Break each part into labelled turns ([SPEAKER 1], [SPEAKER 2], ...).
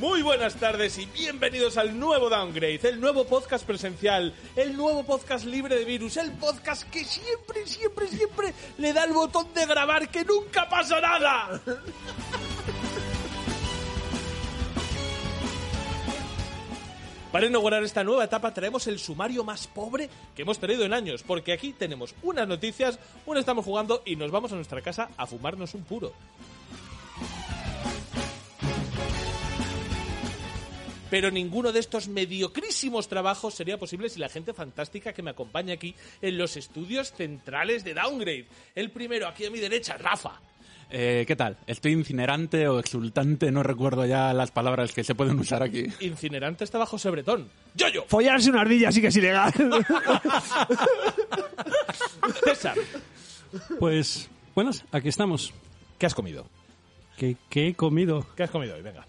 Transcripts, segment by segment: [SPEAKER 1] Muy buenas tardes y bienvenidos al nuevo Downgrade, el nuevo podcast presencial, el nuevo podcast libre de virus, el podcast que siempre, siempre, siempre le da el botón de grabar que nunca pasa nada. Para inaugurar esta nueva etapa traemos el sumario más pobre que hemos tenido en años, porque aquí tenemos unas noticias, una estamos jugando y nos vamos a nuestra casa a fumarnos un puro. pero ninguno de estos mediocrísimos trabajos sería posible sin la gente fantástica que me acompaña aquí en los estudios centrales de Downgrade. El primero, aquí a mi derecha, Rafa.
[SPEAKER 2] Eh, ¿Qué tal? Estoy incinerante o exultante, no recuerdo ya las palabras que se pueden usar aquí.
[SPEAKER 1] Incinerante está bajo Sebretón. ¡Yoyo!
[SPEAKER 3] Follarse una ardilla sí que es ilegal.
[SPEAKER 1] César,
[SPEAKER 4] Pues, buenas, aquí estamos.
[SPEAKER 1] ¿qué has comido?
[SPEAKER 4] ¿Qué, qué he comido?
[SPEAKER 1] ¿Qué has comido hoy? Venga.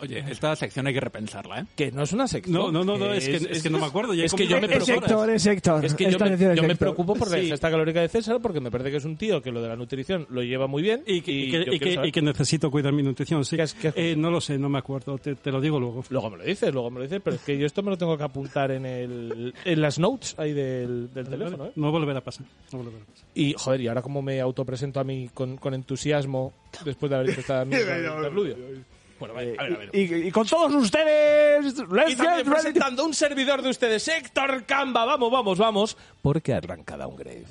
[SPEAKER 2] Oye, esta sección hay que repensarla, ¿eh?
[SPEAKER 1] Que no es una sección.
[SPEAKER 4] No, no, no, no, es, que, es que no me acuerdo. ya he
[SPEAKER 1] es que
[SPEAKER 4] comido.
[SPEAKER 1] yo me
[SPEAKER 3] es
[SPEAKER 1] preocupo.
[SPEAKER 3] sector, es sector.
[SPEAKER 1] Es que yo
[SPEAKER 3] Esta
[SPEAKER 1] me,
[SPEAKER 3] sección es
[SPEAKER 1] yo me
[SPEAKER 3] sector.
[SPEAKER 1] preocupo por la
[SPEAKER 4] Sí.
[SPEAKER 1] ingesta calórica de César porque me parece que es un tío que lo de la nutrición lo lleva muy bien
[SPEAKER 4] Y que, y que-
[SPEAKER 1] yo quiero
[SPEAKER 4] y que-
[SPEAKER 1] saber-
[SPEAKER 4] y que necesito cuidar mi nutrición, sí.
[SPEAKER 1] ¿Qué has- qué has
[SPEAKER 4] Eh, no lo sé, no me acuerdo, te, te lo digo luego.
[SPEAKER 1] Luego me lo dices, luego me lo dices, pero es que yo esto me lo tengo que apuntar en, el, en las notes ahí del, del teléfono. ¿eh?
[SPEAKER 4] No volverá a pasar. No volverá a pasar.
[SPEAKER 1] Y joder, y ahora como me autopresento a mí con, con entusiasmo después de haber hecho esta mierda de interludio. Bueno, vale, a ver, a ver.
[SPEAKER 3] Y, y con todos ustedes, let's
[SPEAKER 1] Y también
[SPEAKER 3] get ready.
[SPEAKER 1] presentando un servidor de ustedes, Héctor Camba. Vamos, vamos, vamos. Porque arranca Downgrade.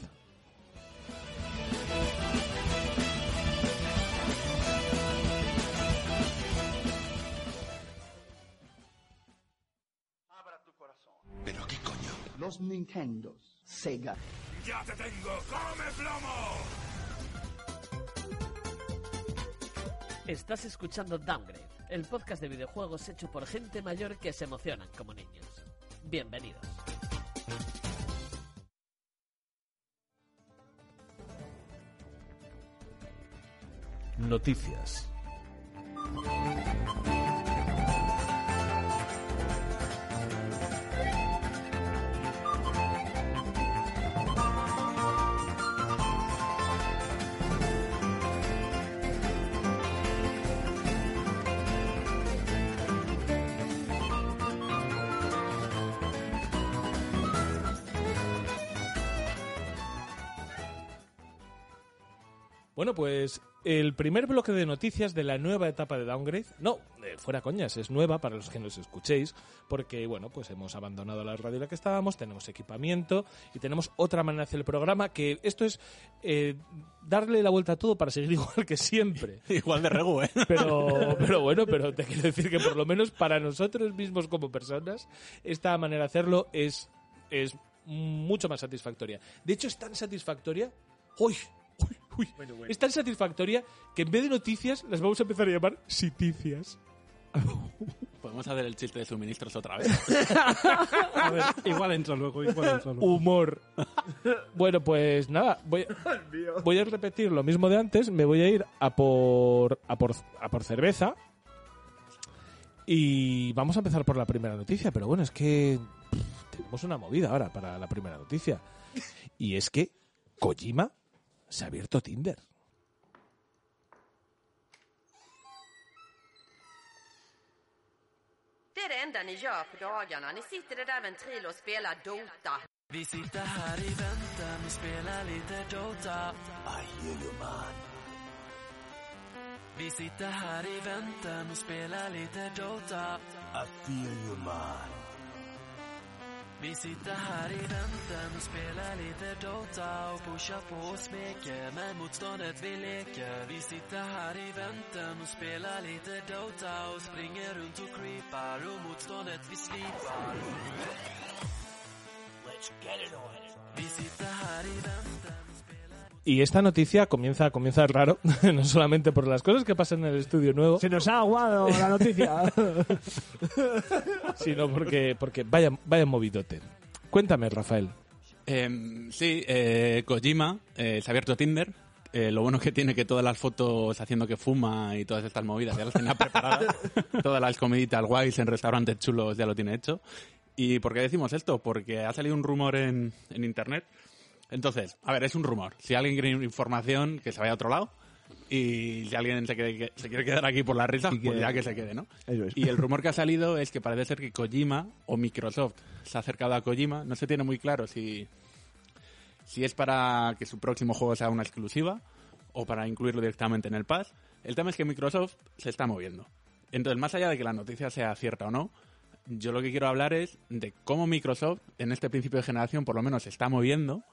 [SPEAKER 5] ¿Pero qué coño? Los Nintendo, Sega.
[SPEAKER 6] Estás escuchando Downgrade, el podcast de videojuegos hecho por gente mayor que se emocionan como niños. Bienvenidos.
[SPEAKER 1] Noticias. Bueno, pues el primer bloque de noticias de la nueva etapa de Downgrade. No, eh, fuera coñas, es nueva para los que nos escuchéis, porque bueno, pues hemos abandonado la radio en la que estábamos, tenemos equipamiento y tenemos otra manera de hacer el programa, que esto es eh, darle la vuelta a todo para seguir igual que siempre.
[SPEAKER 2] Igual de regu, ¿eh?
[SPEAKER 1] Pero, pero bueno, pero te quiero decir que por lo menos para nosotros mismos como personas, esta manera de hacerlo es, es mucho más satisfactoria. De hecho, es tan satisfactoria. ¡Uy! ¡Uy! uy! Es tan satisfactoria que en vez de noticias las vamos a empezar a llamar siticias.
[SPEAKER 2] Podemos hacer el chiste de suministros otra vez.
[SPEAKER 4] A ver, igual entra luego, igual entra luego.
[SPEAKER 1] Humor. bueno, pues nada, voy, a- voy a repetir lo mismo de antes. Me voy a ir a por, a por, a por cerveza. Y vamos a empezar por la primera noticia, pero bueno, es que pff, tenemos una movida ahora para la primera noticia. Y es que Kojima se ha abierto Tinder.
[SPEAKER 7] Det är det enda ni gör på dagarna. Ni sitter i det där med en tril och spelar Dota.
[SPEAKER 1] Y esta noticia comienza, comienza raro, no solamente por las cosas que pasan en el estudio nuevo,
[SPEAKER 3] Se nos ha aguado la noticia.
[SPEAKER 1] sino porque, porque vaya, vaya movidote. Cuéntame, Rafael.
[SPEAKER 2] Em, sí, eh, Kojima eh, se ha abierto Tinder. Eh, lo bueno que tiene que todas las fotos haciendo que fuma y todas estas movidas ya las tenía preparadas. todas las comiditas guays en restaurantes chulos ya lo tiene hecho. ¿Y por qué decimos esto? Porque ha salido un rumor en, en internet. Entonces, a ver, es un rumor. Si alguien quiere información, que se vaya a otro lado. Y si alguien se, cree que- se quiere quedar aquí por la risa,
[SPEAKER 3] Y
[SPEAKER 2] pues
[SPEAKER 3] que-
[SPEAKER 2] ya que se quede, ¿no?
[SPEAKER 3] Eso es.
[SPEAKER 2] Y el rumor que ha salido es que parece ser que Kojima o Microsoft se ha acercado a Kojima. No se tiene muy claro si, si es para que su próximo juego sea una exclusiva o para incluirlo directamente en el Pass. El tema es que Microsoft se está moviendo. Entonces, más allá de que la noticia sea cierta o no, yo lo que quiero hablar es de cómo Microsoft, en este principio de generación, por lo menos se está moviendo,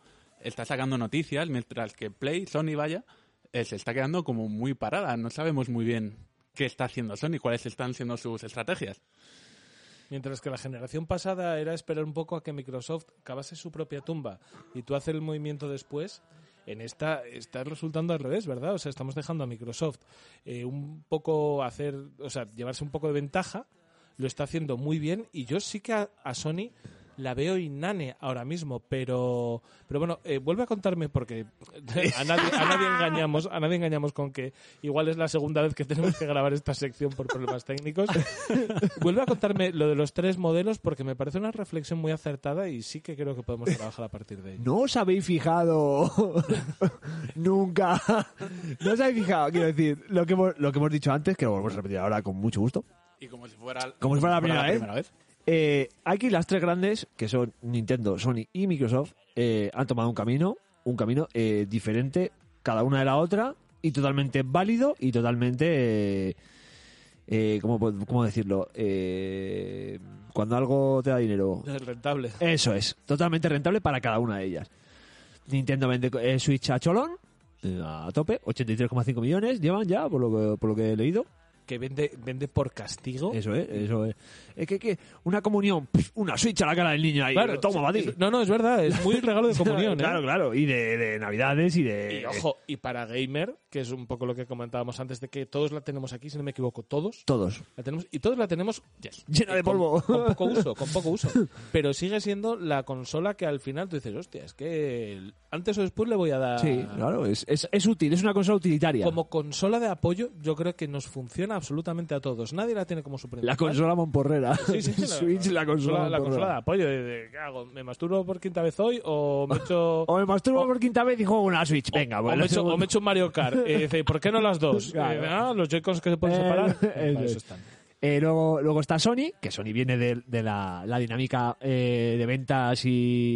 [SPEAKER 2] está sacando noticias, mientras que Play, Sony, vaya, eh, se está quedando como muy parada. No sabemos muy bien qué está haciendo Sony, cuáles están siendo sus estrategias.
[SPEAKER 1] Mientras que la generación pasada era esperar un poco a que Microsoft cavase su propia tumba y tú haces el movimiento después, en esta está resultando al revés, ¿verdad? O sea, estamos dejando a Microsoft eh, un poco hacer, o sea, llevarse un poco de ventaja, lo está haciendo muy bien y yo sí que a, a Sony la veo inane ahora mismo, pero pero bueno, eh, vuelve a contarme porque a nadie, a nadie engañamos, a nadie engañamos con que igual es la segunda vez que tenemos que grabar esta sección por problemas técnicos. Vuelve a contarme lo de los tres modelos porque me parece una reflexión muy acertada y sí que creo que podemos trabajar a partir de ello.
[SPEAKER 3] ¿No os habéis fijado nunca? ¿No os habéis fijado? Quiero decir, lo que, hemos, lo que hemos dicho antes, que lo volvemos a repetir ahora con mucho gusto.
[SPEAKER 2] Y como si fuera,
[SPEAKER 3] Como si fuera la primera vez.
[SPEAKER 2] vez.
[SPEAKER 3] Eh, aquí las tres grandes, que son Nintendo, Sony y Microsoft, eh, han tomado un camino, un camino eh, diferente cada una de la otra y totalmente válido y totalmente... eh, eh, ¿cómo, pod- cómo decirlo? Eh, cuando algo te da dinero...
[SPEAKER 1] Rentable.
[SPEAKER 3] Eso es, totalmente rentable para cada una de ellas. Nintendo vende eh, Switch a cholón, eh, a tope, 83,5 millones llevan ya, por lo que, por lo que he leído.
[SPEAKER 1] Que vende, vende por castigo.
[SPEAKER 3] Eso es, eso es. Es que, que una comunión, pf, una Switch a la cara del niño ahí, toma, va a ti.
[SPEAKER 1] es- No, no, es verdad, es muy regalo de comunión. ¿eh?
[SPEAKER 3] Claro, Eh, claro, y de, de navidades y de...
[SPEAKER 1] Y ojo, y para gamer, que es un poco lo que comentábamos antes de que todos la tenemos aquí, si no me equivoco, todos
[SPEAKER 3] Todos.
[SPEAKER 1] la tenemos y todos la tenemos eh,
[SPEAKER 3] Llena de
[SPEAKER 1] con-
[SPEAKER 3] polvo.
[SPEAKER 1] Con, poco uso, con poco uso. Pero sigue siendo la consola que al final tú dices, hostia, es que el- antes o después le voy a dar
[SPEAKER 3] Sí, claro, es, es, es útil, es una consola utilitaria.
[SPEAKER 1] Como consola de apoyo, yo creo que nos funciona absolutamente a todos. Nadie la tiene como su
[SPEAKER 3] la
[SPEAKER 1] principal.
[SPEAKER 3] consola mamporrera.
[SPEAKER 1] Sí, sí, sí,
[SPEAKER 3] Switch, la, consola,
[SPEAKER 1] la consola de
[SPEAKER 3] mamporrera.
[SPEAKER 1] apoyo. de- de, ¿Qué hago? ¿Me masturbo por quinta vez hoy o me echo,
[SPEAKER 3] Ah, O me masturbo
[SPEAKER 1] O-
[SPEAKER 3] por quinta vez y juego una Switch. Venga,
[SPEAKER 1] o
[SPEAKER 3] bueno.
[SPEAKER 1] me echo- o me echo un Mario Kart? Eh, dice, ¿por qué no las dos?
[SPEAKER 3] Claro.
[SPEAKER 1] Eh, ah, los Joy-Cons que se pueden
[SPEAKER 3] Eh,
[SPEAKER 1] separar.
[SPEAKER 3] eh,
[SPEAKER 1] Para
[SPEAKER 3] eh.
[SPEAKER 1] eso están.
[SPEAKER 3] Eh, luego, luego está Sony, que Sony viene de, de la, la dinámica eh, de ventas y,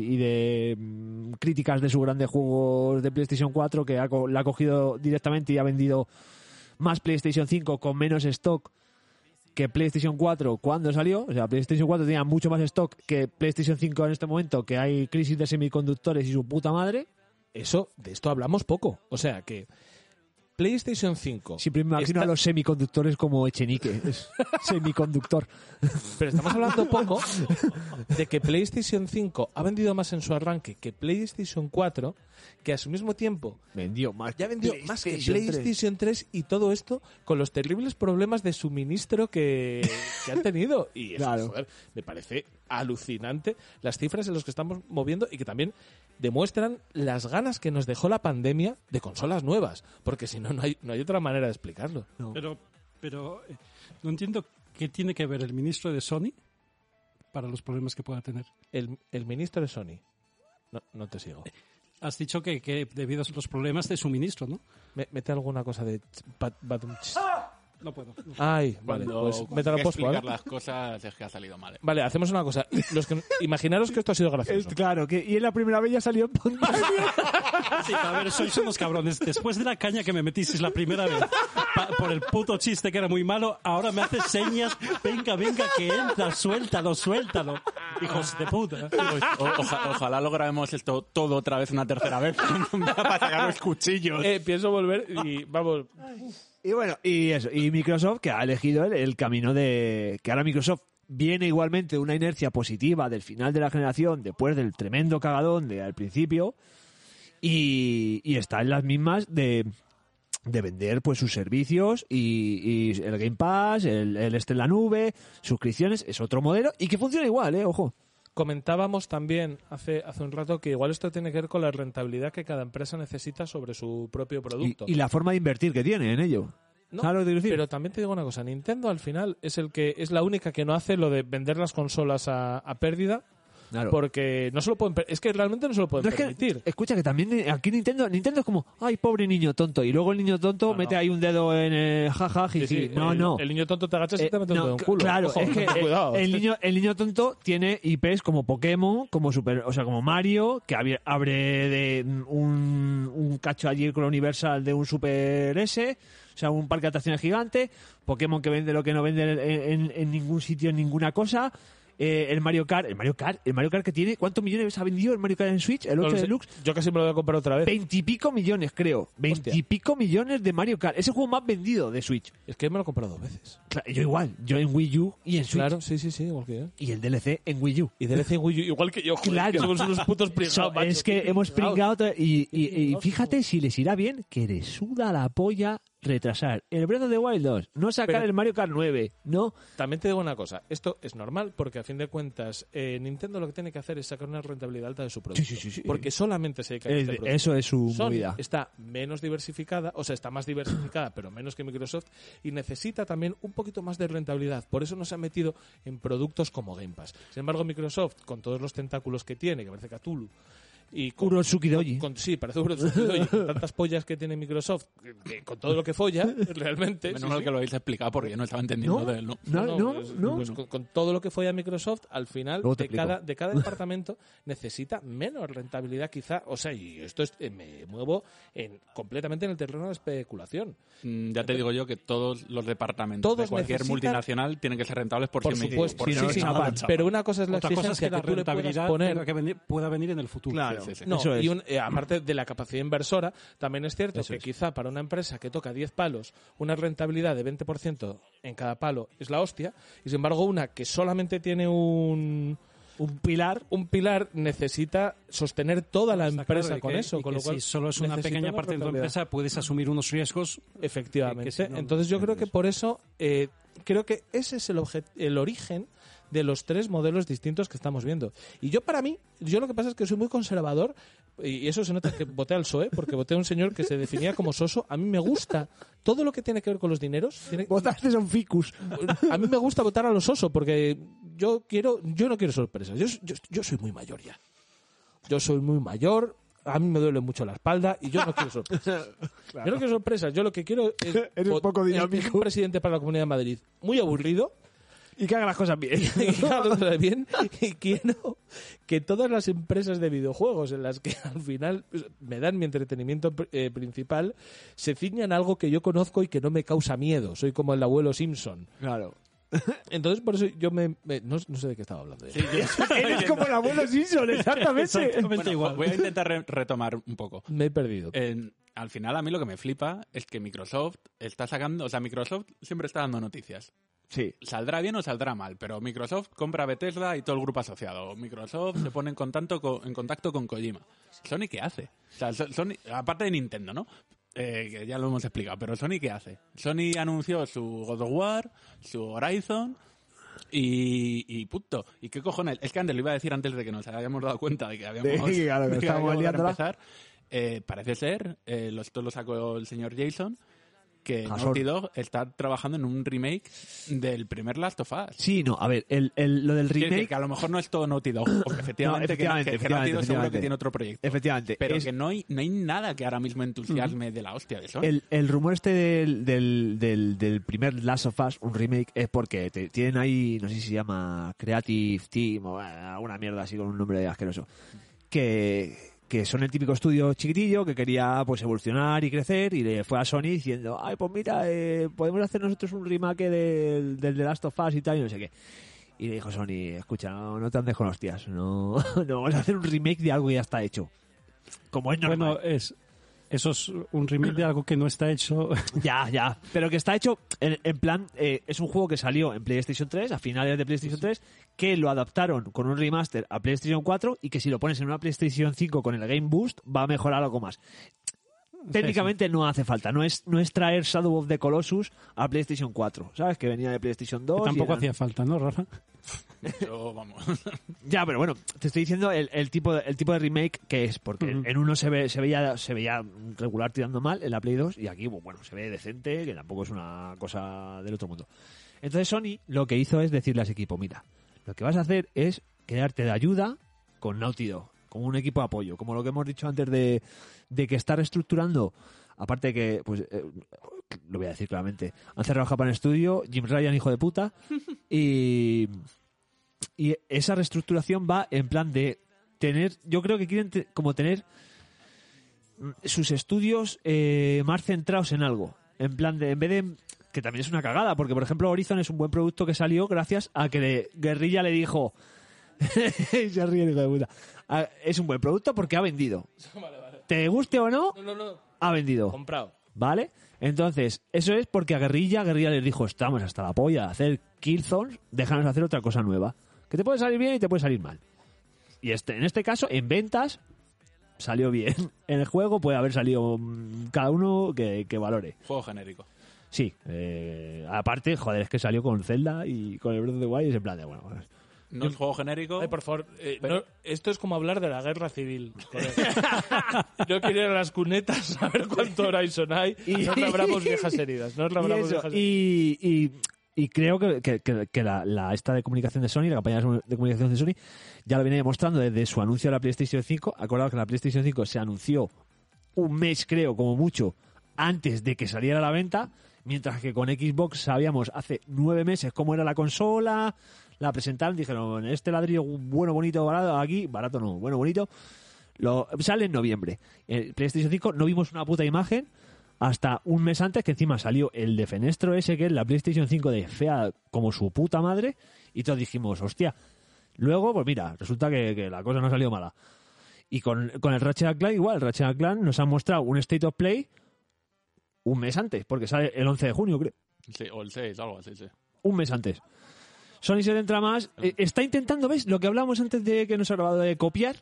[SPEAKER 3] y de mm, críticas de sus grandes juegos de PlayStation 4, que ha co- la ha cogido directamente y ha vendido más PlayStation 5 con menos stock que PlayStation 4 cuando salió. O sea, PlayStation 4 tenía mucho más stock que PlayStation 5 en este momento, que hay crisis de semiconductores y su puta madre.
[SPEAKER 1] Eso, de esto hablamos poco. O sea que PlayStation 5.
[SPEAKER 3] Siempre me imagino
[SPEAKER 1] está-
[SPEAKER 3] a los semiconductores como Echenique, es semiconductor.
[SPEAKER 1] Pero estamos hablando poco de que PlayStation 5 ha vendido más en su arranque que PlayStation 4, que a su mismo tiempo
[SPEAKER 3] Vendió más.
[SPEAKER 1] Ya vendió más que
[SPEAKER 3] PlayStation 3.
[SPEAKER 1] PlayStation 3 y todo esto con los terribles problemas de suministro que, que han tenido. Y eso,
[SPEAKER 3] Claro.
[SPEAKER 1] joder, me parece alucinante las cifras en las que estamos moviendo y que también demuestran las ganas que nos dejó la pandemia de consolas nuevas. Porque si no, no hay, no hay otra manera de explicarlo.
[SPEAKER 4] Pero, pero eh, no entiendo qué tiene que ver el ministro de Sony para los problemas que pueda tener.
[SPEAKER 1] El, el ministro de Sony. No, no te sigo.
[SPEAKER 4] Has dicho que, que debido a los problemas de suministro, ¿no?
[SPEAKER 1] Me- mete alguna cosa de... ch- ba- badum ch-
[SPEAKER 4] No puedo. No.
[SPEAKER 1] Ay, vale,
[SPEAKER 2] Cuando
[SPEAKER 1] pues mete la
[SPEAKER 2] hay que
[SPEAKER 1] pospo,
[SPEAKER 2] explicar
[SPEAKER 1] ¿vale?
[SPEAKER 2] las cosas es que ha salido mal. eh.
[SPEAKER 1] Vale, hacemos una cosa. Los que, imaginaros que esto ha sido
[SPEAKER 3] Es
[SPEAKER 1] gracioso.
[SPEAKER 3] claro, que, y en la primera vez ya salió en pantalla.
[SPEAKER 4] Sí, a ver, sois unos cabrones. Después de la caña que me metisteis la primera vez pa- por el puto chiste que era muy malo, ahora me haces señas. Venga, venga, que entra, suéltalo, suéltalo. Hijos de puta.
[SPEAKER 1] pues,
[SPEAKER 2] O- oja- ojalá lo grabemos esto todo otra vez una tercera vez para sacar los cuchillos.
[SPEAKER 1] Eh, pienso volver y vamos,
[SPEAKER 3] y bueno, y eso, y Microsoft que ha elegido el, el camino de que ahora Microsoft viene igualmente de una inercia positiva del final de la generación, después del tremendo cagadón de al principio, y, y está en las mismas de, de vender pues sus servicios y, y el Game Pass, el, el este en la nube, suscripciones, es otro modelo y que funciona igual, eh, ojo.
[SPEAKER 1] Comentábamos también hace, hace un rato que igual esto tiene que ver con la rentabilidad que cada empresa necesita sobre su propio
[SPEAKER 3] Y,
[SPEAKER 1] producto.
[SPEAKER 3] y la forma de invertir que tiene en ello.
[SPEAKER 1] No,
[SPEAKER 3] ¿Sabes lo que quiero decir?
[SPEAKER 1] Pero también te digo una cosa, Nintendo al final es el que es la única que no hace lo de vender las consolas a, a pérdida
[SPEAKER 3] Claro.
[SPEAKER 1] Porque no se lo pueden per- es que realmente no se lo pueden
[SPEAKER 3] No, es que-
[SPEAKER 1] permitir.
[SPEAKER 3] escucha, que también eh, aquí Nintendo, Nintendo es como, ay, pobre niño tonto. Y luego el niño tonto
[SPEAKER 1] No,
[SPEAKER 3] mete
[SPEAKER 1] no.
[SPEAKER 3] ahí un dedo en el jaja, jiji.
[SPEAKER 1] Sí, sí,
[SPEAKER 3] no,
[SPEAKER 1] el,
[SPEAKER 3] no.
[SPEAKER 1] El niño tonto te agachas y
[SPEAKER 3] Eh,
[SPEAKER 1] te mete un
[SPEAKER 3] no,
[SPEAKER 1] dedo en el
[SPEAKER 3] c-
[SPEAKER 1] culo.
[SPEAKER 3] Claro,
[SPEAKER 1] Ojo,
[SPEAKER 3] es que eh,
[SPEAKER 1] cuidado.
[SPEAKER 3] el niño, el niño tonto tiene IPs como Pokémon, como Super, o sea, como Mario, que abie- abre de mm, un, un cacho allí con la Universal de un Super S, o sea, un parque de atracciones gigante, Pokémon que vende lo que no vende en, en- en ningún sitio, en ninguna cosa. eh, el Mario Kart, el Mario Kart, el Mario Kart que tiene, ¿cuántos millones ha vendido el Mario Kart en Switch? El
[SPEAKER 1] No
[SPEAKER 3] 8
[SPEAKER 1] lo sé.
[SPEAKER 3] Deluxe,
[SPEAKER 1] Yo casi me lo voy a comprar otra vez.
[SPEAKER 3] veintipico millones, creo. Veintipico millones de Mario Kart. Es el juego más vendido de Switch.
[SPEAKER 1] Es que me lo he comprado dos veces.
[SPEAKER 3] Cla- yo igual, yo en Wii U y en Switch.
[SPEAKER 1] Claro, sí, sí, sí, igual que yo.
[SPEAKER 3] Y el DLC en Wii U.
[SPEAKER 1] Y DLC Wii U, igual que yo, joder,
[SPEAKER 3] Claro.
[SPEAKER 1] que somos unos putos pringados,
[SPEAKER 3] Eso,
[SPEAKER 1] macho.
[SPEAKER 3] es que hemos
[SPEAKER 1] Pringados.
[SPEAKER 3] pringado otra- y, y- y fíjate si les irá bien que les suda la polla retrasar el Breath of the Wild 2, no sacar
[SPEAKER 1] Pero-
[SPEAKER 3] el Mario Kart 9, no
[SPEAKER 1] También te digo una cosa, esto es normal porque a fin de cuentas eh, Nintendo lo que tiene que hacer es sacar una rentabilidad alta de su producto.
[SPEAKER 3] sí, sí, sí.
[SPEAKER 1] Porque solamente se dedica a
[SPEAKER 3] Es-
[SPEAKER 1] este producto.
[SPEAKER 3] eso es su
[SPEAKER 1] Sony
[SPEAKER 3] movida.
[SPEAKER 1] está menos diversificada, o sea, está más diversificada, pero menos que Microsoft, y necesita también un poquito más de rentabilidad. Por eso no se ha metido en productos como Game Pass. Sin embargo, Microsoft, con todos los tentáculos que tiene, que parece Cthulhu, y con,
[SPEAKER 3] Kurosuki Doji.
[SPEAKER 1] con- sí, parece Kurosuke Doji, con tantas pollas que tiene Microsoft, que- que con todo lo que folla, realmente.
[SPEAKER 2] Menos
[SPEAKER 1] sí,
[SPEAKER 2] mal
[SPEAKER 1] sí.
[SPEAKER 2] que lo habéis explicado porque yo no estaba entendiendo de él, ¿no?
[SPEAKER 3] No, no, no.
[SPEAKER 1] pues- pues con, con todo lo que fue a Microsoft, al final
[SPEAKER 3] Luego te
[SPEAKER 1] de
[SPEAKER 3] explico.
[SPEAKER 1] cada, de cada departamento necesita menos rentabilidad quizá. O sea, y esto es, eh, me muevo en, completamente en el terreno de la especulación.
[SPEAKER 2] Mm, Ya te digo yo que todos los departamentos
[SPEAKER 1] Todos
[SPEAKER 2] de cualquier
[SPEAKER 1] necesitan-
[SPEAKER 2] multinacional tienen que ser rentables por,
[SPEAKER 1] Por
[SPEAKER 2] sí mismos,
[SPEAKER 1] supuesto,
[SPEAKER 2] por
[SPEAKER 1] sí,
[SPEAKER 2] sí
[SPEAKER 1] sí,
[SPEAKER 2] mismos.
[SPEAKER 3] chaval,
[SPEAKER 1] sí, pero una cosa es la
[SPEAKER 4] Otra cosa es
[SPEAKER 1] exigencia
[SPEAKER 4] que la
[SPEAKER 1] que tú le puedas
[SPEAKER 4] rentabilidad
[SPEAKER 1] poner
[SPEAKER 4] tenga que venir- pueda venir en el futuro.
[SPEAKER 3] Claro.
[SPEAKER 2] Sí, sí, sí.
[SPEAKER 1] No,
[SPEAKER 3] Eso es.
[SPEAKER 1] y un- eh, aparte de la capacidad inversora, también es cierto
[SPEAKER 3] Eso
[SPEAKER 1] que
[SPEAKER 3] es.
[SPEAKER 1] quizá para una empresa que toca 10 palos, una rentabilidad de 20% en cada palo es la hostia, y sin embargo una que solamente tiene un,
[SPEAKER 3] un pilar
[SPEAKER 1] un pilar necesita sostener toda la
[SPEAKER 4] Está
[SPEAKER 1] empresa
[SPEAKER 4] claro, y
[SPEAKER 1] con
[SPEAKER 4] que-
[SPEAKER 1] eso,
[SPEAKER 4] y
[SPEAKER 1] con
[SPEAKER 4] que
[SPEAKER 1] lo cual
[SPEAKER 4] si solo es una
[SPEAKER 1] necesita
[SPEAKER 4] pequeña
[SPEAKER 1] una
[SPEAKER 4] parte de tu
[SPEAKER 1] rentabilidad.
[SPEAKER 4] empresa, puedes asumir unos riesgos.
[SPEAKER 1] Efectivamente.
[SPEAKER 4] Que- que si no,
[SPEAKER 1] Entonces yo
[SPEAKER 4] no
[SPEAKER 1] creo que
[SPEAKER 4] entiendes.
[SPEAKER 1] por eso, eh, creo que ese es el, obje- el origen de los tres modelos distintos que estamos viendo. Y yo para mí, yo lo que pasa es que soy muy conservador y eso se nota que voté al PSOE porque voté a un señor que se definía como soso. A mí me gusta todo lo que tiene que ver con los dineros. tiene-
[SPEAKER 3] votaste son ficus
[SPEAKER 1] a mí me gusta votar a los osos porque yo quiero yo no quiero sorpresas yo, yo, yo soy muy mayor ya yo soy muy mayor a mí me duele mucho la espalda y yo no quiero sorpresas yo no quiero sorpresas yo lo que quiero es
[SPEAKER 3] Eres
[SPEAKER 1] vot-
[SPEAKER 3] poco
[SPEAKER 1] es- es
[SPEAKER 3] dinámico.
[SPEAKER 1] un presidente para la Comunidad de Madrid muy aburrido
[SPEAKER 3] y que haga las cosas bien
[SPEAKER 1] y que haga las cosas bien y quiero que todas las empresas de videojuegos en las que al final pues, me dan mi entretenimiento pr- eh, principal se ciñan a algo que yo conozco y que no me causa miedo soy como el abuelo Simpson
[SPEAKER 3] claro
[SPEAKER 1] entonces, por eso yo me. me- no, no sé de qué estaba hablando. ya.
[SPEAKER 3] eres como el abuelo Simpson exactamente
[SPEAKER 4] Exactamente igual.
[SPEAKER 2] Voy a intentar re- retomar un poco.
[SPEAKER 1] Me he perdido.
[SPEAKER 2] En- al final, a mí lo que me flipa es que Microsoft está sacando. O sea, Microsoft siempre está dando noticias.
[SPEAKER 3] sí
[SPEAKER 2] Saldrá bien o saldrá mal, pero Microsoft compra Bethesda y todo el grupo asociado. Microsoft se pone en contacto con, en contacto con Kojima. ¿Sony qué hace? O sea, So- Sony, aparte de Nintendo, ¿no? Eh, que ya lo hemos explicado, pero ¿Sony qué hace? Sony anunció su God of War, su Horizon, y, y punto. ¿Y qué cojones? Es que antes lo iba a decir antes de que nos hayamos dado cuenta de que habíamos.
[SPEAKER 3] Sí, claro, que
[SPEAKER 2] de
[SPEAKER 3] estábamos
[SPEAKER 2] habíamos
[SPEAKER 3] liándola.
[SPEAKER 2] empezar. Eh, parece ser, eh, lo- esto lo sacó el señor Jason, que
[SPEAKER 3] Hazor.
[SPEAKER 2] Naughty Dog está trabajando en un remake del primer Last of Us.
[SPEAKER 3] sí no a ver el, el- lo del
[SPEAKER 2] Quiero decir
[SPEAKER 3] remake
[SPEAKER 2] que a lo mejor no es todo Naughty Dog. porque Efectivamente, que-
[SPEAKER 3] efectivamente,
[SPEAKER 2] que, que Naughty Dog
[SPEAKER 3] efectivamente,
[SPEAKER 2] seguro que
[SPEAKER 3] efectivamente.
[SPEAKER 2] tiene otro proyecto.
[SPEAKER 3] efectivamente
[SPEAKER 2] Pero
[SPEAKER 3] es-
[SPEAKER 2] que no hay, no hay nada que ahora mismo entusiasme de la hostia de Sony.
[SPEAKER 3] El, el rumor este del, del, del- del primer Last of Us, un remake, es porque te- tienen ahí, no sé si se llama Creative Team o eh, alguna mierda así con un nombre asqueroso, que, que son el típico estudio chiquitillo que quería pues evolucionar y crecer y le fue a Sony diciendo, ay, pues mira, eh, podemos hacer nosotros un remake del, del The Last of Us y tal, y no sé qué. Y le dijo Sony, escucha, no, no te andes con hostias, no, no vamos a hacer un remake de algo que ya está hecho. Como es normal.
[SPEAKER 4] Bueno, es, eso es un remake de algo que no está hecho.
[SPEAKER 3] Ya, ya. Pero que está hecho en, en plan. eh, es un juego que salió en PlayStation 3, a finales de PlayStation 3, que lo adaptaron con un remaster a PlayStation 4 y que si lo pones en una PlayStation 5 con el Game Boost va a mejorar algo más. Técnicamente no hace falta. No es, no es traer Shadow of the Colossus a PlayStation 4. ¿Sabes? Que venía de PlayStation 2. y
[SPEAKER 4] Tampoco
[SPEAKER 3] eran-
[SPEAKER 4] hacía falta, ¿no, Rafa?
[SPEAKER 2] Yo, vamos.
[SPEAKER 3] Ya, pero bueno, te estoy diciendo el, el tipo, de- el tipo de remake que es, porque
[SPEAKER 4] Ujú.
[SPEAKER 3] en uno se, ve, se, veía, se veía regular tirando mal en la Play 2 y aquí, bueno, se ve decente, que tampoco es una cosa del otro mundo. Entonces Sony lo que hizo es decirle a ese equipo, mira, lo que vas a hacer es quedarte de ayuda con Naughty Dog, como un equipo de apoyo, como lo que hemos dicho antes de, de que está reestructurando. Aparte de que, pues, eh, lo voy a decir claramente, han cerrado Japan Studio, Jim Ryan, hijo de puta, y, y esa reestructuración va en plan de tener, yo creo que quieren te- como tener sus estudios eh, más centrados en algo. En plan de, en vez de. Que también es una cagada, porque por ejemplo Horizon es un buen producto que salió gracias a que le- Guerrilla le dijo. se ríe el hijo de puta. "Ah, Es un buen producto porque ha vendido. Te guste o no,
[SPEAKER 1] No, no, no.
[SPEAKER 3] ha vendido.
[SPEAKER 1] Comprado.
[SPEAKER 3] ¿Vale? Entonces, eso es porque a Guerrilla, Guerrilla les dijo, estamos hasta la polla de hacer Killzones, déjanos hacer otra cosa nueva. Que te puede salir bien y te puede salir mal. Y este, en este caso, en ventas, salió bien. En el juego puede haber salido mm, cada uno que, que valore.
[SPEAKER 2] Juego genérico.
[SPEAKER 3] Sí. eh, aparte, joder, es que salió con Zelda y con el Breath of the Wild y es en plan de, bueno, pues,
[SPEAKER 2] No es juego genérico.
[SPEAKER 1] Ay, por favor, eh, no- esto es como hablar de la guerra civil. joder. Yo quiero ir a las cunetas a ver cuánto Horizon hay.
[SPEAKER 3] Y-
[SPEAKER 1] Y nos labramos viejas heridas. Nos
[SPEAKER 3] y,
[SPEAKER 1] labramos
[SPEAKER 3] eso,
[SPEAKER 1] viejas heridas.
[SPEAKER 3] y, y- y creo que, que- que- que la, la esta de comunicación de Sony, la campaña de comunicación de Sony, ya lo viene demostrando desde su anuncio de la PlayStation 5. Acordado que la PlayStation 5 se anunció un mes, creo, como mucho, antes de que saliera a la venta, mientras que con Xbox sabíamos hace nueve meses cómo era la consola, la presentaron, dijeron, este ladrillo bueno, bonito, barato, aquí, barato no, bueno, bonito, lo, sale en noviembre. El PlayStation 5 no vimos una puta imagen hasta un mes antes que encima salió el de Fenestro ese que es la PlayStation 5 de fea como su puta madre y todos dijimos, hostia. Luego, pues mira, resulta que, que la cosa no ha salido mala. Y con, con el Ratchet and Clank igual, el Ratchet and Clank nos ha mostrado un State of Play un mes antes, porque sale el 11 de junio, creo.
[SPEAKER 2] Sí, o el 6, algo así, sí.
[SPEAKER 3] Un mes antes. Sony se centra más, eh, está intentando, ¿ves? Lo que hablábamos antes de que nos ha grabado de copiar,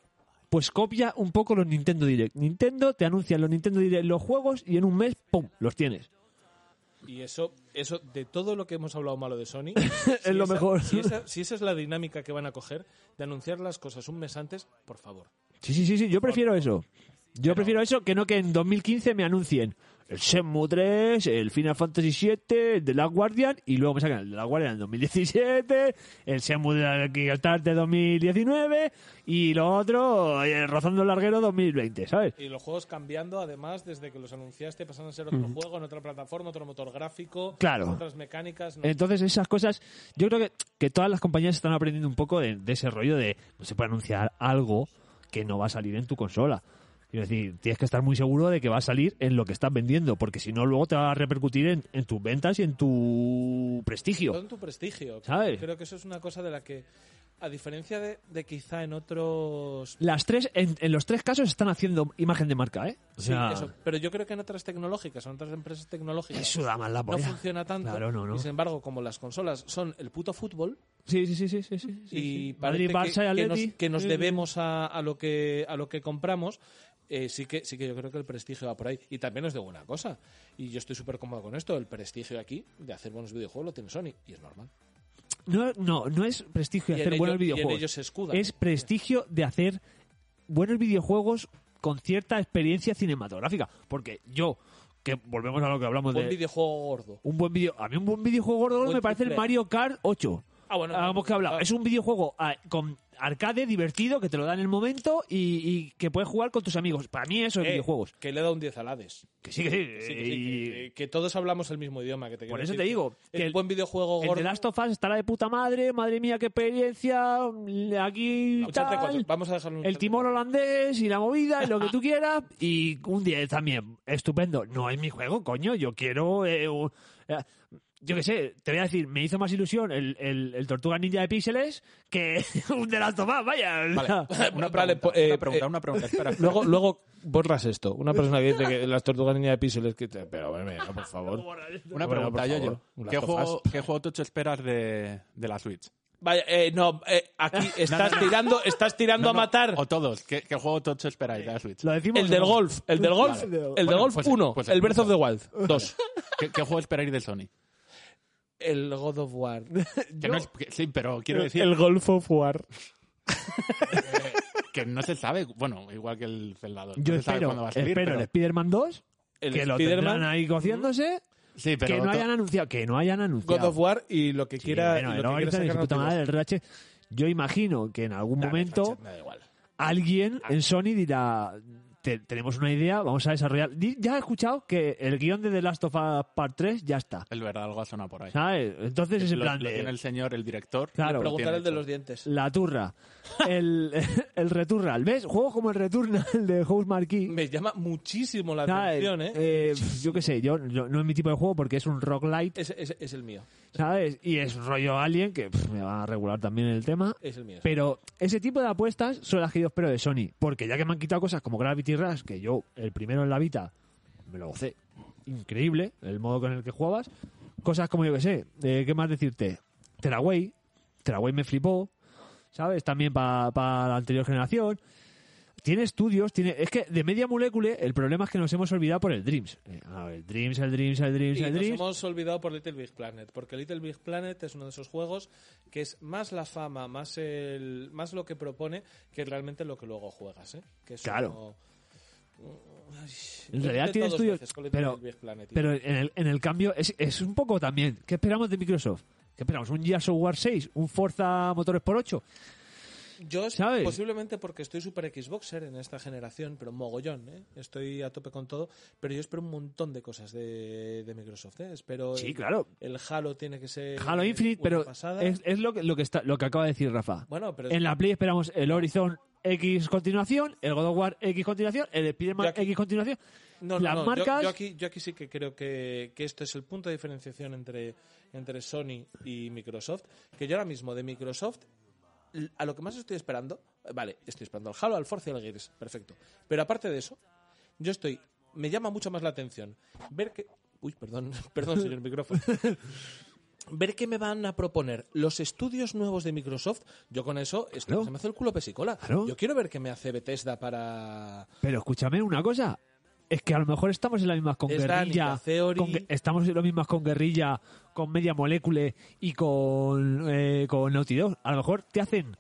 [SPEAKER 3] pues copia un poco los Nintendo Direct. Nintendo te anuncian los Nintendo Direct los juegos y en un mes, ¡pum!, los tienes.
[SPEAKER 1] Y eso, eso, de todo lo que hemos hablado malo de Sony,
[SPEAKER 3] Es lo
[SPEAKER 1] esa-
[SPEAKER 3] mejor.
[SPEAKER 1] Si esa, si esa es la dinámica que van a coger, de anunciar las cosas un mes antes, por favor.
[SPEAKER 3] Sí, sí, sí, sí, yo prefiero eso. Yo prefiero eso que no que en 2015 me anuncien el Shenmue 3, el Final Fantasy VII, el The Last Guardian, y luego me sacan el The Last Guardian en 2017, el Shenmue de la Kickstarter de 2019, y lo otro, eh, Rozando el Larguero 2020, ¿sabes?
[SPEAKER 1] Y los juegos cambiando, además, desde que los anunciaste, pasan a ser otro juego, en otra plataforma, otro motor gráfico,
[SPEAKER 3] Claro.
[SPEAKER 1] otras mecánicas. no-
[SPEAKER 3] Entonces esas cosas, yo creo que, que todas las compañías están aprendiendo un poco de, de ese rollo de no se puede anunciar algo que no va a salir en tu consola. Quiero decir, tienes que estar muy seguro de que va a salir en lo que estás vendiendo, porque si no luego te va a repercutir en, en tus ventas y en tu prestigio.
[SPEAKER 1] Todo en tu prestigio.
[SPEAKER 3] ¿Sabes?
[SPEAKER 1] Creo que eso es una cosa de la que, a diferencia de, de quizá en otros...
[SPEAKER 3] Las tres, en, en los tres casos están haciendo imagen de marca, ¿eh? O
[SPEAKER 1] Sí,
[SPEAKER 3] sea,
[SPEAKER 1] eso. Pero yo creo que en otras tecnológicas, en otras empresas tecnológicas,
[SPEAKER 3] Eso da más la
[SPEAKER 1] no
[SPEAKER 3] polla.
[SPEAKER 1] funciona tanto.
[SPEAKER 3] Claro, no, no.
[SPEAKER 1] Y sin embargo, como las consolas son el puto fútbol,
[SPEAKER 3] Sí, sí, sí, sí, sí, sí, sí,
[SPEAKER 1] y
[SPEAKER 3] sí.
[SPEAKER 1] parece
[SPEAKER 3] Madrid, Barça y
[SPEAKER 1] que, que
[SPEAKER 3] Atleti. Eh, Mm.
[SPEAKER 1] nos, que nos
[SPEAKER 3] Sí, sí.
[SPEAKER 1] debemos a, a lo que a lo que compramos eh, sí que sí que yo creo que el prestigio va por ahí y también os digo una cosa y yo estoy súper cómodo con esto el prestigio aquí de hacer buenos videojuegos lo tiene Sony y es normal
[SPEAKER 3] No, no, no es prestigio
[SPEAKER 1] Y
[SPEAKER 3] de
[SPEAKER 1] en
[SPEAKER 3] hacer buenos
[SPEAKER 1] ello- y en
[SPEAKER 3] videojuegos.
[SPEAKER 1] ello se escudan.
[SPEAKER 3] es prestigio de hacer buenos videojuegos con cierta experiencia cinematográfica. Porque yo, que volvemos a lo que hablamos
[SPEAKER 1] un
[SPEAKER 3] de.
[SPEAKER 1] videojuego gordo
[SPEAKER 3] Un buen video, a mí un buen videojuego gordo me parece el
[SPEAKER 1] Multiplayer.
[SPEAKER 3] Mario Kart 8.
[SPEAKER 1] Ah, bueno,
[SPEAKER 3] Hagamos
[SPEAKER 1] no,
[SPEAKER 3] que hablado.
[SPEAKER 1] ah.
[SPEAKER 3] Es un videojuego ah, con arcade divertido que te lo da en el momento y, y que puedes jugar con tus amigos. Para mí eso es
[SPEAKER 1] Eh,
[SPEAKER 3] videojuegos.
[SPEAKER 1] que le da un 10 al Hades
[SPEAKER 3] Que sí, que sí.
[SPEAKER 1] Sí, que, sí,
[SPEAKER 3] y-
[SPEAKER 1] que- que todos hablamos el mismo idioma que te
[SPEAKER 3] Por
[SPEAKER 1] quiero
[SPEAKER 3] eso
[SPEAKER 1] decir
[SPEAKER 3] te digo,
[SPEAKER 1] que
[SPEAKER 3] que
[SPEAKER 1] el
[SPEAKER 3] el-
[SPEAKER 1] buen videojuego
[SPEAKER 3] el de
[SPEAKER 1] gordo
[SPEAKER 3] Last of Us estará de puta madre, madre mía, qué experiencia, mm, aquí
[SPEAKER 1] Uncharted
[SPEAKER 3] tal.
[SPEAKER 1] 4, vamos a dejarlo en
[SPEAKER 3] el
[SPEAKER 1] Uncharted
[SPEAKER 3] timón
[SPEAKER 1] 4.
[SPEAKER 3] holandés y la movida y lo que tú quieras y un 10 también estupendo no es mi juego coño yo quiero eh, un- eh, yo qué sé te voy a decir me hizo más ilusión el, el, el tortuga ninja de píxeles que un de las tomas vaya o
[SPEAKER 2] Vale,
[SPEAKER 3] sea,
[SPEAKER 2] una pregunta,
[SPEAKER 1] Vale, po- eh,
[SPEAKER 2] una pregunta,
[SPEAKER 1] eh,
[SPEAKER 2] una pregunta, espera. espera.
[SPEAKER 1] Luego, luego borras esto. Una persona que dice que las tortugas niñas de píxeles que te- Pero bueno, venga, por favor.
[SPEAKER 2] Una
[SPEAKER 1] Bueno,
[SPEAKER 2] pregunta,
[SPEAKER 1] por
[SPEAKER 2] yo,
[SPEAKER 1] favor, las
[SPEAKER 2] ¿Qué
[SPEAKER 1] tofas.
[SPEAKER 2] juego, ¿Qué juego tocho esperas de, de la Switch?
[SPEAKER 1] Vaya, eh, no, eh, aquí estás
[SPEAKER 2] no, no.
[SPEAKER 1] tirando, estás tirando
[SPEAKER 2] No,
[SPEAKER 1] a
[SPEAKER 2] no,
[SPEAKER 1] matar
[SPEAKER 2] O todos. ¿Qué, qué juego tocho esperáis de la Switch?
[SPEAKER 3] lo decimos
[SPEAKER 1] el del
[SPEAKER 3] ¿no?
[SPEAKER 1] golf, el del golf,
[SPEAKER 3] Vale.
[SPEAKER 1] el del
[SPEAKER 2] Bueno,
[SPEAKER 1] golf
[SPEAKER 2] pues,
[SPEAKER 1] 1,
[SPEAKER 2] pues,
[SPEAKER 1] el Breath of the Wild 2,
[SPEAKER 2] ¿Qué, qué juego esperáis de Sony?
[SPEAKER 1] el God of War,
[SPEAKER 2] Que no es- que- sí, pero quiero decir
[SPEAKER 1] el Golf of War.
[SPEAKER 2] que no se sabe. Bueno, igual que el celador.
[SPEAKER 3] yo
[SPEAKER 2] no se sabe cuándo va
[SPEAKER 3] espero
[SPEAKER 2] a salir.
[SPEAKER 3] espero
[SPEAKER 2] pero-
[SPEAKER 3] el Spider-Man 2
[SPEAKER 1] El
[SPEAKER 3] que lo tendrán
[SPEAKER 1] Spider-Man,
[SPEAKER 3] ahí cociéndose
[SPEAKER 2] sí, pero
[SPEAKER 3] que no
[SPEAKER 2] to-
[SPEAKER 3] hayan anunciado que no hayan anunciado
[SPEAKER 1] God of War y lo que
[SPEAKER 3] Sí,
[SPEAKER 1] quiera,
[SPEAKER 3] bueno,
[SPEAKER 1] y lo
[SPEAKER 3] el
[SPEAKER 1] que quiera
[SPEAKER 3] Horizon y su
[SPEAKER 1] sacar
[SPEAKER 3] puta
[SPEAKER 1] notivos.
[SPEAKER 3] madre, el Ratchet. yo imagino que en algún
[SPEAKER 1] Dale,
[SPEAKER 3] momento
[SPEAKER 1] Ratchet, me da igual.
[SPEAKER 2] Ah.
[SPEAKER 3] alguien en Sony dirá, "Te- tenemos una idea, vamos a desarrollar. Di- Ya he escuchado que el guión de The Last of Us Part 3 ya está.
[SPEAKER 2] Es verdad, algo ha sonado por ahí.
[SPEAKER 3] ¿Sabes? Entonces es en
[SPEAKER 2] Lo-
[SPEAKER 3] plan
[SPEAKER 2] lo
[SPEAKER 3] de-
[SPEAKER 2] tiene el señor, el director.
[SPEAKER 3] Claro.
[SPEAKER 2] lo tiene
[SPEAKER 8] Preguntar el de
[SPEAKER 2] hecho.
[SPEAKER 8] los dientes.
[SPEAKER 3] la turra, el, el returnal. ¿Ves? Juegos como el returnal de House Marquis.
[SPEAKER 1] Me llama muchísimo la
[SPEAKER 3] ¿sabes?
[SPEAKER 1] atención, ¿eh?
[SPEAKER 3] Eh, pf, yo qué sé, yo, yo- no es mi tipo de juego porque es un rock light,
[SPEAKER 1] Es, es- es el mío.
[SPEAKER 3] ¿sabes? Y es rollo alien que pf, me va a regular también el tema.
[SPEAKER 1] Es el mío.
[SPEAKER 3] Pero ese tipo de apuestas son las que yo espero de Sony. Porque ya que me han quitado cosas como Gravity Rush, que yo, el primero en la Vita, me lo gocé. Increíble el modo con el que jugabas. Cosas como yo que sé, eh, ¿qué más decirte? Teraway. Teraway me flipó. ¿Sabes? También para la anterior generación. Tiene estudios, tiene. Es que de Media Molecule el problema es que nos hemos olvidado por el Dreams. Eh, a ver, Dreams, el Dreams, el Dreams,
[SPEAKER 1] Y
[SPEAKER 3] el
[SPEAKER 1] nos
[SPEAKER 3] Dreams.
[SPEAKER 1] hemos olvidado por Little Big Planet, porque Little Big Planet es uno de esos juegos que es más la fama, más el, más lo que propone, que realmente lo que luego juegas, ¿eh? Que es
[SPEAKER 3] Claro.
[SPEAKER 1] uno- Ay,
[SPEAKER 3] En realidad
[SPEAKER 1] repite
[SPEAKER 3] tiene
[SPEAKER 1] dos
[SPEAKER 3] estudios,
[SPEAKER 1] veces con Little
[SPEAKER 3] pero,
[SPEAKER 1] Big Planet, tío.
[SPEAKER 3] pero en, el, en el cambio es, es un poco también. ¿Qué esperamos de Microsoft? ¿Qué esperamos? ¿Un Gears of War 6? ¿Un Forza Motores por 8?
[SPEAKER 1] Yo es-
[SPEAKER 3] ¿Sabes?
[SPEAKER 1] posiblemente porque estoy super Xboxer en esta generación, pero mogollón, ¿eh? estoy a tope con todo, pero yo espero un montón de cosas de, de Microsoft, ¿eh? espero
[SPEAKER 3] Sí,
[SPEAKER 1] el,
[SPEAKER 3] claro.
[SPEAKER 1] el Halo tiene que ser
[SPEAKER 3] Halo Infinite,
[SPEAKER 1] eh, una
[SPEAKER 3] pero
[SPEAKER 1] pasada.
[SPEAKER 3] es, es lo, que, lo, que está, lo que acaba de decir Rafa.
[SPEAKER 1] bueno, pero es-
[SPEAKER 3] En la Play esperamos el Horizon X continuación, el God of War X continuación, el
[SPEAKER 1] Yo
[SPEAKER 3] Spider-Man
[SPEAKER 1] aquí-
[SPEAKER 3] X continuación.
[SPEAKER 1] No, no,
[SPEAKER 3] Las
[SPEAKER 1] no, yo-
[SPEAKER 3] marcas-
[SPEAKER 1] Yo, aquí, yo aquí sí que creo que, que esto es el punto de diferenciación entre, entre Sony y Microsoft. Que yo ahora mismo de Microsoft, l- a lo que más estoy esperando, eh, vale, estoy esperando al Halo, al Forza y al Gears, perfecto. Pero aparte de eso, yo estoy, me llama mucho más la atención ver que... Uy, perdón, perdón, señor micrófono. Ver qué me van a proponer los estudios nuevos de Microsoft. Yo con eso, esto
[SPEAKER 3] Claro.
[SPEAKER 1] se me hace el culo pesicola.
[SPEAKER 3] Claro.
[SPEAKER 1] Yo quiero ver qué me hace Bethesda para,
[SPEAKER 3] Pero escúchame una cosa. Es que a lo mejor estamos en las mismas con
[SPEAKER 1] Es
[SPEAKER 3] guerrilla.
[SPEAKER 1] Danica Theory.
[SPEAKER 3] con gue- estamos en las mismas con guerrilla, con media molécula y con, eh, con Naughty Dog. A lo mejor te hacen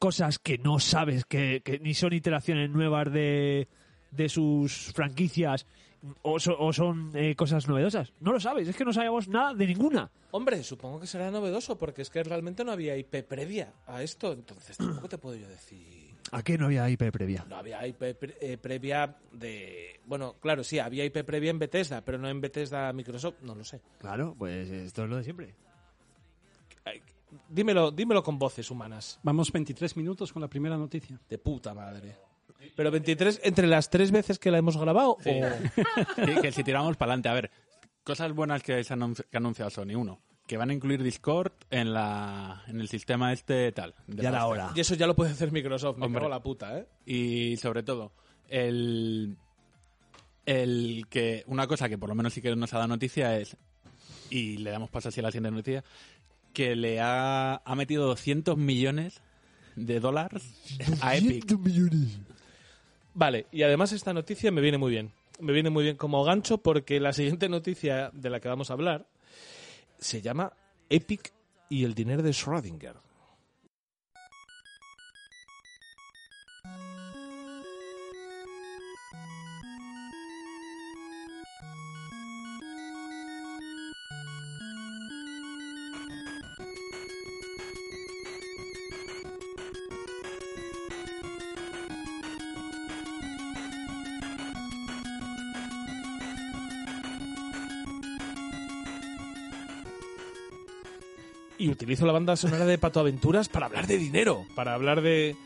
[SPEAKER 3] cosas que no sabes, que, que ni son iteraciones nuevas de, de sus franquicias o, so- o son eh, cosas novedosas. No lo sabes, es que no sabemos nada de ninguna.
[SPEAKER 1] Hombre, supongo que será novedoso porque es que realmente no había IP previa a esto, entonces tampoco te puedo yo decir.
[SPEAKER 3] ¿A qué no había IP previa?
[SPEAKER 1] No había IP pre- eh, previa de. Bueno, claro, sí, había IP previa en Bethesda, pero no en Bethesda Microsoft, no lo sé.
[SPEAKER 3] Claro, pues esto es lo de siempre.
[SPEAKER 1] Ay, Dímelo, dímelo con voces humanas,
[SPEAKER 4] Vamos 23 minutos con la primera noticia.
[SPEAKER 1] de puta madre. Pero 23 entre las tres veces que la hemos grabado o.
[SPEAKER 2] Sí, que si tiramos para adelante. A ver, cosas buenas que, se anun- que ha anunciado Sony. Uno, que van a incluir Discord en, la, en el sistema este tal. de
[SPEAKER 3] Ya
[SPEAKER 2] la
[SPEAKER 3] era hora.
[SPEAKER 1] Y eso ya lo puede hacer Microsoft, me
[SPEAKER 2] Hombre.
[SPEAKER 1] cago en la puta, ¿eh?
[SPEAKER 2] Y sobre todo, el, el que una cosa que por lo menos sí que nos ha dado noticia es, y le damos paso así a la siguiente noticia, que le ha, ha metido 200 millones de dólares a Epic.
[SPEAKER 1] Vale, y además esta noticia me viene muy bien. Me viene muy bien como gancho porque la siguiente noticia de la que vamos a hablar se llama Epic y el dinero de Schrödinger. Y utilizo la banda sonora de Pato Aventuras para hablar de dinero, para hablar de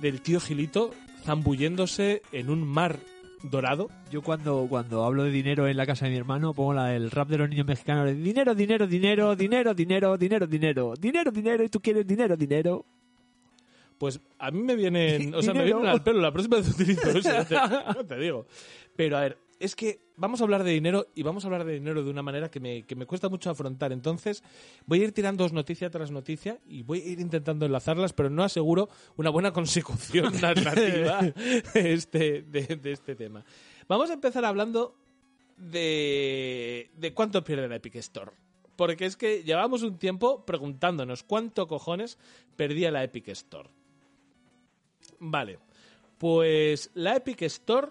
[SPEAKER 1] del tío Gilito zambulléndose en un mar dorado.
[SPEAKER 3] Yo cuando, cuando hablo de dinero en la casa de mi hermano pongo la, el rap de los niños mexicanos. de Dinero, dinero, dinero, dinero, dinero, dinero, dinero, dinero, dinero, y tú quieres dinero, dinero.
[SPEAKER 1] Pues a mí me vienen, o sea, me
[SPEAKER 3] Dinero.
[SPEAKER 1] vienen al pelo la próxima vez que utilizo eso, ya te, ya te digo. Pero a ver, es que vamos a hablar de dinero y vamos a hablar de dinero de una manera que me, que me cuesta mucho afrontar. Entonces, voy a ir tirando noticia tras noticia y voy a ir intentando enlazarlas, pero no aseguro una buena consecución narrativa de este, de, de este tema. Vamos a empezar hablando de, de cuánto pierde la Epic Store. Porque es que llevamos un tiempo preguntándonos cuánto cojones perdía la Epic Store. Vale. Pues la Epic Store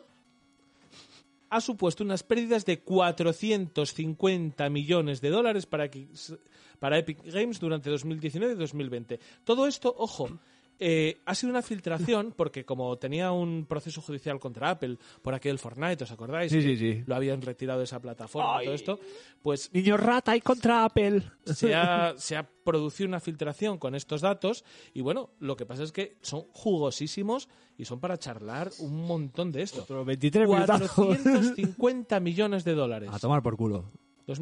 [SPEAKER 1] ha supuesto unas pérdidas de 450 millones de dólares para, que- para Epic Games durante 2019 y 2020. Todo esto, ojo, eh, ha sido una filtración porque como tenía un proceso judicial contra Apple por aquel Fortnite, ¿os acordáis?
[SPEAKER 3] Sí,
[SPEAKER 1] Que
[SPEAKER 3] sí, sí.
[SPEAKER 1] Lo habían retirado de esa plataforma y todo esto. Pues
[SPEAKER 3] Niño rata y contra Apple.
[SPEAKER 1] se ha, se ha producido una filtración con estos datos y bueno, lo que pasa es que son jugosísimos y son para charlar un montón de esto.
[SPEAKER 3] Otro 23 minutazos.
[SPEAKER 1] 450 millones de dólares.
[SPEAKER 3] A tomar por culo.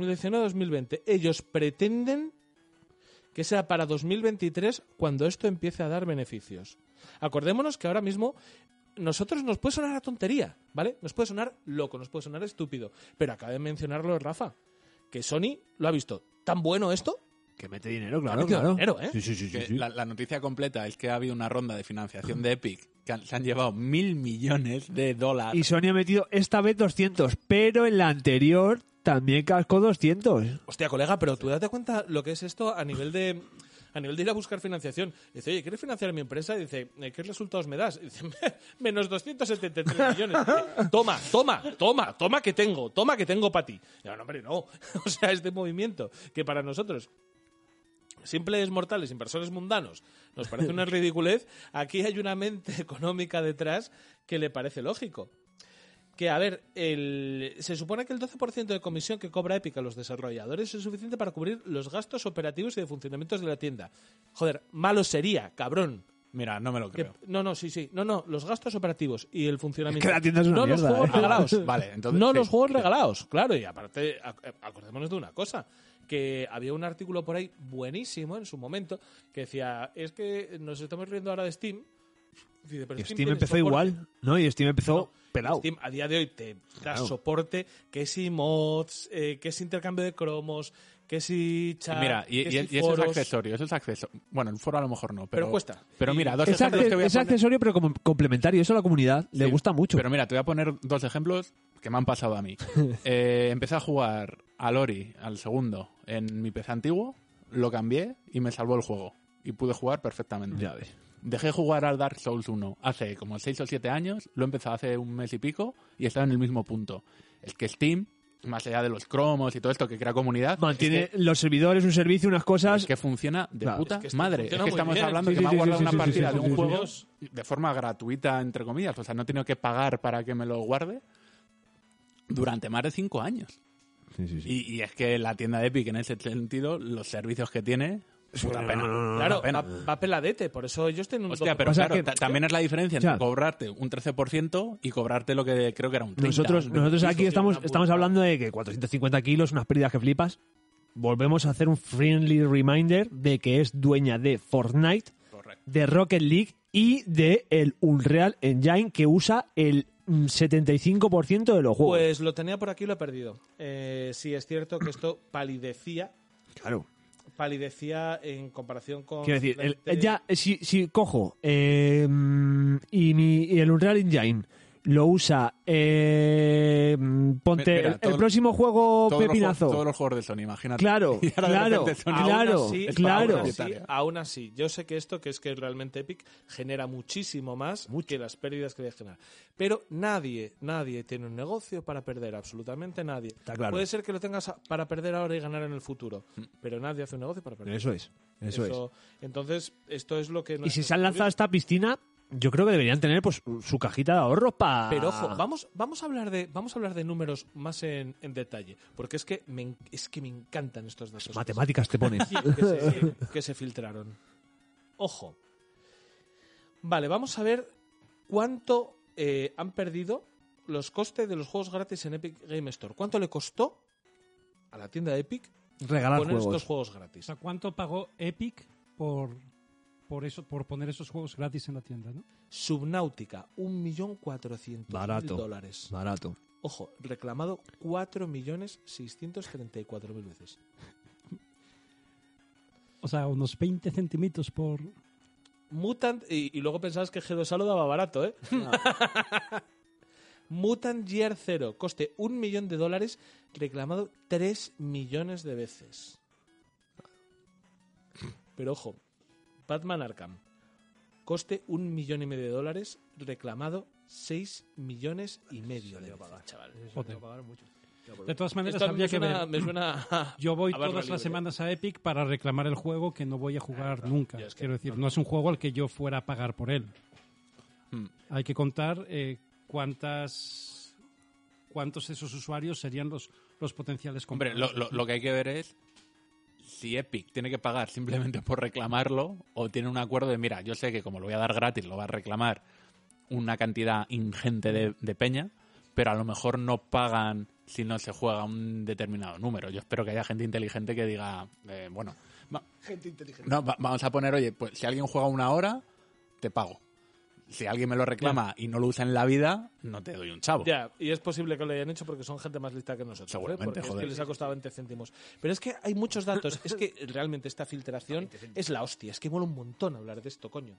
[SPEAKER 1] 2019-2020. Ellos pretenden que sea para 2023 cuando esto empiece a dar beneficios. Acordémonos que ahora mismo nosotros nos puede sonar a tontería, ¿vale? Nos puede sonar loco, nos puede sonar estúpido. Pero acaba de mencionarlo Rafa, que Sony lo ha visto tan bueno esto.
[SPEAKER 3] Que mete dinero, claro,
[SPEAKER 1] Ha metido
[SPEAKER 3] claro.
[SPEAKER 1] dinero, ¿eh?
[SPEAKER 3] Sí, sí, sí. sí,
[SPEAKER 2] Que
[SPEAKER 3] sí.
[SPEAKER 2] La, la noticia completa es que ha habido una ronda de financiación de Epic que han- se han llevado mil millones de dólares.
[SPEAKER 3] Y Sony ha metido esta vez 200, pero en la anterior también cascó 200.
[SPEAKER 1] Hostia, colega, pero tú date cuenta lo que es esto a nivel de a nivel de ir a buscar financiación. Dice, oye, ¿quieres financiar mi empresa? Y dice, "Eh, ¿qué resultados me das? Y dice, menos 273 millones. Dice, toma, toma, toma, toma que tengo, toma que tengo para ti. Y yo, no, hombre, no. O sea, este movimiento que para nosotros simples mortales, inversores mundanos, nos parece una ridiculez, aquí hay una mente económica detrás que le parece lógico. Que, a ver, el- se supone que el 12% de comisión que cobra Epic a los desarrolladores es suficiente para cubrir los gastos operativos y de funcionamientos de la tienda. Joder, malo sería, cabrón.
[SPEAKER 2] Mira, no me lo
[SPEAKER 1] Que-
[SPEAKER 2] creo.
[SPEAKER 1] no, no, sí, sí. No, no, los gastos operativos y el funcionamiento.
[SPEAKER 3] Es que la tienda es una
[SPEAKER 1] no
[SPEAKER 3] mierda,
[SPEAKER 1] los juegos
[SPEAKER 3] ¿eh?
[SPEAKER 1] regalados.
[SPEAKER 2] Vale, entonces,
[SPEAKER 1] No
[SPEAKER 2] sí.
[SPEAKER 1] los juegos regalados, claro. Y aparte, ac- acordémonos de una cosa. Que había un artículo por ahí buenísimo en su momento que decía, es que nos estamos riendo ahora de Steam. Dice, pero
[SPEAKER 3] Y Steam
[SPEAKER 1] tiene
[SPEAKER 3] empezó
[SPEAKER 1] soporte.
[SPEAKER 3] igual, ¿no? Y Steam empezó
[SPEAKER 1] No,
[SPEAKER 3] pelado.
[SPEAKER 1] Steam a día de hoy te da
[SPEAKER 3] Claro.
[SPEAKER 1] soporte, que si mods, eh, que si intercambio de cromos, que si chat,
[SPEAKER 2] Mira, y,
[SPEAKER 1] que
[SPEAKER 2] y-
[SPEAKER 1] si
[SPEAKER 2] y eso es
[SPEAKER 1] foros.
[SPEAKER 2] accesorio, eso es acceso. Bueno, el foro a lo mejor no, pero,
[SPEAKER 1] Pero cuesta.
[SPEAKER 2] Pero
[SPEAKER 1] Y-
[SPEAKER 2] mira, dos
[SPEAKER 3] Es,
[SPEAKER 2] ejemplos
[SPEAKER 3] acce-
[SPEAKER 2] que voy a
[SPEAKER 3] es
[SPEAKER 2] poner.
[SPEAKER 3] accesorio pero como complementario. Eso a la comunidad le
[SPEAKER 2] Sí,
[SPEAKER 3] gusta mucho.
[SPEAKER 2] Pero mira, te voy a poner dos ejemplos que me han pasado a mí. Eh, empecé a jugar a Lori, al segundo, en mi PC antiguo, lo cambié y me salvó el juego. Y pude jugar perfectamente.
[SPEAKER 3] Ya ves.
[SPEAKER 2] Dejé jugar al Dark Souls 1 hace como 6 o 7 años, lo he empezado hace un mes y pico y estaba en el mismo punto. Es que Steam, más allá de los cromos y todo esto que crea comunidad,
[SPEAKER 3] Mantiene
[SPEAKER 2] es que,
[SPEAKER 3] los servidores, un servicio, unas
[SPEAKER 2] es
[SPEAKER 3] cosas.
[SPEAKER 2] que funciona de
[SPEAKER 3] Claro.
[SPEAKER 2] puta
[SPEAKER 1] Es que esto
[SPEAKER 2] madre. Es
[SPEAKER 1] funciona
[SPEAKER 2] que
[SPEAKER 1] muy
[SPEAKER 2] estamos
[SPEAKER 1] bien.
[SPEAKER 2] hablando
[SPEAKER 3] Sí,
[SPEAKER 2] que me
[SPEAKER 3] sí,
[SPEAKER 2] ha guardado
[SPEAKER 3] sí,
[SPEAKER 2] una
[SPEAKER 3] sí, sí,
[SPEAKER 2] partida
[SPEAKER 3] sí,
[SPEAKER 2] de
[SPEAKER 3] sí,
[SPEAKER 2] un
[SPEAKER 3] sí,
[SPEAKER 2] juego
[SPEAKER 1] sí.
[SPEAKER 2] de forma gratuita, entre comillas. O sea, no he tenido que pagar para que me lo guarde durante más de 5 años. Y, y es que la tienda de Epic, en ese sentido, los servicios que tiene, es una pena.
[SPEAKER 1] Claro,
[SPEAKER 2] Pena.
[SPEAKER 1] va, va peladete, por eso ellos tienen un
[SPEAKER 2] Hostia,
[SPEAKER 1] toque-
[SPEAKER 2] pero
[SPEAKER 3] O sea
[SPEAKER 2] claro,
[SPEAKER 3] que-
[SPEAKER 2] ta- también es la diferencia
[SPEAKER 3] O
[SPEAKER 2] entre
[SPEAKER 3] sea-
[SPEAKER 2] cobrarte un 13% y cobrarte lo que creo que era un 30%.
[SPEAKER 3] Nosotros,
[SPEAKER 2] un
[SPEAKER 3] nosotros
[SPEAKER 2] 25%.
[SPEAKER 3] aquí estamos,
[SPEAKER 1] una
[SPEAKER 3] estamos
[SPEAKER 1] burrada.
[SPEAKER 3] hablando de que 450 kilos, unas pérdidas que flipas. Volvemos a hacer un friendly reminder de que es dueña de Fortnite,
[SPEAKER 2] Correcto.
[SPEAKER 3] de Rocket League y de el Unreal Engine que usa el mm, 75% de los
[SPEAKER 2] uh.
[SPEAKER 3] juegos.
[SPEAKER 1] Pues lo tenía por aquí y lo he perdido. Eh, sí, es cierto que esto palidecía,
[SPEAKER 3] claro.
[SPEAKER 1] palidecía en comparación con...
[SPEAKER 3] Quiero decir, el-
[SPEAKER 1] Fortnite.
[SPEAKER 3] ya, eh, si, si cojo eh, y, mi, y el Unreal Engine lo usa, eh, ponte
[SPEAKER 2] Mira,
[SPEAKER 3] el, el
[SPEAKER 2] todo-
[SPEAKER 3] próximo juego
[SPEAKER 2] Todos los
[SPEAKER 3] pepinazo.
[SPEAKER 2] juegos- todos los juegos de Sony, imagínate.
[SPEAKER 3] Claro,
[SPEAKER 2] Y ahora de
[SPEAKER 3] claro,
[SPEAKER 2] repente Sony-
[SPEAKER 1] Aún
[SPEAKER 3] claro, eh,
[SPEAKER 1] así-
[SPEAKER 3] claro.
[SPEAKER 1] Aún así,
[SPEAKER 2] Propietaria.
[SPEAKER 1] aún así, yo sé que esto, que es que realmente Epic genera muchísimo más que las pérdidas que debe generar. Pero nadie, nadie tiene un negocio para perder, absolutamente nadie.
[SPEAKER 3] Está claro. Mm.
[SPEAKER 1] Puede ser que lo tengas a- para perder ahora y ganar en el futuro, pero nadie hace un negocio para perder.
[SPEAKER 3] Eso es, eso, es.
[SPEAKER 1] Entonces, esto es lo que...
[SPEAKER 3] Y
[SPEAKER 1] nos-
[SPEAKER 3] si se han lanzado a esta piscina, yo creo que deberían tener pues su cajita de ahorros para.
[SPEAKER 1] Pero ojo, vamos, vamos, a hablar de, vamos a hablar de números más en, en detalle, porque es que me, en- es que me encantan estos datos.
[SPEAKER 3] Matemáticas te ponen.
[SPEAKER 1] que, se, que se filtraron. Ojo. Vale, vamos a ver cuánto eh, han perdido los costes de los juegos gratis en Epic Game Store. ¿Cuánto le costó a la tienda de Epic
[SPEAKER 3] Regalar
[SPEAKER 1] poner
[SPEAKER 3] juegos.
[SPEAKER 1] estos juegos gratis?
[SPEAKER 4] O sea, ¿cuánto pagó Epic por, por, eso, por poner esos juegos gratis en la tienda, no?
[SPEAKER 1] Subnautica, 1.400.000
[SPEAKER 3] Barato.
[SPEAKER 1] dólares.
[SPEAKER 3] Barato.
[SPEAKER 1] Ojo, reclamado 4.634.000 veces.
[SPEAKER 4] O sea, unos 20 centímetros por...
[SPEAKER 1] Mutant. Y, y luego pensabas que G2A lo daba barato, ¿eh? Mutant Year Zero, coste un millón de dólares, reclamado tres millones de veces. Pero ojo, Batman Arkham, coste un millón y medio de dólares, reclamado seis millones y medio de veces, chaval.
[SPEAKER 4] Joder. De todas maneras,
[SPEAKER 1] Esto a mí
[SPEAKER 4] habría
[SPEAKER 1] me suena,
[SPEAKER 4] que ver.
[SPEAKER 1] me suena a-
[SPEAKER 4] Yo voy
[SPEAKER 1] a barra
[SPEAKER 4] todas las
[SPEAKER 1] libre.
[SPEAKER 4] semanas a Epic para reclamar el juego que no voy a jugar nunca.
[SPEAKER 1] Ya es que-
[SPEAKER 4] Quiero decir, no es un juego al que yo fuera a pagar por él.
[SPEAKER 2] Hmm.
[SPEAKER 4] Hay que contar eh, cuántas cuántos de esos usuarios serían los, los potenciales
[SPEAKER 2] Hombre, lo,
[SPEAKER 4] compradores.
[SPEAKER 2] lo- lo que hay que ver es si Epic tiene que pagar simplemente por reclamarlo o tiene un acuerdo de, mira, yo sé que como lo voy a dar gratis, lo va a reclamar una cantidad ingente de, de peña, pero a lo mejor no pagan si no se juega un determinado número. Yo espero que haya gente inteligente que diga, eh, bueno, va-
[SPEAKER 8] Gente inteligente.
[SPEAKER 2] no, va- vamos a poner, oye, pues si alguien juega una hora, te pago. Si alguien me lo reclama y no lo usa en la vida, no te doy un chavo.
[SPEAKER 1] Ya, y es posible que lo hayan hecho porque son gente más lista que nosotros. ¿eh?
[SPEAKER 2] Seguramente,
[SPEAKER 1] Porque es
[SPEAKER 2] joder.
[SPEAKER 1] que les ha costado 20 céntimos. Pero es que hay muchos datos. Es que realmente esta filtración es la hostia. Es que mola un montón hablar de esto, coño.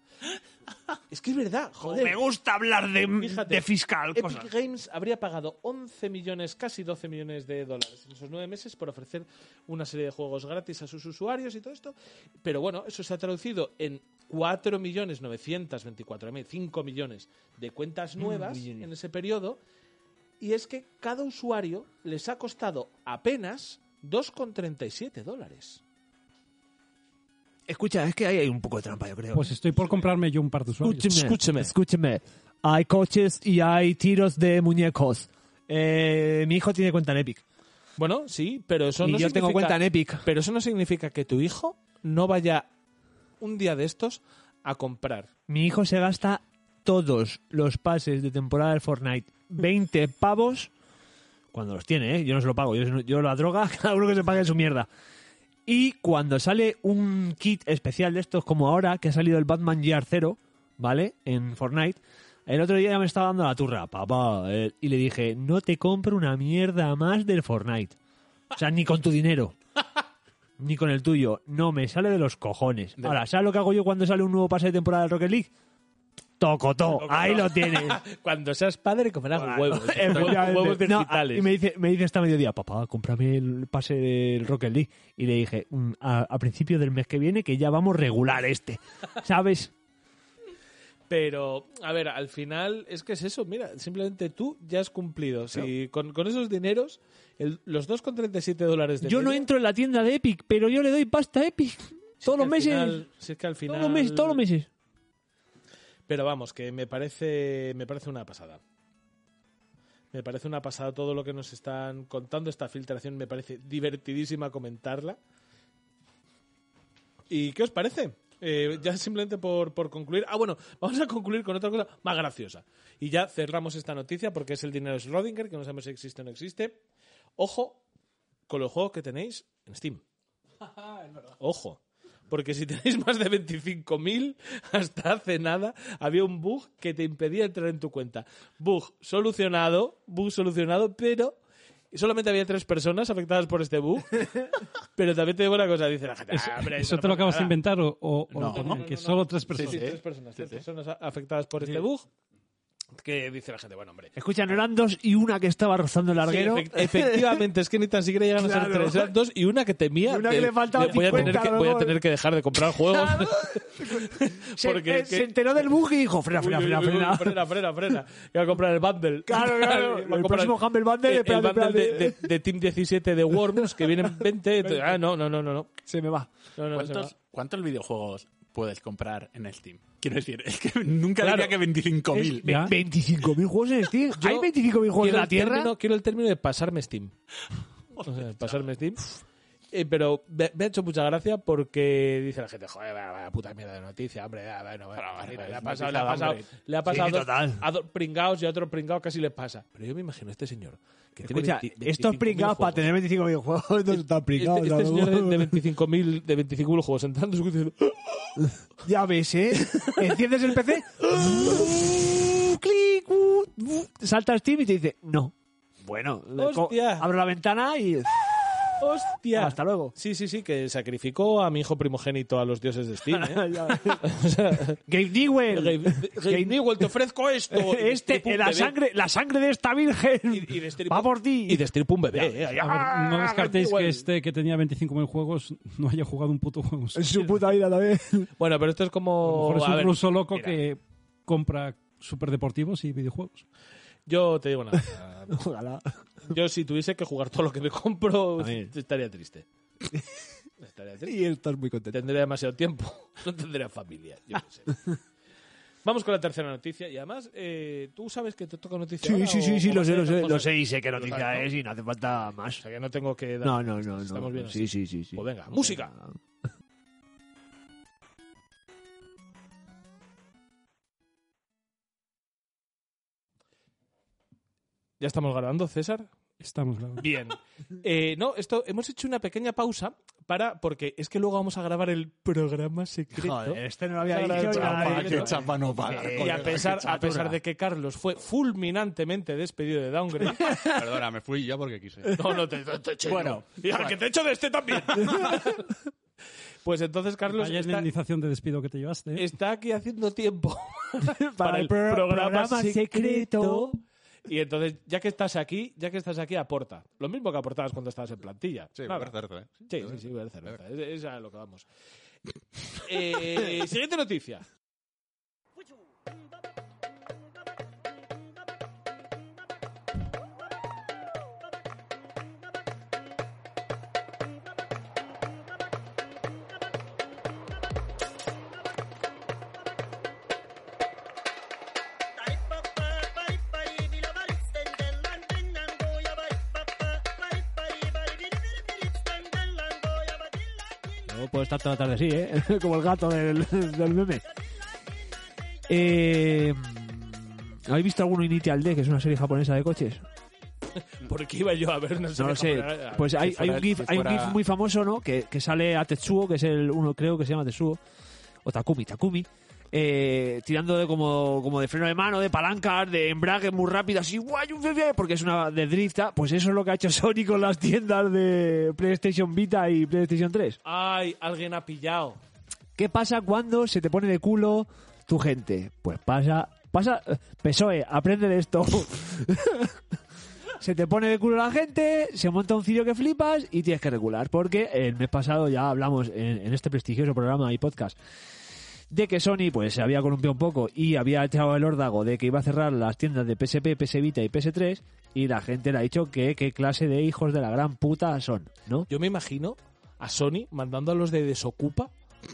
[SPEAKER 1] Es que es verdad, joder.
[SPEAKER 3] Me gusta hablar de,
[SPEAKER 1] Fíjate,
[SPEAKER 3] de fiscal.
[SPEAKER 1] Epic
[SPEAKER 3] cosas.
[SPEAKER 1] Games habría pagado 11 millones, casi 12 millones de dólares en esos nueve meses por ofrecer una serie de juegos gratis a sus usuarios y todo esto. Pero bueno, eso se ha traducido en 4 millones 924.000, 5 millones de
[SPEAKER 3] Mm,
[SPEAKER 1] cuentas nuevas en ese periodo. Y es que cada usuario les ha costado apenas 2,37 dólares.
[SPEAKER 3] Escucha, es que ahí hay un poco de trampa, yo creo. ¿eh?
[SPEAKER 4] Pues estoy por comprarme yo un par de usuarios.
[SPEAKER 1] Escúcheme.
[SPEAKER 3] Escúcheme. Hay coches y hay tiros de muñecos. Eh, mi hijo tiene cuenta en Epic.
[SPEAKER 1] Bueno, sí, pero eso
[SPEAKER 3] y
[SPEAKER 1] no
[SPEAKER 3] yo tengo
[SPEAKER 1] significa-
[SPEAKER 3] cuenta en Epic.
[SPEAKER 1] Pero eso no significa que tu hijo no vaya un día de estos a comprar.
[SPEAKER 3] Mi hijo se gasta todos los pases de temporada del Fortnite. 20 pavos cuando los tiene, ¿eh? Yo no se lo pago. Yo, yo la droga, cada uno que se pague su mierda. Y cuando sale un kit especial de estos, como ahora, que ha salido el Batman Gear 0, ¿vale? En Fortnite. El otro día ya me estaba dando la turra, papá. eh, Y le dije, no te compro una mierda más del Fortnite. O sea, ni con tu dinero. Ni con el tuyo. No me sale de los cojones.
[SPEAKER 2] De-
[SPEAKER 3] Ahora, ¿sabes lo que hago yo cuando sale un nuevo pase de temporada del Rocket League? Tocotó. Ahí lo tienes.
[SPEAKER 1] Cuando seas padre comerás huevos.
[SPEAKER 3] ¿eh? Efectivamente.
[SPEAKER 1] huevos
[SPEAKER 3] No, ah,
[SPEAKER 1] digitales.
[SPEAKER 3] y me dice, me dice esta mediodía, papá, cómprame el pase del Rocket League. Y le dije, "Mm, a, a principio del mes que viene que ya vamos regular este. ¿Sabes?
[SPEAKER 1] Pero, a ver, al final es que es eso. Mira, simplemente tú ya has cumplido. Si con, con esos dineros, el- los 2,37 dólares de
[SPEAKER 3] Yo no
[SPEAKER 1] media,
[SPEAKER 3] entro en la tienda de Epic, pero yo le doy pasta a Epic.
[SPEAKER 1] si
[SPEAKER 3] Todos
[SPEAKER 1] es que
[SPEAKER 3] los
[SPEAKER 1] al
[SPEAKER 3] meses.
[SPEAKER 1] final- si es que al final...
[SPEAKER 3] Todos los meses, todos los meses.
[SPEAKER 1] Pero vamos, que me parece, me parece una pasada. Me parece una pasada todo lo que nos están contando. Esta filtración me parece divertidísima comentarla. ¿Y qué os parece? Eh, ya simplemente por, por concluir. Ah, bueno, vamos a concluir con otra cosa más graciosa. Y ya cerramos esta noticia porque es el dinero Schrödinger, que no sabemos si existe o no existe. Ojo con los juegos que tenéis en Steam. Ojo. Porque si tenéis más de 25.000, hasta hace nada había un bug que te impedía entrar en tu cuenta. Bug solucionado, bug solucionado, pero solamente había tres personas afectadas por este bug. pero también te digo una cosa, dice la gente. "Ah, hombre,
[SPEAKER 4] ¿Eso
[SPEAKER 1] no
[SPEAKER 4] te
[SPEAKER 1] pasa
[SPEAKER 4] lo acabas de
[SPEAKER 1] nada".
[SPEAKER 4] inventar o, o- o
[SPEAKER 2] No.
[SPEAKER 4] que-
[SPEAKER 2] No, no,
[SPEAKER 4] que solo tres
[SPEAKER 1] Sí,
[SPEAKER 4] personas?
[SPEAKER 1] sí, tres personas, tres personas a- afectadas por este bug. Que dice la gente, bueno, hombre.
[SPEAKER 3] Escucha, no eran dos y una que estaba rozando el
[SPEAKER 1] Sí,
[SPEAKER 3] larguero.
[SPEAKER 1] efect- efectivamente, es que ni tan siquiera llegan a ser
[SPEAKER 3] Claro.
[SPEAKER 1] tres eran dos y una que temía.
[SPEAKER 3] Y una que le faltaban
[SPEAKER 1] voy, a tener
[SPEAKER 3] 50
[SPEAKER 1] que, voy a
[SPEAKER 3] luego.
[SPEAKER 1] tener que dejar de comprar juegos.
[SPEAKER 3] se,
[SPEAKER 1] porque
[SPEAKER 3] eh,
[SPEAKER 1] es que-
[SPEAKER 3] se enteró del bug y dijo, frena,
[SPEAKER 1] Uy,
[SPEAKER 3] frena,
[SPEAKER 1] uy,
[SPEAKER 3] frena,
[SPEAKER 1] uy, uy,
[SPEAKER 3] frena.
[SPEAKER 1] frena, frena, frena. Que va a comprar el bundle.
[SPEAKER 3] Claro, claro.
[SPEAKER 1] Va a
[SPEAKER 3] El
[SPEAKER 1] comprar
[SPEAKER 3] próximo Humble Bundle,
[SPEAKER 1] el- el
[SPEAKER 3] espérate,
[SPEAKER 1] bundle de-
[SPEAKER 3] espérate.
[SPEAKER 1] De, de Team 17 de Worms, que vienen 20. entonces, ah, no, no, no, no. no.
[SPEAKER 3] Se me va.
[SPEAKER 1] No, no, no, se me va.
[SPEAKER 2] ¿Cuántos, cuántos videojuegos puedes comprar en Steam? Quiero decir, es que nunca
[SPEAKER 1] Claro.
[SPEAKER 2] diría que 25.000.
[SPEAKER 3] Ve-
[SPEAKER 4] ¿Ya?
[SPEAKER 3] 25.000 juegos en Steam.
[SPEAKER 1] Yo
[SPEAKER 3] ¿Hay 25.000 juegos en
[SPEAKER 1] quiero
[SPEAKER 3] la
[SPEAKER 1] el
[SPEAKER 3] Tierra?
[SPEAKER 1] término- quiero el término de pasarme Steam. O sea, pasarme Steam. Eh, pero me, me ha hecho mucha gracia porque dice la gente, joder, vaya, vaya puta mierda de noticia, hombre, ya, bueno, bueno,
[SPEAKER 2] Pero,
[SPEAKER 1] mira,
[SPEAKER 2] es
[SPEAKER 1] le ha pasado, le ha
[SPEAKER 2] noticia,
[SPEAKER 1] pasado,
[SPEAKER 2] hombre.
[SPEAKER 1] le ha pasado
[SPEAKER 3] Sí,
[SPEAKER 1] a dos-
[SPEAKER 3] total.
[SPEAKER 1] a dos pringados y a otros pringados casi les pasa. Pero yo me imagino a este señor que tiene
[SPEAKER 3] Escucha,
[SPEAKER 1] 20
[SPEAKER 3] estos
[SPEAKER 1] 25.000
[SPEAKER 3] pringados para
[SPEAKER 1] juegos.
[SPEAKER 3] tener 25 videojuegos no están
[SPEAKER 1] Este,
[SPEAKER 3] pringados.
[SPEAKER 1] este
[SPEAKER 3] ¿no?
[SPEAKER 1] señor de, de 25.000 de 25.000 juegos entrando diciendo,
[SPEAKER 3] Ya ves, ¿eh? Enciendes el PC, clic, uh, uh, salta Steam y te dice, no. Bueno, le co-
[SPEAKER 1] Hostia.
[SPEAKER 3] abro la ventana y
[SPEAKER 1] "Oh, ¡hostia!
[SPEAKER 3] hasta luego.
[SPEAKER 1] Sí, sí, sí, que sacrificó a mi hijo primogénito a los dioses de Steam. ¿eh?
[SPEAKER 3] Ya ves. Gabe Newell,
[SPEAKER 1] Gabe- Gabe Newell, te ofrezco esto. Y
[SPEAKER 3] este,
[SPEAKER 1] destripa un
[SPEAKER 3] la
[SPEAKER 1] bebé.
[SPEAKER 3] sangre, la sangre de esta virgen
[SPEAKER 1] Y- y destripa-
[SPEAKER 3] va por ti.
[SPEAKER 1] Y destripa un bebé. ¿eh?
[SPEAKER 4] A ver, no descartéis
[SPEAKER 1] igual.
[SPEAKER 4] que este que tenía 25.000 juegos no haya jugado un puto juego.
[SPEAKER 3] en su puta vida también.
[SPEAKER 1] Bueno, pero esto es
[SPEAKER 4] A lo
[SPEAKER 1] como.
[SPEAKER 4] mejor es
[SPEAKER 1] a
[SPEAKER 4] un
[SPEAKER 1] ver,
[SPEAKER 4] ruso loco
[SPEAKER 1] mira,
[SPEAKER 4] que compra superdeportivos y videojuegos.
[SPEAKER 1] Yo te digo una cosa.
[SPEAKER 3] Ojalá.
[SPEAKER 1] Yo si tuviese que jugar todo lo que me compro,
[SPEAKER 3] A ver.
[SPEAKER 1] estaría triste. Estaría triste.
[SPEAKER 3] Y estás muy contento.
[SPEAKER 1] Tendría demasiado tiempo. No tendría familia. yo qué sé. Vamos con la tercera noticia. Y además, eh, ¿tú sabes que te toca noticia?
[SPEAKER 3] Sí,
[SPEAKER 1] ahora
[SPEAKER 3] sí,
[SPEAKER 1] o
[SPEAKER 3] sí, sí,
[SPEAKER 1] cómo
[SPEAKER 3] lo sé,
[SPEAKER 1] hacer
[SPEAKER 3] lo sé,
[SPEAKER 1] estas
[SPEAKER 3] lo
[SPEAKER 1] cosas?
[SPEAKER 3] sé y sé qué
[SPEAKER 1] Lo
[SPEAKER 3] noticia
[SPEAKER 1] sabes, ¿no?
[SPEAKER 3] es y no hace falta
[SPEAKER 1] O
[SPEAKER 3] más.
[SPEAKER 1] sea que no tengo que dar.
[SPEAKER 3] No, no, no, no.
[SPEAKER 1] Estamos bien
[SPEAKER 3] Sí,
[SPEAKER 1] así.
[SPEAKER 3] sí, sí, sí.
[SPEAKER 1] Pues venga, música. ¿Ya estamos grabando, César?
[SPEAKER 4] Estamos grabando.
[SPEAKER 1] Bien. Eh, no, esto hemos hecho una pequeña pausa para porque es que luego vamos a grabar el programa secreto.
[SPEAKER 3] Joder, este no lo había dicho.
[SPEAKER 1] Qué
[SPEAKER 3] y lo
[SPEAKER 1] chapa,
[SPEAKER 3] había
[SPEAKER 1] qué
[SPEAKER 3] dicho.
[SPEAKER 2] chapa no paga,
[SPEAKER 3] Eh,
[SPEAKER 1] Y a pesar, a pesar de que Carlos fue fulminantemente despedido de Downgrade.
[SPEAKER 2] Perdona, me fui yo porque quise.
[SPEAKER 1] No, no te, te, te echo.
[SPEAKER 2] Bueno,
[SPEAKER 1] y al que te echo de este también. pues entonces Carlos
[SPEAKER 4] Vaya
[SPEAKER 1] está,
[SPEAKER 4] indemnización de despido que te llevaste. ¿eh?
[SPEAKER 1] está aquí haciendo tiempo para el
[SPEAKER 3] pro-
[SPEAKER 1] programa,
[SPEAKER 3] programa
[SPEAKER 1] secreto.
[SPEAKER 3] secreto.
[SPEAKER 1] Y entonces, ya que estás aquí, ya que estás aquí, aporta. Lo mismo que aportabas cuando estabas en plantilla.
[SPEAKER 2] Sí,
[SPEAKER 1] Nada.
[SPEAKER 2] por cierto, ¿eh?
[SPEAKER 1] Sí, sí, sí, beber cerveza. Es, es a lo que vamos. Eh, siguiente noticia.
[SPEAKER 3] No puedo estar toda la tarde así, ¿eh? Como el gato del, del meme. Eh, ¿Habéis visto alguno Initial D, que es una serie japonesa de coches?
[SPEAKER 1] ¿Por qué iba yo a ver una
[SPEAKER 3] No
[SPEAKER 1] serie
[SPEAKER 3] lo sé.
[SPEAKER 1] japonesa?
[SPEAKER 3] Pues hay,
[SPEAKER 2] Si fuera-
[SPEAKER 3] hay un GIF,
[SPEAKER 2] si
[SPEAKER 3] hay un
[SPEAKER 2] fuera-
[SPEAKER 3] GIF muy famoso, ¿no? Que, que sale a Tetsuo, que es el uno, creo que se llama Tetsuo, o Takumi, Takumi, eh, tirando de como, como de freno de mano, de palancas, de embrague muy rápido, así, guay, un bebé, porque es una de drifta. Pues eso es lo que ha hecho Sony con las tiendas de PlayStation Vita y PlayStation 3.
[SPEAKER 1] Ay, alguien ha pillado.
[SPEAKER 3] ¿Qué pasa cuando se te pone de culo tu gente? Pues pasa, pasa, PSOE, E, aprende de esto. se te pone de culo la gente, se monta un cirio que flipas y tienes que regular. Porque el mes pasado ya hablamos en, en este prestigioso programa y podcast de que Sony pues se había columpiado un poco y había echado el órdago de que iba a cerrar las tiendas de PSP, PS Vita y PS3 y la gente le ha dicho que qué clase de hijos de la gran puta son, ¿no?
[SPEAKER 1] Yo me imagino a Sony mandando a los de Desocupa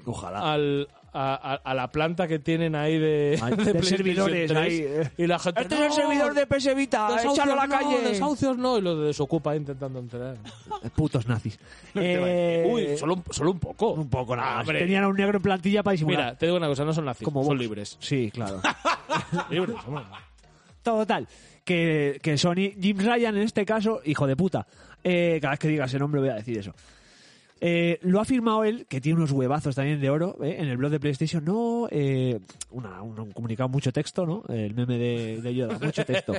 [SPEAKER 3] Ojalá.
[SPEAKER 1] al, a, a- a la planta que tienen ahí de,
[SPEAKER 3] Ay,
[SPEAKER 1] de
[SPEAKER 3] de
[SPEAKER 1] PlayStation
[SPEAKER 3] servidores,
[SPEAKER 1] 3,
[SPEAKER 3] ahí, eh.
[SPEAKER 1] Y la gente.
[SPEAKER 3] Este es el
[SPEAKER 1] "No,
[SPEAKER 3] servidor de PS Vita,
[SPEAKER 1] desahucios
[SPEAKER 3] échalo a la
[SPEAKER 1] no,
[SPEAKER 3] calle.
[SPEAKER 1] Desahucios no, y los de Desocupa intentando entrar.
[SPEAKER 3] Eh, Putos nazis.
[SPEAKER 1] Uy, solo, un- solo un poco.
[SPEAKER 3] Eh, Un poco nada más.
[SPEAKER 1] Hombre.
[SPEAKER 3] Tenían a un negro en plantilla para disimular.
[SPEAKER 1] Mira, te digo una cosa, no son nazis,
[SPEAKER 3] Como
[SPEAKER 1] son
[SPEAKER 3] Vox.
[SPEAKER 1] libres.
[SPEAKER 3] Sí, claro.
[SPEAKER 1] Libres, hombre.
[SPEAKER 3] Total. Que, que Sony, Jim Ryan en este caso, hijo de puta. Eh, cada vez que diga ese nombre voy a decir eso. Eh, lo ha firmado él, que tiene unos huevazos también de oro, ¿eh? en el blog de PlayStation. No, eh, una- un, un comunicado, mucho texto, ¿no? El meme de, de Yoda, mucho texto.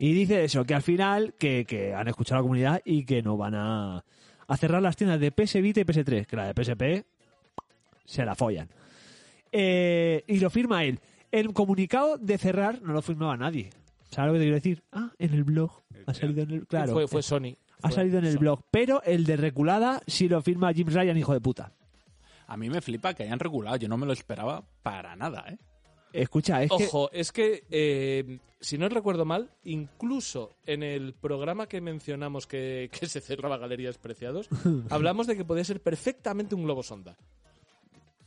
[SPEAKER 3] Y dice eso, que al final, que, que han escuchado a la comunidad y que no van a, a cerrar las tiendas de PS Vita y PS3, que la de PSP se la follan. Eh, y lo firma él. El comunicado de cerrar no lo firmaba nadie. ¿Sabes lo que te quiero decir? Ah, en el blog. Ha salido en el.
[SPEAKER 1] Eh,
[SPEAKER 3] Claro.
[SPEAKER 1] fue, fue Sony.
[SPEAKER 3] Ha
[SPEAKER 1] Fue
[SPEAKER 3] salido en el
[SPEAKER 1] Sony.
[SPEAKER 3] blog, pero el de reculada sí lo firma Jim Ryan, hijo de puta.
[SPEAKER 2] A mí me flipa que hayan regulado, yo no me lo esperaba para nada, ¿eh?
[SPEAKER 3] Escucha, es que
[SPEAKER 1] Ojo, es que, eh, si no recuerdo mal, incluso en el programa que mencionamos que, que se cerraba Galerías Preciados, hablamos de que podía ser perfectamente un globo sonda.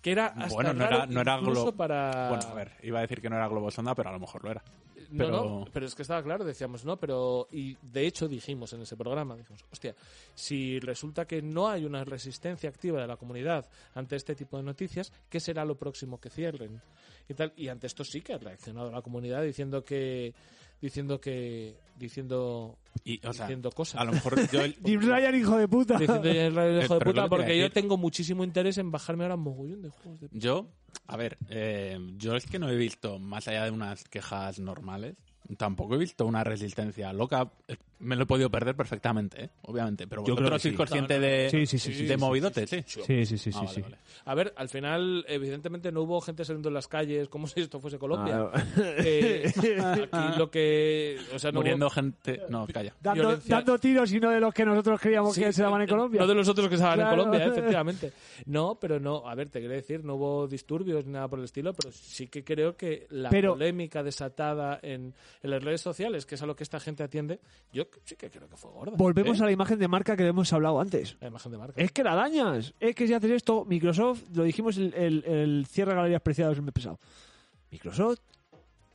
[SPEAKER 1] Que era hasta
[SPEAKER 2] Bueno, no
[SPEAKER 1] raro
[SPEAKER 2] era, no era
[SPEAKER 1] incluso
[SPEAKER 2] globo.
[SPEAKER 1] para...
[SPEAKER 3] Ah.
[SPEAKER 2] Bueno, a ver, iba a decir que no era globo sonda, pero a lo mejor lo era.
[SPEAKER 1] No,
[SPEAKER 2] pero-
[SPEAKER 1] no, pero es que estaba claro, decíamos, no, pero... Y de hecho dijimos en ese programa, dijimos, hostia, si resulta que no hay una resistencia activa de la comunidad ante este tipo de noticias, ¿qué será lo próximo que cierren? Y, tal, y ante esto sí que ha reaccionado la comunidad diciendo que... Diciendo que... Diciendo...
[SPEAKER 2] Y, o sea,
[SPEAKER 1] diciendo cosas.
[SPEAKER 2] a lo mejor yo.
[SPEAKER 3] Jim Ryan, hijo de puta.
[SPEAKER 1] Diciendo ya el radio hijo de
[SPEAKER 2] Pero lo
[SPEAKER 1] puta,
[SPEAKER 2] que te
[SPEAKER 1] porque
[SPEAKER 2] iba a
[SPEAKER 1] yo
[SPEAKER 2] decir.
[SPEAKER 1] tengo muchísimo interés en bajarme ahora mogollón de juegos de...
[SPEAKER 2] Yo, a ver, eh, yo es que no he visto, más allá de unas quejas normales, tampoco he visto una resistencia loca. Eh, Me lo he podido perder perfectamente, ¿eh? obviamente. Pero
[SPEAKER 3] Yo creo
[SPEAKER 2] vosotros
[SPEAKER 3] que
[SPEAKER 2] sois
[SPEAKER 3] sí.
[SPEAKER 2] consciente
[SPEAKER 1] No, no,
[SPEAKER 2] de,
[SPEAKER 3] Sí, sí, sí, sí,
[SPEAKER 2] de
[SPEAKER 3] sí,
[SPEAKER 2] movidotes, sí.
[SPEAKER 3] Sí, sí, sí, sí.
[SPEAKER 2] Ah, vale,
[SPEAKER 3] sí.
[SPEAKER 2] vale.
[SPEAKER 1] A ver, al final, evidentemente no hubo gente saliendo en las calles como si esto fuese Colombia.
[SPEAKER 3] Ah,
[SPEAKER 1] Eh, aquí lo que... O sea, no hubo-
[SPEAKER 2] Muriendo gente. No, calla.
[SPEAKER 3] Dando,
[SPEAKER 1] Violencia.
[SPEAKER 3] dando tiros y no de los que nosotros creíamos
[SPEAKER 1] Sí,
[SPEAKER 3] que se daban en
[SPEAKER 1] no-
[SPEAKER 3] Colombia.
[SPEAKER 1] No de los otros que estaban en
[SPEAKER 3] Claro.
[SPEAKER 1] Colombia, eh, efectivamente. No, pero no, a ver, te quería decir, no hubo disturbios ni nada por el estilo, pero sí que creo que la
[SPEAKER 3] Pero-
[SPEAKER 1] polémica desatada en, en las redes sociales, que es a lo que esta gente atiende, yo sí que creo que fue gorda.
[SPEAKER 3] Volvemos
[SPEAKER 1] ¿Eh?
[SPEAKER 3] a Eh, la imagen de marca que hemos hablado antes.
[SPEAKER 1] la imagen de marca.
[SPEAKER 3] Es que la dañas. Es que si haces esto, Microsoft, lo dijimos el, el, el cierre de galerías preciadas el mes pasado. Microsoft,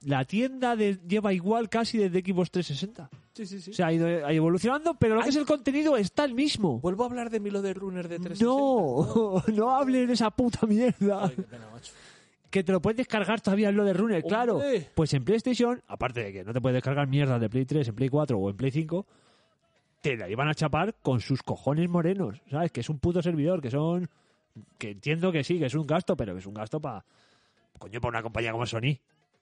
[SPEAKER 3] la tienda de- lleva igual casi desde Xbox 360.
[SPEAKER 1] Sí, sí, sí.
[SPEAKER 3] O sea, ha ido ha ido evolucionando, pero lo que
[SPEAKER 1] Ay.
[SPEAKER 3] es el contenido está el mismo.
[SPEAKER 1] Vuelvo a hablar de Milo de Runner de 360.
[SPEAKER 3] No, no hables de esa puta mierda.
[SPEAKER 1] Ay, qué pena, macho.
[SPEAKER 3] Que te lo puedes descargar todavía en lo de Runner, claro.
[SPEAKER 1] Hombre.
[SPEAKER 3] Pues en PlayStation, aparte de que no te puedes descargar mierdas de Play 3, en Play 4 o en Play 5, te la iban a chapar con sus cojones morenos, ¿sabes? Que es un puto servidor, que son... Que entiendo que sí, que es un gasto, pero que es un gasto para... Coño, para una compañía como Sony.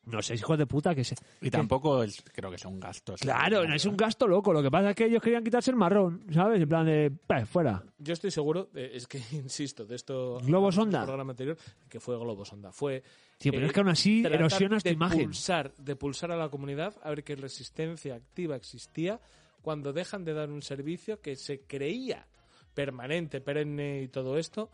[SPEAKER 3] No sé, hijos de puta, que se...
[SPEAKER 2] Y tampoco es- creo que sea un gasto.
[SPEAKER 3] Claro, no es un gasto loco. Lo que pasa es que ellos querían quitarse el marrón, ¿sabes? En plan de... "Pah, fuera.
[SPEAKER 1] Yo estoy seguro, eh, es que insisto, de esto.
[SPEAKER 3] Globos
[SPEAKER 1] hablamos en el
[SPEAKER 3] Onda.
[SPEAKER 1] programa anterior, que fue Globos Onda. Fue.
[SPEAKER 3] Tío, pero
[SPEAKER 1] eh,
[SPEAKER 3] es que aún así
[SPEAKER 1] tratar
[SPEAKER 3] erosionas tu
[SPEAKER 1] de
[SPEAKER 3] imagen.
[SPEAKER 1] Pulsar, de pulsar a la comunidad a ver qué resistencia activa existía cuando dejan de dar un servicio que se creía permanente, perenne y todo esto.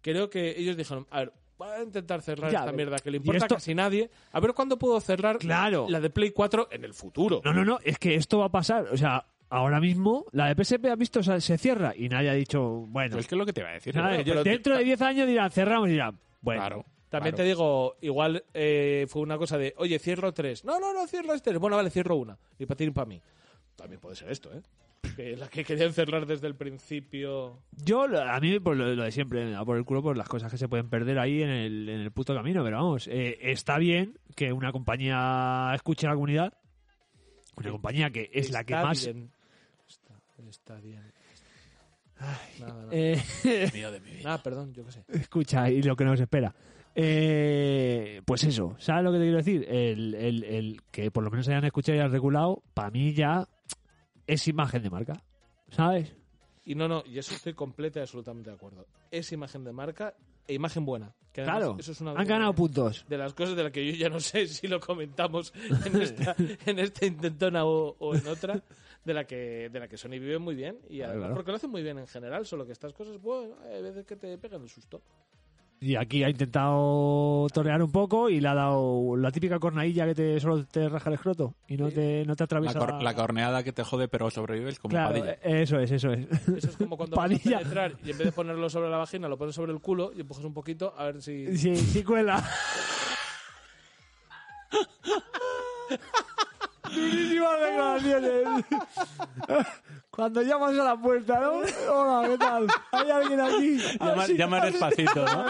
[SPEAKER 1] Creo que ellos dijeron, a ver. Voy a intentar cerrar
[SPEAKER 3] Ya, a
[SPEAKER 1] esta
[SPEAKER 3] ver,
[SPEAKER 1] mierda que le
[SPEAKER 3] y
[SPEAKER 1] importa
[SPEAKER 3] esto-
[SPEAKER 1] a casi nadie. A ver cuándo puedo cerrar
[SPEAKER 3] Claro.
[SPEAKER 1] la de Play 4 en el futuro.
[SPEAKER 3] No, no, no, es que esto va a pasar. O sea, ahora mismo la de PSP ha visto, o sea, se cierra y nadie ha dicho, bueno,
[SPEAKER 2] Pero Pues es que es lo que te iba a decir.
[SPEAKER 3] nada, pues
[SPEAKER 2] Yo lo-
[SPEAKER 3] dentro de 10 años dirán, cerramos y dirán, bueno,
[SPEAKER 2] Claro.
[SPEAKER 1] También
[SPEAKER 2] claro.
[SPEAKER 1] te digo, igual eh, fue una cosa de, oye, cierro tres. No, no, no, cierro este tres. Bueno, vale, cierro una. Y para ti y para mí. También puede ser esto, ¿eh? Que la que querían cerrar desde el principio.
[SPEAKER 3] yo, lo- a mí por lo, lo de siempre, me da por el culo por las cosas que se pueden perder ahí en el, en el puto camino, pero vamos, eh, está bien que una compañía escuche a la comunidad, una compañía que es la que
[SPEAKER 1] Está
[SPEAKER 3] más...
[SPEAKER 1] bien. Está, está bien. nada, nada.
[SPEAKER 3] eh,
[SPEAKER 1] Nada, perdón, yo qué sé.
[SPEAKER 3] escucha y lo que nos espera. Eh, pues eso, ¿sabes lo que te quiero decir? El, el- el que por lo menos hayan escuchado y hayan regulado, para mí ya es imagen de marca, ¿sabes?
[SPEAKER 1] Y no, no, y eso estoy completa y absolutamente de acuerdo. Es imagen de marca e imagen buena. Que además
[SPEAKER 3] Claro,
[SPEAKER 1] eso es una
[SPEAKER 3] han ganado puntos.
[SPEAKER 1] de las cosas de las que yo ya no sé si lo comentamos en esta, en esta intentona o, o en otra, de la que de la que Sony vive muy bien y
[SPEAKER 3] Claro,
[SPEAKER 1] además
[SPEAKER 3] claro.
[SPEAKER 1] porque lo hace muy bien en general, solo que estas cosas, bueno, hay veces que te pegan el susto.
[SPEAKER 3] Y aquí ha intentado torear un poco y le ha dado la típica cornadilla que te, solo te raja el escroto y no,
[SPEAKER 1] Sí.
[SPEAKER 3] te, no te
[SPEAKER 2] La,
[SPEAKER 1] Pues,
[SPEAKER 3] atraviesa.
[SPEAKER 1] ah.
[SPEAKER 2] cor- la corneada que te jode, pero sobrevives como
[SPEAKER 3] Claro,
[SPEAKER 1] eh,
[SPEAKER 2] padilla.
[SPEAKER 3] eso es, eso es.
[SPEAKER 1] Eso es como cuando vas a
[SPEAKER 3] Padilla.
[SPEAKER 1] penetrar y en vez de ponerlo sobre la vagina, lo pones sobre el culo y empujas un poquito a ver si
[SPEAKER 3] Sí, sí cuela. Durísimas declaraciones. eh. Cuando llamas a la puerta, ¿no? Hola, ¿qué tal? ¿Hay alguien aquí?
[SPEAKER 2] Llama,
[SPEAKER 3] Así,
[SPEAKER 2] llama
[SPEAKER 3] así.
[SPEAKER 2] despacito, ¿no?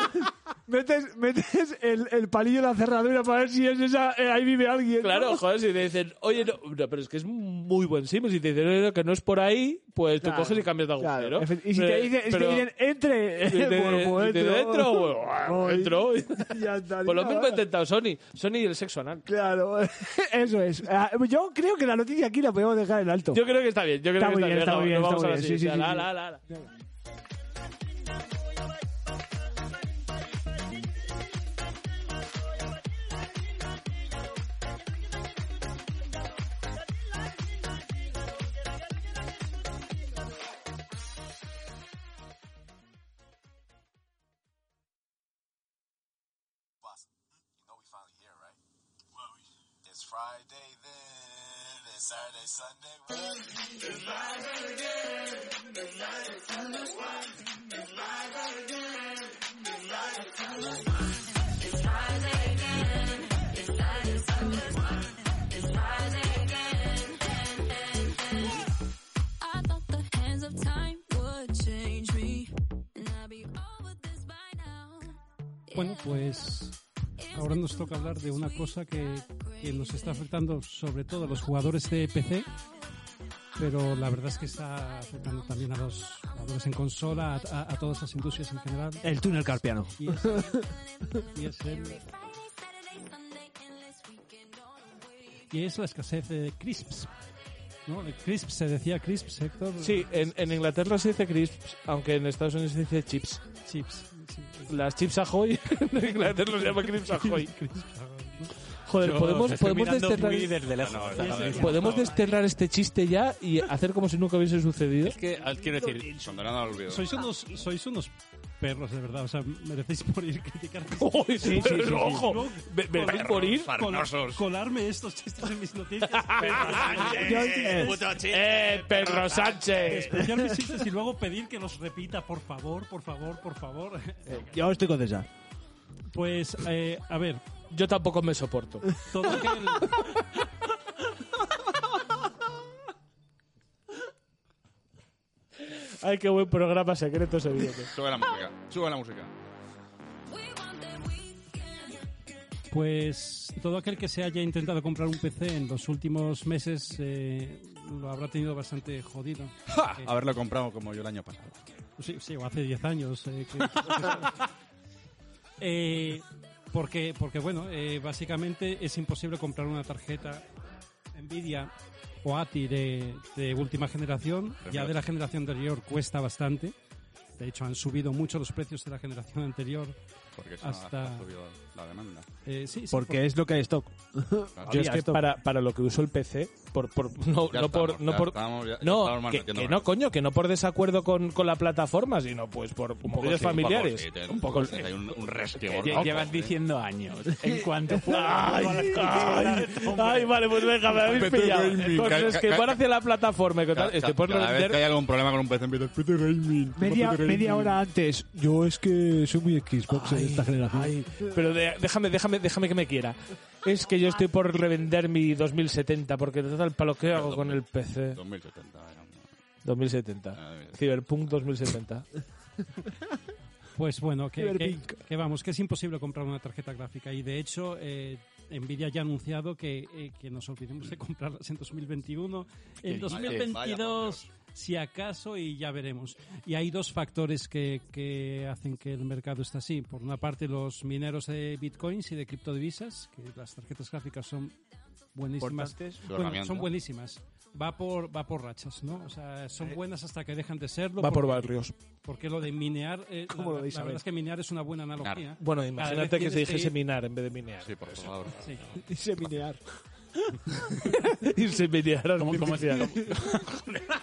[SPEAKER 3] Metes, metes el, el palillo en la cerradura para ver si es esa, eh, ahí vive alguien. ¿no?
[SPEAKER 1] Claro, joder, si te dicen, oye, no, no, pero es que es muy buen sim, si te dicen "Oye, no, que no es por ahí, pues tú
[SPEAKER 3] Claro,
[SPEAKER 1] coges y cambias de agujero.
[SPEAKER 3] Claro. Y si te,
[SPEAKER 1] Eh,
[SPEAKER 3] dice, si te
[SPEAKER 1] pero-
[SPEAKER 3] dicen, entre,
[SPEAKER 1] si te-
[SPEAKER 3] bueno, pues
[SPEAKER 1] si te
[SPEAKER 3] entro.
[SPEAKER 1] dentro, bueno,
[SPEAKER 3] Voy.
[SPEAKER 1] entro.
[SPEAKER 3] Ya está,
[SPEAKER 1] Por lo
[SPEAKER 3] ya
[SPEAKER 1] mismo
[SPEAKER 3] va.
[SPEAKER 1] ha intentado Sony. Sony y el sexo anal.
[SPEAKER 3] Claro, eso es. Ah, Yo creo que la noticia aquí la podemos dejar en alto.
[SPEAKER 1] Yo creo que está bien. Yo creo
[SPEAKER 3] Está
[SPEAKER 1] que
[SPEAKER 3] muy
[SPEAKER 1] está
[SPEAKER 3] bien, está
[SPEAKER 1] No,
[SPEAKER 3] muy
[SPEAKER 1] no
[SPEAKER 3] bien, está
[SPEAKER 1] vamos
[SPEAKER 3] muy
[SPEAKER 1] a la
[SPEAKER 3] bien. Sí, sí,
[SPEAKER 1] siguiente.
[SPEAKER 3] sí, sí.
[SPEAKER 1] La, la, la, la.
[SPEAKER 8] I thought the hands of time would change me, and I'd be over this by now.
[SPEAKER 4] Bueno, pues ahora nos toca hablar de una cosa que, que nos está afectando sobre todo a los jugadores de PC, pero la verdad es que está afectando también a los jugadores en consola, a, a- a todas las industrias en general.
[SPEAKER 3] El túnel carpiano.
[SPEAKER 4] Y es, y es el- y es la escasez de crisps. ¿no? De crisps, se decía crisps, Héctor.
[SPEAKER 1] Sí, en, en Inglaterra se dice crisps, aunque en Estados Unidos se dice chips.
[SPEAKER 4] Chips. sí.
[SPEAKER 1] Las chips Ahoy, en Inglaterra se llama crisps Ahoy.
[SPEAKER 4] Crisps, ah, ¿no?
[SPEAKER 1] Joder,
[SPEAKER 2] Yo
[SPEAKER 1] podemos,
[SPEAKER 2] os estoy
[SPEAKER 1] podemos
[SPEAKER 2] mirando
[SPEAKER 1] desterrar,
[SPEAKER 2] muy desde lejos.
[SPEAKER 1] podemos desterrar este chiste ya y hacer como si nunca hubiese sucedido.
[SPEAKER 2] Es que, al- quiero decir,
[SPEAKER 9] Condenado al olvido.
[SPEAKER 4] Sois unos, sois unos perros, de verdad. O sea, merecéis morir, criticar.
[SPEAKER 1] Uy, sí, sí, sí, sí.
[SPEAKER 4] No,
[SPEAKER 1] ojo, ve- ve-
[SPEAKER 4] col-
[SPEAKER 1] ven morir.
[SPEAKER 4] col-
[SPEAKER 2] Farnosos.
[SPEAKER 4] colarme estos chistes en mis noticias.
[SPEAKER 3] Yo-
[SPEAKER 2] Puto
[SPEAKER 1] Eh, Pedro Sánchez.
[SPEAKER 4] Especial mis chistes y luego pedir que los repita, por favor, por favor, por favor.
[SPEAKER 3] Eh, Yo estoy con César.
[SPEAKER 4] Pues, eh, a ver,
[SPEAKER 1] Yo tampoco me soporto.
[SPEAKER 4] todo aquel...
[SPEAKER 1] Ay, qué buen programa secreto se vio.
[SPEAKER 9] Sube la música, sube la música.
[SPEAKER 4] Pues todo aquel que se haya intentado comprar un PC en los últimos meses eh, lo habrá tenido bastante jodido.
[SPEAKER 9] Haberlo comprado como yo el año pasado.
[SPEAKER 4] Sí, sí, o hace 10 años. eh, que- Eh, porque, porque, bueno, eh, básicamente es imposible comprar una tarjeta Nvidia o ATI de, de última generación. Ya de la generación anterior cuesta bastante. De hecho, han subido mucho los precios de la generación anterior.
[SPEAKER 9] Porque eso
[SPEAKER 4] Hasta-
[SPEAKER 9] ha subido la demanda.
[SPEAKER 4] Eh, sí, sí,
[SPEAKER 3] Porque es lo que hay stock.
[SPEAKER 1] Yo
[SPEAKER 3] Había
[SPEAKER 1] es que
[SPEAKER 3] stock.
[SPEAKER 1] para, para lo que uso el PC, por, por, no,
[SPEAKER 9] Ya
[SPEAKER 1] no por...
[SPEAKER 9] estamos,
[SPEAKER 1] No,
[SPEAKER 9] ya
[SPEAKER 1] por
[SPEAKER 9] estamos, ya- ya
[SPEAKER 1] no
[SPEAKER 9] estamos
[SPEAKER 1] que,
[SPEAKER 9] metiendo
[SPEAKER 1] que
[SPEAKER 9] mano.
[SPEAKER 1] no, coño, que no por desacuerdo con, con la plataforma, sino pues por movidas
[SPEAKER 9] sí,
[SPEAKER 1] familiares.
[SPEAKER 9] poco sí,
[SPEAKER 1] Un poco...
[SPEAKER 9] sí, hay un, un resquemor.
[SPEAKER 2] Lle- Llevas diciendo años. En cuanto pueda.
[SPEAKER 1] Ay, ay, ay, vale, pues venga, me habéis
[SPEAKER 9] Petro
[SPEAKER 1] pillado.
[SPEAKER 9] Gaming,
[SPEAKER 1] Con
[SPEAKER 9] ca-
[SPEAKER 1] los que
[SPEAKER 9] ca-
[SPEAKER 1] van hacia la plataforma y con
[SPEAKER 9] Ca-
[SPEAKER 1] tal,
[SPEAKER 9] ca-
[SPEAKER 1] es que puedes
[SPEAKER 9] cada vez que hay
[SPEAKER 1] Este, pues, vender-
[SPEAKER 9] algún problema con un PC empiezas "Peter Gaming.
[SPEAKER 3] Media,
[SPEAKER 9] Peter
[SPEAKER 3] media
[SPEAKER 9] Gaming".
[SPEAKER 3] hora antes. eh, Yo es que soy muy Xbox de esta generación.
[SPEAKER 1] Ay, pero de- déjame, déjame, déjame que me quiera. Es que yo estoy por revender mi 2070, porque total, ¿para lo que hago con el PC?
[SPEAKER 9] 2070 era un-
[SPEAKER 1] 2070.
[SPEAKER 9] mira.
[SPEAKER 1] Cyberpunk 2070.
[SPEAKER 4] Pues bueno, que, que-
[SPEAKER 3] Cyberpunk.
[SPEAKER 4] que vamos, que es imposible comprar una tarjeta gráfica y de hecho eh, Nvidia ya ha anunciado que, eh, que nos olvidemos de comprarlas en 2021, en
[SPEAKER 2] dices?
[SPEAKER 4] 2022
[SPEAKER 9] Vaya,
[SPEAKER 4] si acaso y ya veremos. Y hay dos factores que, que hacen que el mercado esté así. Por una parte los mineros de bitcoins y de criptodivisas, que las tarjetas gráficas son buenísimas.
[SPEAKER 9] Tu
[SPEAKER 4] Bueno,
[SPEAKER 9] herramienta.
[SPEAKER 4] son buenísimas. Va por, va por rachas, ¿no? O sea, son buenas hasta que dejan de serlo.
[SPEAKER 1] Va por
[SPEAKER 4] porque-
[SPEAKER 1] barrios.
[SPEAKER 4] porque lo de minear, eh, la,
[SPEAKER 3] ¿Cómo lo
[SPEAKER 4] la-
[SPEAKER 3] veis,
[SPEAKER 4] la
[SPEAKER 3] a ver?
[SPEAKER 4] verdad es que minear es una buena analogía.
[SPEAKER 1] Bueno,
[SPEAKER 4] Cada vez
[SPEAKER 1] imagínate que
[SPEAKER 4] tienes
[SPEAKER 1] se dijese
[SPEAKER 4] que ir-
[SPEAKER 1] minar en vez de minear.
[SPEAKER 9] Sí, por favor.
[SPEAKER 4] Sí.
[SPEAKER 3] Y se minear.
[SPEAKER 1] y se mineara
[SPEAKER 2] ¿Cómo- cómo es?
[SPEAKER 1] artificial.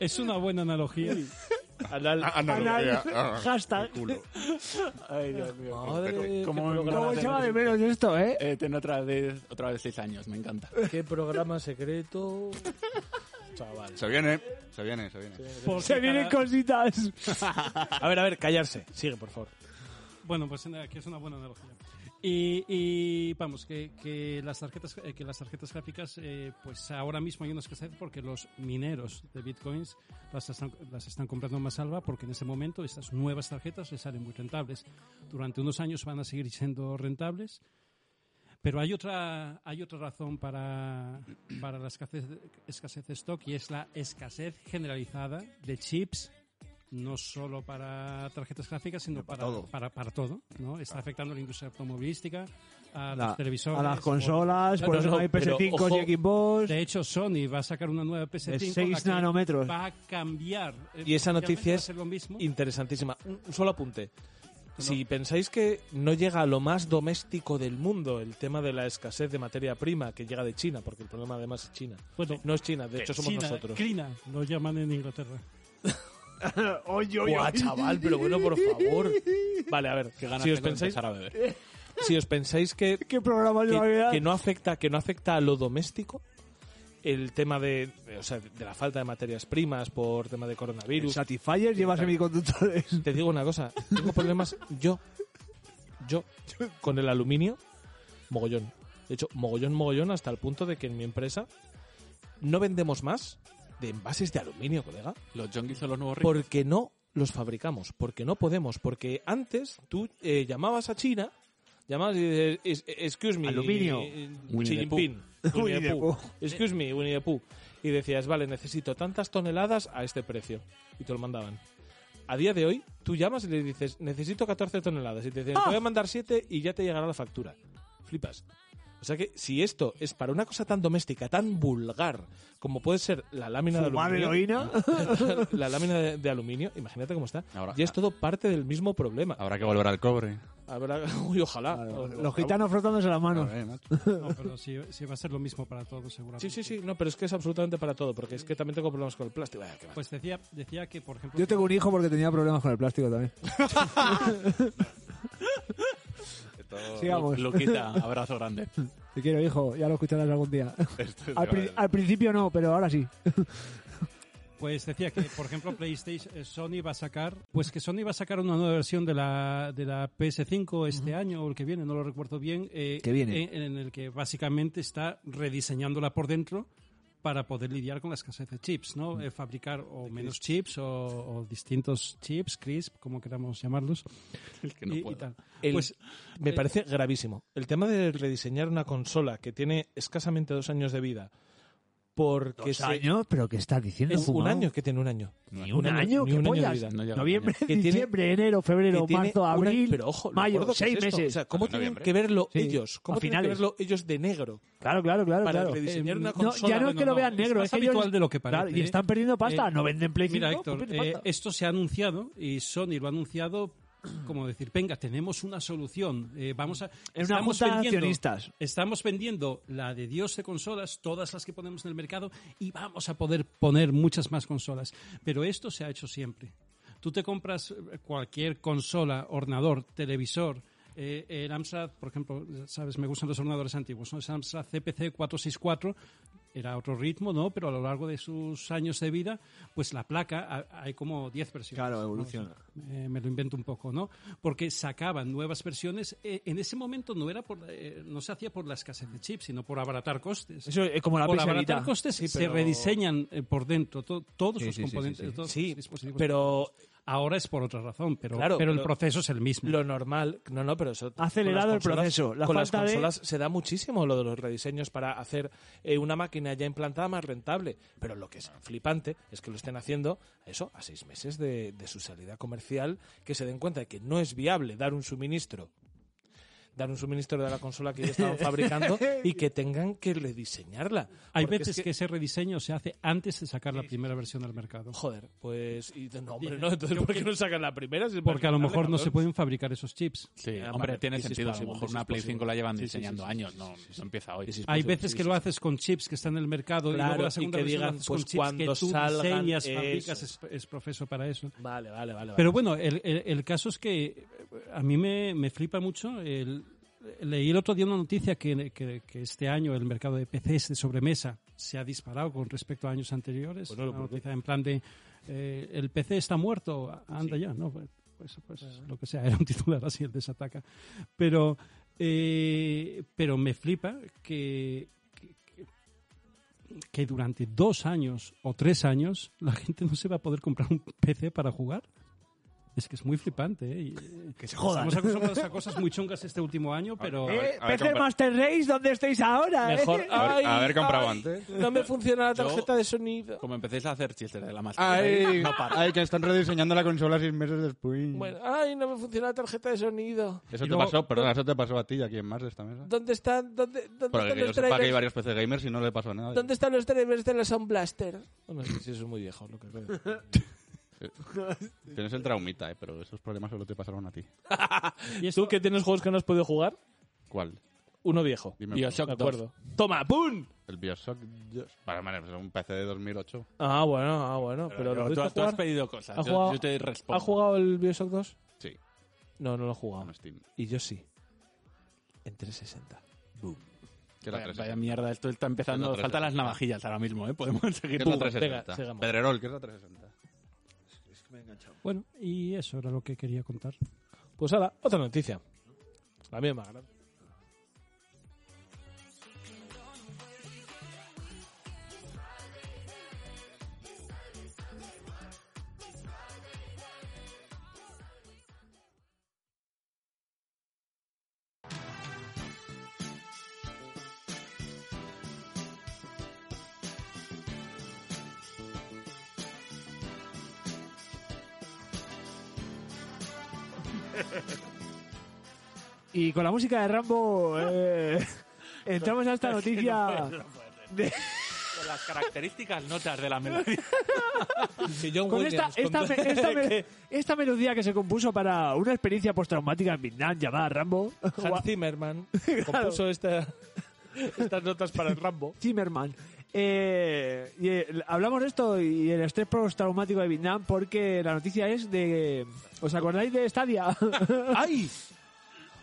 [SPEAKER 4] Es una buena analogía.
[SPEAKER 1] Anal-
[SPEAKER 9] Analogía. Ah,
[SPEAKER 3] Hashtag.
[SPEAKER 9] culo.
[SPEAKER 1] Ay, Dios mío.
[SPEAKER 9] Pero,
[SPEAKER 1] Madre,
[SPEAKER 2] ¿cómo-
[SPEAKER 1] qué
[SPEAKER 2] cómo
[SPEAKER 1] programa
[SPEAKER 3] ¿Cómo
[SPEAKER 2] se
[SPEAKER 3] echaba de
[SPEAKER 1] secreto.
[SPEAKER 3] menos esto, eh?
[SPEAKER 2] Eh, tengo otra vez, otra vez seis años, me encanta.
[SPEAKER 1] Qué programa secreto. Chaval.
[SPEAKER 9] Se viene, se viene, se viene.
[SPEAKER 4] Porque
[SPEAKER 3] Se vienen
[SPEAKER 4] cada-
[SPEAKER 3] cositas.
[SPEAKER 1] A ver, a ver, callarse. Sigue, por favor.
[SPEAKER 4] Bueno, pues nada, que es una buena analogía. Y, y, vamos, que, que las tarjetas eh, que las tarjetas gráficas, eh, pues ahora mismo hay una escasez porque los mineros de bitcoins las están, las están comprando más salva porque en ese momento estas nuevas tarjetas les salen muy rentables. Durante unos años van a seguir siendo rentables, pero hay otra, hay otra razón para, para la escasez, de- escasez de stock y es la escasez generalizada de chips no solo para tarjetas gráficas, sino para,
[SPEAKER 9] todo.
[SPEAKER 4] para, para todo, ¿no? Está afectando a la industria automovilística, a
[SPEAKER 3] La-
[SPEAKER 4] los televisores.
[SPEAKER 3] a las consolas, por
[SPEAKER 1] No,
[SPEAKER 3] eso
[SPEAKER 1] no,
[SPEAKER 3] no hay
[SPEAKER 1] pero,
[SPEAKER 3] PS5
[SPEAKER 1] ojo,
[SPEAKER 3] y Xbox.
[SPEAKER 4] De hecho, Sony va a sacar una nueva PS5
[SPEAKER 3] De seis
[SPEAKER 4] la que
[SPEAKER 3] nanómetros.
[SPEAKER 4] Va a cambiar. eh,
[SPEAKER 1] Y esa
[SPEAKER 4] realmente
[SPEAKER 1] noticia
[SPEAKER 4] va a
[SPEAKER 1] es
[SPEAKER 4] ser lo mismo.
[SPEAKER 1] Interesantísima. Un un solo apunte. Si pensáis que no llega a lo más doméstico del mundo el tema de la escasez de materia prima que llega de China, porque el problema además es China.
[SPEAKER 4] Bueno,
[SPEAKER 1] no es China, de hecho somos
[SPEAKER 4] China,
[SPEAKER 1] nosotros.
[SPEAKER 4] Crina, lo llaman en Inglaterra.
[SPEAKER 1] Buah, chaval, pero bueno, por favor. Vale, a ver,
[SPEAKER 2] Qué ganas
[SPEAKER 1] si os
[SPEAKER 2] tengo de
[SPEAKER 1] pensáis,
[SPEAKER 2] empezar a beber.
[SPEAKER 1] si os pensáis que, que,
[SPEAKER 3] ¿Qué programa yo había?
[SPEAKER 1] que no afecta, que no afecta a lo doméstico, el tema de, de- o sea, de la falta de materias primas por tema de
[SPEAKER 3] El
[SPEAKER 1] coronavirus.
[SPEAKER 3] Satisfyer lleva semiconductores.
[SPEAKER 1] Te digo una cosa, tengo problemas yo, yo, con el aluminio, mogollón. De hecho, mogollón, mogollón, hasta el punto de que en mi empresa no vendemos más de envases de aluminio, colega,
[SPEAKER 2] Los junkies son los nuevos ricos.
[SPEAKER 1] porque no los fabricamos, porque no podemos, porque antes tú eh, llamabas a China, llamabas y dices, "Es- excuse me,
[SPEAKER 3] Aluminio.
[SPEAKER 1] eh,
[SPEAKER 2] Winnie
[SPEAKER 1] Xi
[SPEAKER 2] the
[SPEAKER 1] Jinping, Winnie the
[SPEAKER 3] Winnie the
[SPEAKER 1] Pooh, excuse me, Winnie the Pooh, y decías, vale, necesito tantas toneladas a este precio, y te lo mandaban. A día de hoy, tú llamas y le dices, necesito 14 toneladas. Y te dicen, te voy a mandar 7 y ya te llegará la factura. Flipas. O sea que si esto es para una cosa tan doméstica, tan vulgar, como puede ser la lámina
[SPEAKER 3] Fumar
[SPEAKER 1] de aluminio,
[SPEAKER 3] heroína.
[SPEAKER 1] la lámina de, de aluminio, imagínate cómo está,
[SPEAKER 9] Ahora-
[SPEAKER 1] ya es todo parte del mismo problema.
[SPEAKER 9] Habrá que volver al cobre.
[SPEAKER 1] Habrá, uy, ojalá. O-
[SPEAKER 3] Los gitanos frotándose las
[SPEAKER 9] A
[SPEAKER 3] manos.
[SPEAKER 9] ver, macho.
[SPEAKER 4] No, pero sí, sí va a ser lo mismo para todos, seguramente.
[SPEAKER 1] Sí, sí, sí, no, pero es que es absolutamente para todo, porque es que también tengo problemas con el plástico. Ah, qué va.
[SPEAKER 4] Pues decía, decía que, por ejemplo...
[SPEAKER 3] Yo tengo un hijo porque tenía problemas con el plástico también.
[SPEAKER 9] Esto-
[SPEAKER 3] Sigamos.
[SPEAKER 2] Luquita, abrazo grande.
[SPEAKER 3] Te quiero, hijo. Ya lo escucharás algún día.
[SPEAKER 9] esto es
[SPEAKER 3] Al, pri-
[SPEAKER 9] grave.
[SPEAKER 3] al principio no, pero ahora sí.
[SPEAKER 4] Pues decía que, por ejemplo, PlayStation, eh, Sony va a sacar, pues que Sony va a sacar una nueva versión de la, de la PS5 este año o el que viene, no lo recuerdo bien. eh,
[SPEAKER 3] Que viene.
[SPEAKER 4] En, en el que básicamente está rediseñándola por dentro para poder lidiar con la escasez de chips, ¿no? Eh, fabricar o menos chips o, o distintos chips, crisp, como queramos llamarlos.
[SPEAKER 2] Es que no
[SPEAKER 4] y- y
[SPEAKER 2] puedo.
[SPEAKER 4] tal.
[SPEAKER 1] El-
[SPEAKER 4] Pues
[SPEAKER 1] Me
[SPEAKER 4] eh,
[SPEAKER 1] parece gravísimo. El tema de rediseñar una consola que tiene escasamente dos años de vida, porque se-
[SPEAKER 3] años? ¿Pero qué estás diciendo?
[SPEAKER 1] es un
[SPEAKER 3] fumado?
[SPEAKER 1] año que tiene un año.
[SPEAKER 3] ¿Ni un año?
[SPEAKER 1] ni
[SPEAKER 3] ¿Qué
[SPEAKER 1] un año de
[SPEAKER 3] pollas?
[SPEAKER 1] vida.
[SPEAKER 2] No llega un
[SPEAKER 3] Noviembre,
[SPEAKER 1] Que tiene-
[SPEAKER 3] diciembre, enero, febrero,
[SPEAKER 1] que tiene
[SPEAKER 3] marzo,
[SPEAKER 1] una-
[SPEAKER 3] abril,
[SPEAKER 1] pero ojo, lo gordo
[SPEAKER 3] mayo,
[SPEAKER 1] que
[SPEAKER 3] seis
[SPEAKER 1] es esto. O
[SPEAKER 3] meses.
[SPEAKER 1] sea, ¿cómo
[SPEAKER 2] Hasta
[SPEAKER 1] tienen
[SPEAKER 2] noviembre.
[SPEAKER 1] que verlo
[SPEAKER 3] Sí,
[SPEAKER 1] ellos? ¿Cómo
[SPEAKER 3] a
[SPEAKER 1] tienen que
[SPEAKER 3] finales.
[SPEAKER 1] verlo ellos de negro?
[SPEAKER 3] claro, claro, claro.
[SPEAKER 1] para
[SPEAKER 3] claro.
[SPEAKER 1] rediseñar
[SPEAKER 4] Eh,
[SPEAKER 1] una
[SPEAKER 4] no,
[SPEAKER 1] consola.
[SPEAKER 3] ya no es
[SPEAKER 4] bueno,
[SPEAKER 3] que lo
[SPEAKER 4] no,
[SPEAKER 3] vean
[SPEAKER 4] es
[SPEAKER 3] negro,
[SPEAKER 4] más
[SPEAKER 3] es que
[SPEAKER 4] habitual
[SPEAKER 3] ellos-
[SPEAKER 4] de lo que parece,
[SPEAKER 3] Claro, y
[SPEAKER 4] ¿eh?
[SPEAKER 3] están perdiendo pasta,
[SPEAKER 4] Eh,
[SPEAKER 3] no venden Play
[SPEAKER 4] Mira,
[SPEAKER 3] 5,
[SPEAKER 4] Héctor,
[SPEAKER 3] pues
[SPEAKER 4] eh,
[SPEAKER 3] venden pasta.
[SPEAKER 4] esto se ha anunciado y Sony lo ha anunciado como decir, venga, tenemos una solución. eh, vamos a.
[SPEAKER 3] Es una
[SPEAKER 4] estamos
[SPEAKER 3] junta de
[SPEAKER 4] vendiendo-
[SPEAKER 3] accionistas.
[SPEAKER 4] Estamos vendiendo la de Dios de consolas, todas las que ponemos en el mercado, y vamos a poder poner muchas más consolas. Pero esto se ha hecho siempre. Tú te compras eh, cualquier consola, ordenador, televisor. eh, el Amstrad, por ejemplo, sabes, me gustan los ordenadores antiguos, ¿no? Es Amstrad CPC 464, era otro ritmo, ¿no? Pero a lo largo de sus años de vida, pues la placa, ha- hay como 10 versiones. ¿no? Eh, me lo invento un poco, ¿no? Porque sacaban nuevas versiones. eh, en ese momento no era por, eh, no se hacía por la escasez de chips, sino por abaratar costes.
[SPEAKER 3] Eso es como la
[SPEAKER 4] por
[SPEAKER 3] PS Vita.
[SPEAKER 4] abaratar costes
[SPEAKER 1] Sí,
[SPEAKER 4] se
[SPEAKER 1] pero-
[SPEAKER 4] rediseñan eh, por dentro to- todos
[SPEAKER 9] Sí,
[SPEAKER 4] los
[SPEAKER 9] sí, sí,
[SPEAKER 4] componentes,
[SPEAKER 9] sí, sí.
[SPEAKER 4] todos
[SPEAKER 1] Sí,
[SPEAKER 4] los dispositivos.
[SPEAKER 1] pero
[SPEAKER 4] ahora es por otra razón, pero,
[SPEAKER 1] Claro,
[SPEAKER 4] pero el
[SPEAKER 1] pero-
[SPEAKER 4] proceso es el mismo.
[SPEAKER 1] lo normal, no, no, pero eso
[SPEAKER 3] Ha acelerado
[SPEAKER 1] con las
[SPEAKER 3] el
[SPEAKER 1] consolas-
[SPEAKER 3] proceso. La
[SPEAKER 1] con las
[SPEAKER 3] falta de-
[SPEAKER 1] consolas se da muchísimo lo de los rediseños para hacer eh, una máquina ya implantada más rentable. Pero lo que es flipante es que lo estén haciendo eso a seis meses de, de su salida comercial, que se den cuenta de que no es viable dar un suministro dar un suministro de la consola que ya estaban fabricando y que tengan que rediseñarla.
[SPEAKER 4] Hay
[SPEAKER 1] Porque es
[SPEAKER 4] veces que... ese rediseño se hace antes de sacar la primera versión al mercado.
[SPEAKER 1] Joder, pues... y de- no, hombre, no, entonces ¿por qué no sacan la primera? Si es
[SPEAKER 4] Porque a lo
[SPEAKER 1] rentable,
[SPEAKER 4] mejor no se
[SPEAKER 1] cabrón.
[SPEAKER 4] pueden fabricar esos chips.
[SPEAKER 2] Sí,
[SPEAKER 1] Eh,
[SPEAKER 2] hombre,
[SPEAKER 1] vale,
[SPEAKER 2] tiene
[SPEAKER 1] this is
[SPEAKER 2] sentido. A lo
[SPEAKER 1] possible,
[SPEAKER 2] mejor
[SPEAKER 1] this
[SPEAKER 2] una
[SPEAKER 1] is
[SPEAKER 2] Play
[SPEAKER 1] possible.
[SPEAKER 2] 5 la llevan
[SPEAKER 1] Sí, sí, sí,
[SPEAKER 2] diseñando
[SPEAKER 1] sí, sí,
[SPEAKER 2] años,
[SPEAKER 1] sí,
[SPEAKER 2] no,
[SPEAKER 1] sí, sí.
[SPEAKER 2] no empieza hoy.
[SPEAKER 1] This is
[SPEAKER 4] Hay
[SPEAKER 1] possible,
[SPEAKER 4] veces
[SPEAKER 1] sí,
[SPEAKER 4] que
[SPEAKER 1] sí,
[SPEAKER 4] lo
[SPEAKER 1] sí.
[SPEAKER 4] haces con chips que están en el mercado y
[SPEAKER 1] Claro,
[SPEAKER 4] luego la
[SPEAKER 1] y
[SPEAKER 4] segunda
[SPEAKER 1] que
[SPEAKER 4] versión la
[SPEAKER 1] digan,
[SPEAKER 4] haces
[SPEAKER 1] pues,
[SPEAKER 4] con chips
[SPEAKER 1] cuando
[SPEAKER 4] que tú
[SPEAKER 1] salgan,
[SPEAKER 4] diseñas,
[SPEAKER 1] eso.
[SPEAKER 4] fabricas, es, es profeso para eso.
[SPEAKER 1] Vale, vale, vale.
[SPEAKER 4] Pero bueno, el, el- el caso es que eh, a mí me, me flipa mucho. el- leí el otro día una noticia que, que- que este año el mercado de PCs de sobremesa se ha disparado con respecto a años anteriores.
[SPEAKER 1] Bueno,
[SPEAKER 4] Una
[SPEAKER 1] ¿por qué?
[SPEAKER 4] noticia en plan de eh, el PC está muerto, anda ya, ¿no? Pues, pues, pues,
[SPEAKER 1] Ah.
[SPEAKER 4] lo que sea, era un titular así, el desataca. Pero, eh, pero me flipa que, que- que- que durante dos años o tres años la gente no se va a poder comprar un PC para jugar. Es que es muy flipante, ¿eh? Y, eh,
[SPEAKER 3] Que se jodan.
[SPEAKER 4] Estamos acostumbrados a cosas muy chungas este último año, pero...
[SPEAKER 9] A ver,
[SPEAKER 3] Eh,
[SPEAKER 9] a ver,
[SPEAKER 3] PC
[SPEAKER 9] compa-
[SPEAKER 3] Master Race, ¿dónde estáis ahora?
[SPEAKER 1] Mejor Ah,
[SPEAKER 3] eh?
[SPEAKER 9] A ver- a ver, comprado
[SPEAKER 1] ay,
[SPEAKER 9] antes.
[SPEAKER 1] No me funciona la
[SPEAKER 2] Yo-
[SPEAKER 1] tarjeta de sonido.
[SPEAKER 2] Como empecéis a hacer chistes de la máscara,
[SPEAKER 9] Ay,
[SPEAKER 2] no para.
[SPEAKER 9] ay, que están rediseñando la consola seis meses después.
[SPEAKER 1] Bueno, ay, no me funciona la tarjeta de sonido.
[SPEAKER 9] Eso
[SPEAKER 4] Y
[SPEAKER 9] te
[SPEAKER 4] luego-
[SPEAKER 9] pasó, perdona, eso te pasó a ti y a quién más de esta mesa.
[SPEAKER 1] ¿Dónde están, dónde, dónde
[SPEAKER 9] Para
[SPEAKER 1] están
[SPEAKER 9] que yo
[SPEAKER 1] los
[SPEAKER 9] sepa que hay
[SPEAKER 1] drivers?
[SPEAKER 9] varios PC gamers y no le pasó nada.
[SPEAKER 1] ¿Dónde están los drivers de la Sound Blaster? Bueno, sí, sí, eso es muy viejo lo que creo.
[SPEAKER 9] Tienes el traumita, eh, pero esos problemas solo te pasaron a ti.
[SPEAKER 4] ¿Y esto-
[SPEAKER 1] ¿Tú que tienes juegos que no has podido jugar?
[SPEAKER 9] ¿Cuál?
[SPEAKER 1] Uno viejo.
[SPEAKER 9] Dime.
[SPEAKER 2] Bioshock
[SPEAKER 1] De
[SPEAKER 2] 2.
[SPEAKER 1] acuerdo. ¡Toma! ¡Pum!
[SPEAKER 9] El Bioshock. Dios. Para vale, pues es un PC de 2008.
[SPEAKER 1] Ah, bueno, ah, bueno. Pero,
[SPEAKER 2] Pero
[SPEAKER 1] ¿lo
[SPEAKER 2] tú,
[SPEAKER 1] has
[SPEAKER 2] tú has
[SPEAKER 1] jugar?
[SPEAKER 2] pedido cosas.
[SPEAKER 1] ¿Has
[SPEAKER 2] Yo,
[SPEAKER 1] jugado-
[SPEAKER 2] yo te
[SPEAKER 1] ¿Ha
[SPEAKER 2] respondo.
[SPEAKER 1] jugado el Bioshock 2?
[SPEAKER 9] Sí,
[SPEAKER 1] No, no lo he jugado.
[SPEAKER 9] con Steam.
[SPEAKER 1] Y yo sí. En 360.
[SPEAKER 9] ¿Qué era
[SPEAKER 2] Vaya,
[SPEAKER 9] 360?
[SPEAKER 2] vaya mierda, esto está empezando.
[SPEAKER 9] Es la
[SPEAKER 2] Faltan
[SPEAKER 9] 360.
[SPEAKER 2] las navajillas ahora mismo, ¿eh? Podemos
[SPEAKER 9] ¿Qué
[SPEAKER 2] seguir.
[SPEAKER 9] es la
[SPEAKER 1] Venga,
[SPEAKER 9] 360?
[SPEAKER 1] sigamos.
[SPEAKER 9] Pedrerol, ¿qué es la 360?
[SPEAKER 4] Bueno, y eso era lo que quería contar.
[SPEAKER 1] Pues ahora, otra noticia. La misma, grande.
[SPEAKER 3] Y con la música de Rambo eh, entramos a esta noticia de,
[SPEAKER 2] las características notas de la melodía.
[SPEAKER 1] Si John
[SPEAKER 3] Con esta,
[SPEAKER 1] Williams
[SPEAKER 3] esta,
[SPEAKER 1] con-
[SPEAKER 3] me- esta me- esta melodía que se compuso para una experiencia postraumática en Vietnam llamada Rambo.
[SPEAKER 1] Hans Zimmerman compuso esta- estas notas para el Rambo.
[SPEAKER 3] Zimmerman. Eh, y, eh, hablamos de esto y el estrés postraumático de Vietnam porque la noticia es de... ¿Os acordáis de Stadia?
[SPEAKER 1] ¡Ay!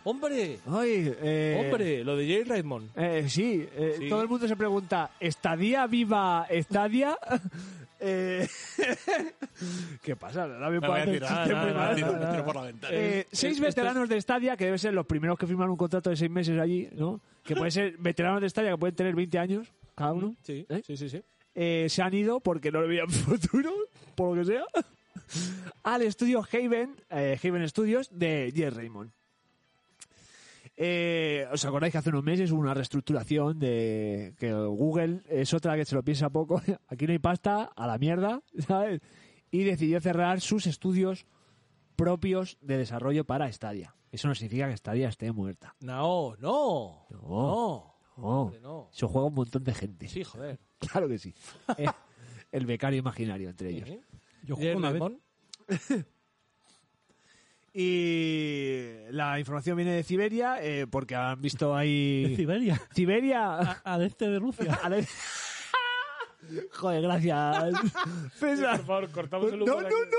[SPEAKER 1] ¡Hombre!
[SPEAKER 3] Ay, eh,
[SPEAKER 1] ¡Hombre! Lo de Jay Raymond.
[SPEAKER 3] eh, sí, eh,
[SPEAKER 1] Sí.
[SPEAKER 3] todo el mundo se pregunta, ¿Estadía viva Stadia? Eh, ¿Qué pasa? Ahora me puedo hacer chiste muy mal.
[SPEAKER 2] la ventana.
[SPEAKER 3] Eh,
[SPEAKER 1] Es-
[SPEAKER 3] seis
[SPEAKER 1] es-
[SPEAKER 3] veteranos de Stadia, que deben ser los primeros que firman un contrato de seis meses allí, ¿no? Que pueden ser veteranos de Stadia que pueden tener 20 años cada uno.
[SPEAKER 1] Sí,
[SPEAKER 3] ¿Eh?
[SPEAKER 1] sí, sí, sí.
[SPEAKER 3] Eh, se han ido porque no le veían futuro, por lo que sea, al estudio Haven, eh, Haven Studios de Jess Raymond. Eh, ¿Os acordáis que hace unos meses hubo una reestructuración de que Google es otra que se lo piensa poco? Aquí no hay pasta, a la mierda, ¿sabes? Y decidió cerrar sus estudios propios de desarrollo para Stadia. Eso no significa que Stadia esté muerta.
[SPEAKER 1] No, no.
[SPEAKER 3] No.
[SPEAKER 1] No.
[SPEAKER 3] No,
[SPEAKER 1] hombre, no.
[SPEAKER 3] eso juega un montón de gente.
[SPEAKER 1] Sí, joder.
[SPEAKER 3] Claro que sí. Eh, el becario imaginario entre ellos.
[SPEAKER 1] Sí.
[SPEAKER 4] Yo jugué
[SPEAKER 1] Jay
[SPEAKER 4] una vez.
[SPEAKER 1] Raymond.
[SPEAKER 3] Y la información viene de Siberia, eh, porque han visto
[SPEAKER 4] En
[SPEAKER 3] ahí.
[SPEAKER 4] Siberia,
[SPEAKER 3] Siberia.
[SPEAKER 4] al este de Rusia.
[SPEAKER 3] A la- Joder, gracias. César.
[SPEAKER 1] Por favor, cortamos
[SPEAKER 3] No,
[SPEAKER 1] el
[SPEAKER 3] Pues no,
[SPEAKER 1] humo
[SPEAKER 3] no,
[SPEAKER 1] de aquí.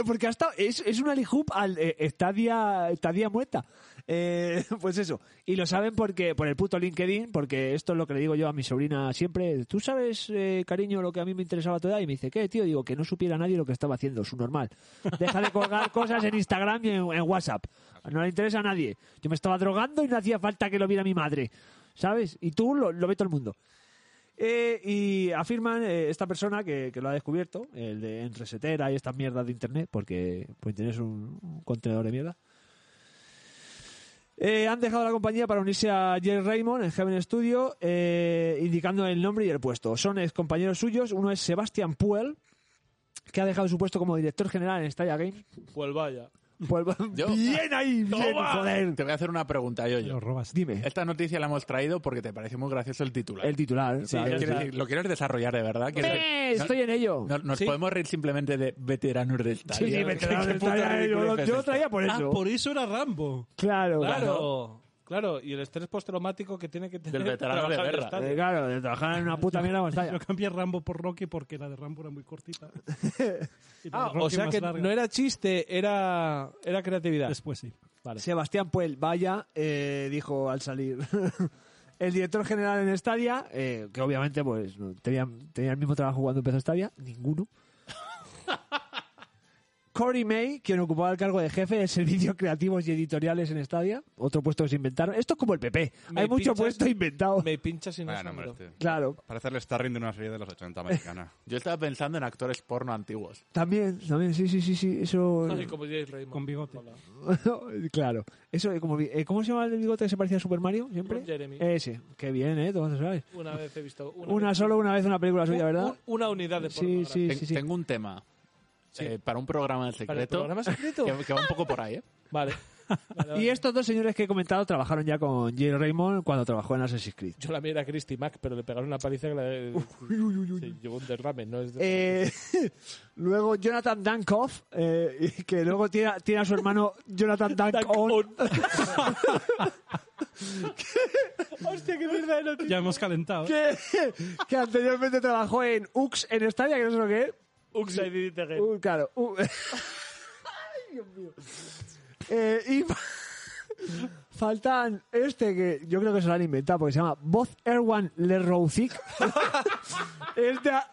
[SPEAKER 3] no, eh, porque ha estado- es, es una lijup al eh, estadia, estadia muerta. Eh, pues eso. Y lo saben porque por el puto LinkedIn, porque esto es lo que le digo yo a mi sobrina siempre. Tú sabes, eh, cariño, lo que a mí me interesaba a tu edad. Y me dice, ¿qué, tío? Digo, que no supiera nadie lo que estaba haciendo, su normal. Deja de colgar cosas en Instagram y en, en WhatsApp. No le interesa a nadie. Yo me estaba drogando y no hacía falta que lo viera mi madre. ¿Sabes? Y tú lo, lo ve todo el mundo. Eh, y afirman eh, esta persona que, que lo ha descubierto, el de en resetera y estas mierdas de internet, porque pues tienes un, un contenedor de mierda. Eh, han dejado la compañía para unirse a Jerry Raymond en Heaven Studio, eh, indicando el nombre y el puesto. Son ex compañeros suyos, uno es Sebastian Puel, que ha dejado su puesto como director general en Stadia Games.
[SPEAKER 1] Pues vaya.
[SPEAKER 3] Puel,
[SPEAKER 2] Yo-
[SPEAKER 3] bien ahí, bien, joder.
[SPEAKER 2] Te voy a hacer una pregunta, yo,
[SPEAKER 4] Lo robas.
[SPEAKER 3] Dime,
[SPEAKER 2] Esta noticia la hemos traído porque te parece muy gracioso el titular.
[SPEAKER 3] el titular.
[SPEAKER 2] Sí,
[SPEAKER 3] claro.
[SPEAKER 2] quiero decir, ¿Lo quieres desarrollar de verdad? Quiero decir,
[SPEAKER 3] Eh, estoy en ello.
[SPEAKER 2] no- nos
[SPEAKER 1] Sí.
[SPEAKER 2] podemos reír simplemente de veteranos de estadio.
[SPEAKER 3] Sí, sí, me traía- me traía- yo, lo- yo lo traía por
[SPEAKER 4] Ah,
[SPEAKER 3] eso.
[SPEAKER 4] por eso era Rambo.
[SPEAKER 3] Claro, claro.
[SPEAKER 1] Claro. Claro, y el estrés postraumático que tiene que tener.
[SPEAKER 2] Del veterano de
[SPEAKER 1] trabajar en
[SPEAKER 2] guerra.
[SPEAKER 1] estadio.
[SPEAKER 3] Eh, claro, de trabajar en una puta mierda como
[SPEAKER 4] Yo
[SPEAKER 3] Stadia.
[SPEAKER 4] cambié Rambo por Rocky porque la de Rambo era muy cortita. Y la de
[SPEAKER 1] Ah, o
[SPEAKER 4] Rocky
[SPEAKER 1] sea
[SPEAKER 4] más
[SPEAKER 1] que
[SPEAKER 4] larga.
[SPEAKER 1] no era chiste, era, era creatividad.
[SPEAKER 4] Después sí.
[SPEAKER 1] Vale.
[SPEAKER 3] Sebastián Puel, vaya, eh, dijo al salir. el director general en Stadia, eh, que obviamente pues no, tenía, tenía el mismo trabajo cuando empezó Stadia, ninguno. Cory May, quien ocupaba el cargo de jefe de servicios creativos y editoriales en Stadia, otro puesto que se inventaron. Esto es como el PP,
[SPEAKER 1] Me
[SPEAKER 3] hay mucho
[SPEAKER 1] pinchas-
[SPEAKER 3] puesto inventado.
[SPEAKER 1] Me pincha sin
[SPEAKER 9] Bueno, hombre,
[SPEAKER 1] asombro.
[SPEAKER 9] este-
[SPEAKER 3] Claro,
[SPEAKER 9] Parece el starring de una serie de los 80 americana.
[SPEAKER 2] Yo estaba pensando en actores porno antiguos.
[SPEAKER 3] también, también, sí, sí, sí, sí, eso...
[SPEAKER 1] Ay, como Jay Raymond.
[SPEAKER 4] Con bigote.
[SPEAKER 1] Hola.
[SPEAKER 3] claro. Eso, eh, como, vi- eh, ¿Cómo se llama el del bigote que se parecía a Super Mario siempre?
[SPEAKER 1] Ron Jeremy.
[SPEAKER 3] Ese. Qué bien, ¿eh? Todos lo sabes.
[SPEAKER 1] Una vez he visto. Una,
[SPEAKER 3] Una
[SPEAKER 1] vez-
[SPEAKER 3] solo, una vez una película
[SPEAKER 1] un-
[SPEAKER 3] suya, ¿verdad?
[SPEAKER 1] un- una unidad de
[SPEAKER 3] Sí,
[SPEAKER 1] porno.
[SPEAKER 3] sí,
[SPEAKER 2] Ten-
[SPEAKER 3] sí, sí.
[SPEAKER 2] Tengo un tema
[SPEAKER 1] Sí.
[SPEAKER 2] eh, para un programa
[SPEAKER 1] ¿Para el
[SPEAKER 2] secreto,
[SPEAKER 1] programa secreto?
[SPEAKER 2] que, que va un poco por ahí. ¿eh?
[SPEAKER 1] Vale. Vale, vale.
[SPEAKER 3] Y estos dos señores que he comentado trabajaron ya con Jay Raymond cuando trabajó en Assassin's Creed.
[SPEAKER 1] Yo la mía era Christy Mack, pero le pegaron una paliza que la... se llevó un derrame. No es de-
[SPEAKER 3] Eh, luego Jonathan Dankoff, eh, y que luego tiene, a- tiene a su hermano Jonathan Dankon. Hostia, qué mierda de noticia.
[SPEAKER 4] Ya hemos calentado. ¿eh?
[SPEAKER 3] Que, que anteriormente trabajó en UX en Stadia, que no sé lo que es.
[SPEAKER 1] Uxa y Didit Again.
[SPEAKER 3] Uh, claro. uh. Ay, Dios mío. Eh, y fa- faltan este que yo creo que se lo han inventado porque se llama Voz Erwan Lerouzic. este ha-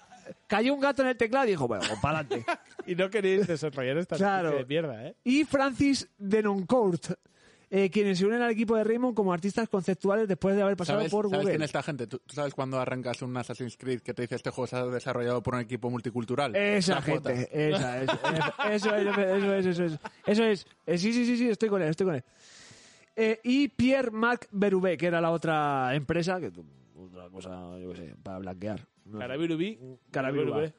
[SPEAKER 3] cayó un gato en el teclado y dijo, bueno, pues para adelante.
[SPEAKER 1] Y no queréis desarrollar esta
[SPEAKER 3] Claro.
[SPEAKER 1] especie de mierda, ¿eh?
[SPEAKER 3] Y Francis Denoncourt, eh, quienes se unen al equipo de Raymond como artistas conceptuales después de haber pasado
[SPEAKER 2] ¿Sabes,
[SPEAKER 3] por
[SPEAKER 2] sabes
[SPEAKER 3] Google.
[SPEAKER 2] quién es esta gente? ¿Tú, tú sabes cuando arrancas un Assassin's Creed que te dice este juego se ha desarrollado por un equipo multicultural?
[SPEAKER 3] Esa
[SPEAKER 2] Esa jota.
[SPEAKER 3] gente, esa, esa, eso, es, eso es, eso es, eso es, Eh, sí, sí, sí, sí, estoy con él, estoy con él. Eh, y Pierre Marc Berube, que era la otra empresa, que tu- otra cosa, yo qué sé, para blanquear. no sé.
[SPEAKER 1] Carabirubí.
[SPEAKER 3] Carabiru,
[SPEAKER 1] Carabirubé.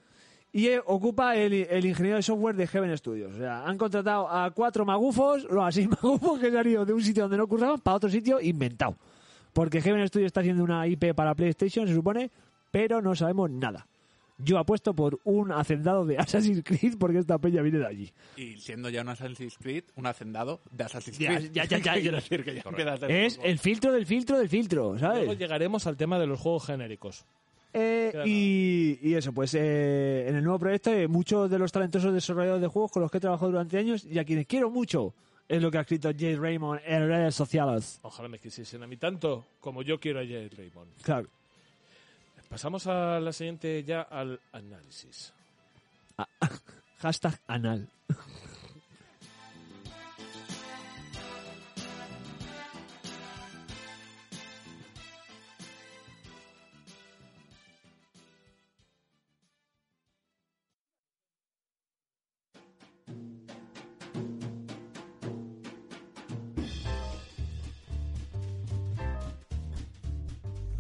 [SPEAKER 3] Y eh, ocupa el, el ingeniero de software de Heaven Studios. O sea, han contratado a cuatro magufos, no, a seis magufos que se han ido de un sitio donde no curraban para otro sitio inventado. Porque Heaven Studios está haciendo una IP para PlayStation, se supone, pero no sabemos nada. Yo apuesto por un hacendado de Assassin's Creed porque esta peña viene de allí.
[SPEAKER 2] Y siendo ya un Assassin's Creed, un hacendado de Assassin's
[SPEAKER 3] Ya,
[SPEAKER 2] Creed.
[SPEAKER 3] ya, ya, ya.
[SPEAKER 2] Quiero decir que ya empieza a ser
[SPEAKER 3] Es
[SPEAKER 2] un poco-
[SPEAKER 3] el filtro del filtro del filtro,
[SPEAKER 1] Luego
[SPEAKER 3] ¿sabes?
[SPEAKER 1] llegaremos al tema de los juegos genéricos.
[SPEAKER 3] Eh,
[SPEAKER 1] Queda
[SPEAKER 3] y, y eso, pues eh, en el nuevo proyecto eh, muchos de los talentosos desarrolladores de juegos con los que he trabajado durante años y a quienes quiero mucho es lo que ha escrito Jay Raymond en redes sociales.
[SPEAKER 1] Ojalá me quisiesen a mí tanto como yo quiero a Jay Raymond.
[SPEAKER 3] Claro.
[SPEAKER 1] Pasamos a la siguiente ya al análisis.
[SPEAKER 3] Hashtag anal.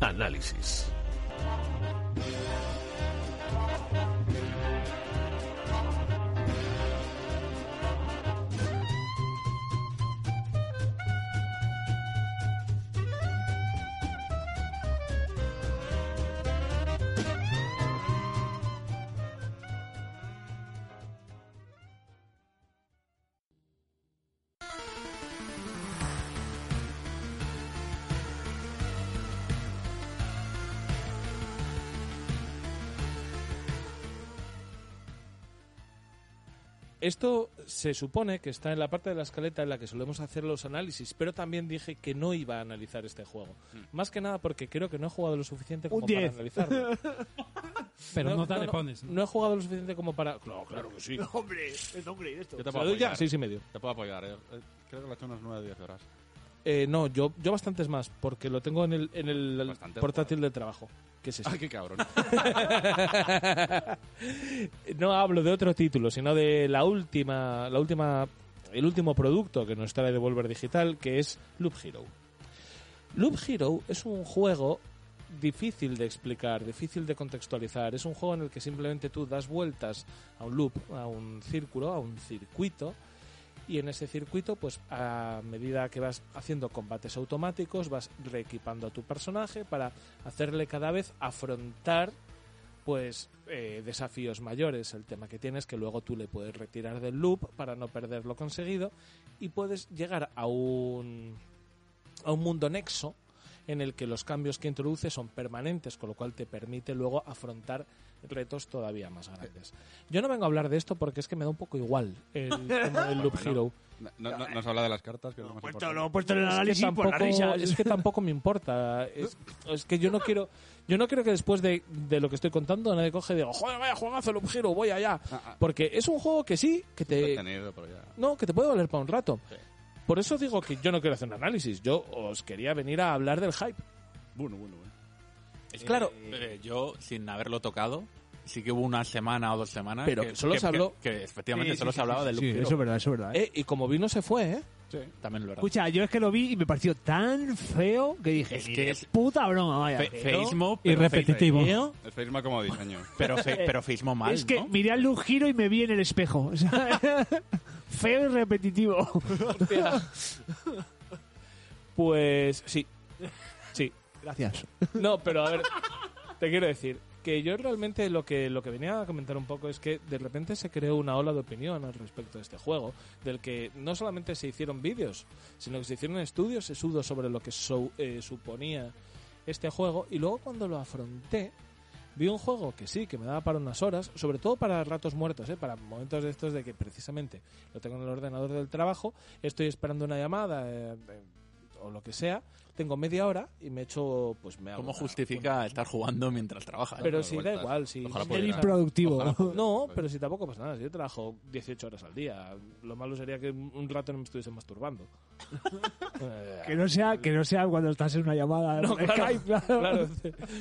[SPEAKER 10] Análisis.
[SPEAKER 1] Esto se supone que está en la parte de la escaleta en la que solemos hacer los análisis, pero también dije que no iba a analizar este juego.
[SPEAKER 9] Mm.
[SPEAKER 1] Más que nada porque creo que no he jugado lo suficiente como
[SPEAKER 3] Un
[SPEAKER 1] para
[SPEAKER 3] 10.
[SPEAKER 1] analizarlo.
[SPEAKER 4] Pero no, te le pones.
[SPEAKER 1] No he jugado lo suficiente como para. No, claro que sí.
[SPEAKER 3] Hombre, es hombre esto.
[SPEAKER 9] Yo te
[SPEAKER 1] ¿Se
[SPEAKER 9] puedo
[SPEAKER 1] lo doy ya?
[SPEAKER 9] apoyar.
[SPEAKER 1] Seis y medio.
[SPEAKER 9] Te puedo apoyar. eh. Eh, Creo que lo he hecho unas 9 o 10 horas.
[SPEAKER 1] Eh, no, yo, yo bastantes más, porque lo tengo en el, en el
[SPEAKER 9] Bastante,
[SPEAKER 1] portátil de trabajo. ¿Qué es este. eso?
[SPEAKER 9] Ay, qué cabrón.
[SPEAKER 1] no hablo de otro título, sino de la última, la última, el último producto que nos trae Devolver Digital, que es Loop Hero. Loop Hero es un juego difícil de explicar, difícil de contextualizar. Es un juego en el que simplemente tú das vueltas a un loop, a un círculo, a un circuito. Y en ese circuito, pues a medida que vas haciendo combates automáticos, vas reequipando a tu personaje para hacerle cada vez afrontar pues eh, desafíos mayores. El tema que tienes que luego tú le puedes retirar del loop para no perder lo conseguido y puedes llegar a un a un mundo nexo en el que los cambios que introduces son permanentes, con lo cual te permite luego afrontar retos todavía más grandes. Yo no vengo a hablar de esto porque es que me da un poco igual el tema del Loop
[SPEAKER 9] Bueno,
[SPEAKER 1] Hero.
[SPEAKER 9] No, no- no- pues nos habla de las cartas, que es lo más
[SPEAKER 3] Puesto,
[SPEAKER 9] importante.
[SPEAKER 3] lo he puesto en el
[SPEAKER 1] Es que
[SPEAKER 3] análisis por pues la
[SPEAKER 1] tampoco-
[SPEAKER 3] risa.
[SPEAKER 1] Es que tampoco me importa. Es, es que yo no quiero yo no quiero que después de, de lo que estoy contando nadie coge y diga, joder, vaya juegazo el giro, voy allá. Porque es un juego que sí, que te,
[SPEAKER 9] Entretenido, Ah, pero ya.
[SPEAKER 1] no, que te puede valer para un rato.
[SPEAKER 9] Sí.
[SPEAKER 1] Por eso digo que yo no quiero hacer un análisis. Yo os quería venir a hablar del hype.
[SPEAKER 9] Bueno, bueno, bueno.
[SPEAKER 2] Es
[SPEAKER 1] Claro.
[SPEAKER 2] que, eh, yo, sin haberlo tocado, sí que hubo una semana o dos semanas.
[SPEAKER 1] Pero que solo se habló-
[SPEAKER 2] Que, que efectivamente
[SPEAKER 9] Sí, sí,
[SPEAKER 2] solo
[SPEAKER 9] sí,
[SPEAKER 2] se hablaba
[SPEAKER 9] sí,
[SPEAKER 2] de
[SPEAKER 3] Sí,
[SPEAKER 2] Loop Hero.
[SPEAKER 3] eso es verdad, eso es verdad. ¿eh?
[SPEAKER 1] Eh, y como vino se fue, ¿eh?
[SPEAKER 2] También lo era.
[SPEAKER 3] Escucha, yo es que lo vi y me pareció tan feo que dije,
[SPEAKER 2] Es
[SPEAKER 3] "Ni
[SPEAKER 2] que
[SPEAKER 3] de
[SPEAKER 2] es-
[SPEAKER 3] puta broma, vaya.
[SPEAKER 2] Fe-
[SPEAKER 3] Pero-
[SPEAKER 2] feísmo,
[SPEAKER 4] Y
[SPEAKER 2] pero
[SPEAKER 4] repetitivo.
[SPEAKER 9] El Facebook como diseño.
[SPEAKER 2] fe- pero, fe- pero feísmo mal,
[SPEAKER 3] es que
[SPEAKER 2] ¿no?
[SPEAKER 3] miré al giro y me vi en el espejo. o sea, feo y repetitivo.
[SPEAKER 1] Pues sí. Sí.
[SPEAKER 3] Gracias.
[SPEAKER 1] No, pero a ver, te quiero decir que yo realmente lo que, lo que venía a comentar un poco es que de repente se creó una ola de opinión al respecto de este juego, del que no solamente se hicieron vídeos, sino que se hicieron estudios sesudos sobre lo que so- eh, suponía este juego y luego cuando lo afronté vi un juego que sí, que me daba para unas horas, sobre todo para ratos muertos, ¿eh? para momentos de estos de que precisamente lo tengo en el ordenador del trabajo, estoy esperando una llamada eh, eh, o lo que sea, tengo media hora y me echo, pues me hago
[SPEAKER 2] ¿Cómo
[SPEAKER 1] una-
[SPEAKER 2] justifica estar jugando mientras trabajas?
[SPEAKER 1] Pero
[SPEAKER 9] Dando
[SPEAKER 1] sí, da
[SPEAKER 9] pues vueltas.
[SPEAKER 1] igual, sí.
[SPEAKER 9] Ojalá
[SPEAKER 1] Sí,
[SPEAKER 9] pudiera.
[SPEAKER 1] el
[SPEAKER 3] improductivo.
[SPEAKER 9] Ojalá pudiera.
[SPEAKER 1] No, pero si tampoco pasa nada, si yo trabajo 18 horas al día, lo malo sería que un un rato no me estuviese masturbando. Eh,
[SPEAKER 3] Que no sea, que no sea cuando estás en una llamada
[SPEAKER 1] no,
[SPEAKER 3] por
[SPEAKER 1] claro,
[SPEAKER 3] Skype, claro.
[SPEAKER 1] claro.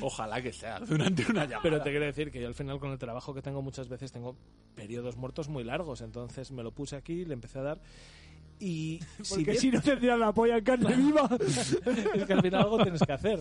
[SPEAKER 2] Ojalá que sea durante una llamada.
[SPEAKER 1] Pero te quiero decir que yo al final con el trabajo que tengo muchas veces tengo periodos muertos muy largos, entonces me lo puse aquí, le empecé a dar y si
[SPEAKER 3] Porque
[SPEAKER 1] bien-
[SPEAKER 3] si no tendrían la polla en carne viva.
[SPEAKER 1] es que al final algo tienes que hacer.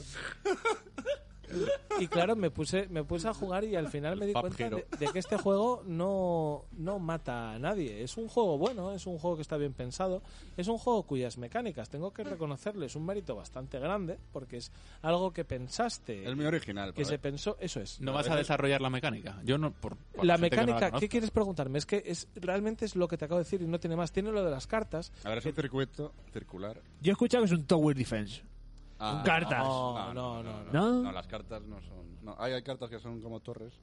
[SPEAKER 1] Y claro, me puse, me puse a jugar y al final me di
[SPEAKER 2] Pub
[SPEAKER 1] cuenta
[SPEAKER 2] Hero.
[SPEAKER 1] de, de que este juego no, no mata a nadie. Es un juego bueno, es un juego que está bien pensado, es un juego cuyas mecánicas, tengo que reconocerles un mérito bastante grande, porque es algo que pensaste.
[SPEAKER 9] Es muy original.
[SPEAKER 1] que
[SPEAKER 9] para
[SPEAKER 1] se
[SPEAKER 9] ver.
[SPEAKER 1] pensó, eso es.
[SPEAKER 2] No vas a desarrollar la mecánica. Yo no. Por, por
[SPEAKER 1] La
[SPEAKER 2] gente que no
[SPEAKER 1] mecánica,
[SPEAKER 2] conozca.
[SPEAKER 1] ¿qué quieres preguntarme? Es que es realmente es lo que te acabo de decir y no tiene más. Tiene lo de las cartas.
[SPEAKER 9] Ahora es un circuito circular.
[SPEAKER 3] Yo he escuchado que es un Tower Defense.
[SPEAKER 9] Ah,
[SPEAKER 3] Con cartas.
[SPEAKER 1] No, no, no. no.
[SPEAKER 3] ¿No?
[SPEAKER 9] las cartas no son. No, hay, hay cartas que son como torres.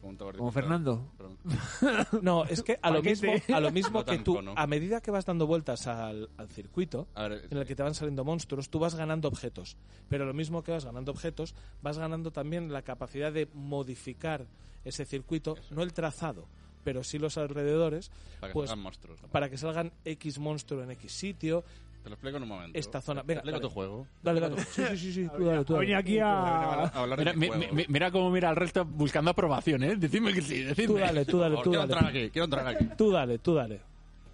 [SPEAKER 9] Como, un tablero
[SPEAKER 3] Como
[SPEAKER 9] de cartas.
[SPEAKER 3] Fernando.
[SPEAKER 9] Perdón.
[SPEAKER 1] No, es que a lo mismo,
[SPEAKER 3] Paquete.
[SPEAKER 1] a lo mismo
[SPEAKER 9] No
[SPEAKER 1] que
[SPEAKER 9] tanto,
[SPEAKER 1] tú,
[SPEAKER 9] ¿no?
[SPEAKER 1] a medida que vas dando vueltas al, al circuito,
[SPEAKER 9] A ver,
[SPEAKER 1] en el que te van saliendo monstruos, tú vas ganando objetos. Pero lo mismo que vas ganando objetos, vas ganando también la capacidad de modificar ese circuito, no el trazado, pero sí los alrededores,
[SPEAKER 9] eh, para que
[SPEAKER 1] pues,
[SPEAKER 9] salgan monstruos. ¿no?
[SPEAKER 1] para que salgan X monstruo en X sitio.
[SPEAKER 9] Te lo explico en un momento.
[SPEAKER 1] Esta zona-
[SPEAKER 9] Te-
[SPEAKER 1] venga,
[SPEAKER 9] Te explico
[SPEAKER 1] dale.
[SPEAKER 9] tu juego.
[SPEAKER 1] Dale, dale. Sí, sí, sí, sí, tú dale, tú
[SPEAKER 3] Ha
[SPEAKER 1] dale.
[SPEAKER 3] venido aquí
[SPEAKER 9] A
[SPEAKER 3] a...
[SPEAKER 9] hablar de
[SPEAKER 2] Mira,
[SPEAKER 9] mi
[SPEAKER 2] mi-
[SPEAKER 9] juego.
[SPEAKER 2] mi- mira cómo mira al resto buscando aprobación, ¿eh? Decidme que sí, decidme.
[SPEAKER 1] Tú dale, tú dale,
[SPEAKER 9] Por favor,
[SPEAKER 1] tú
[SPEAKER 9] quiero entrar
[SPEAKER 1] dale.
[SPEAKER 9] aquí, quiero entrar aquí.
[SPEAKER 1] Tú dale, tú dale.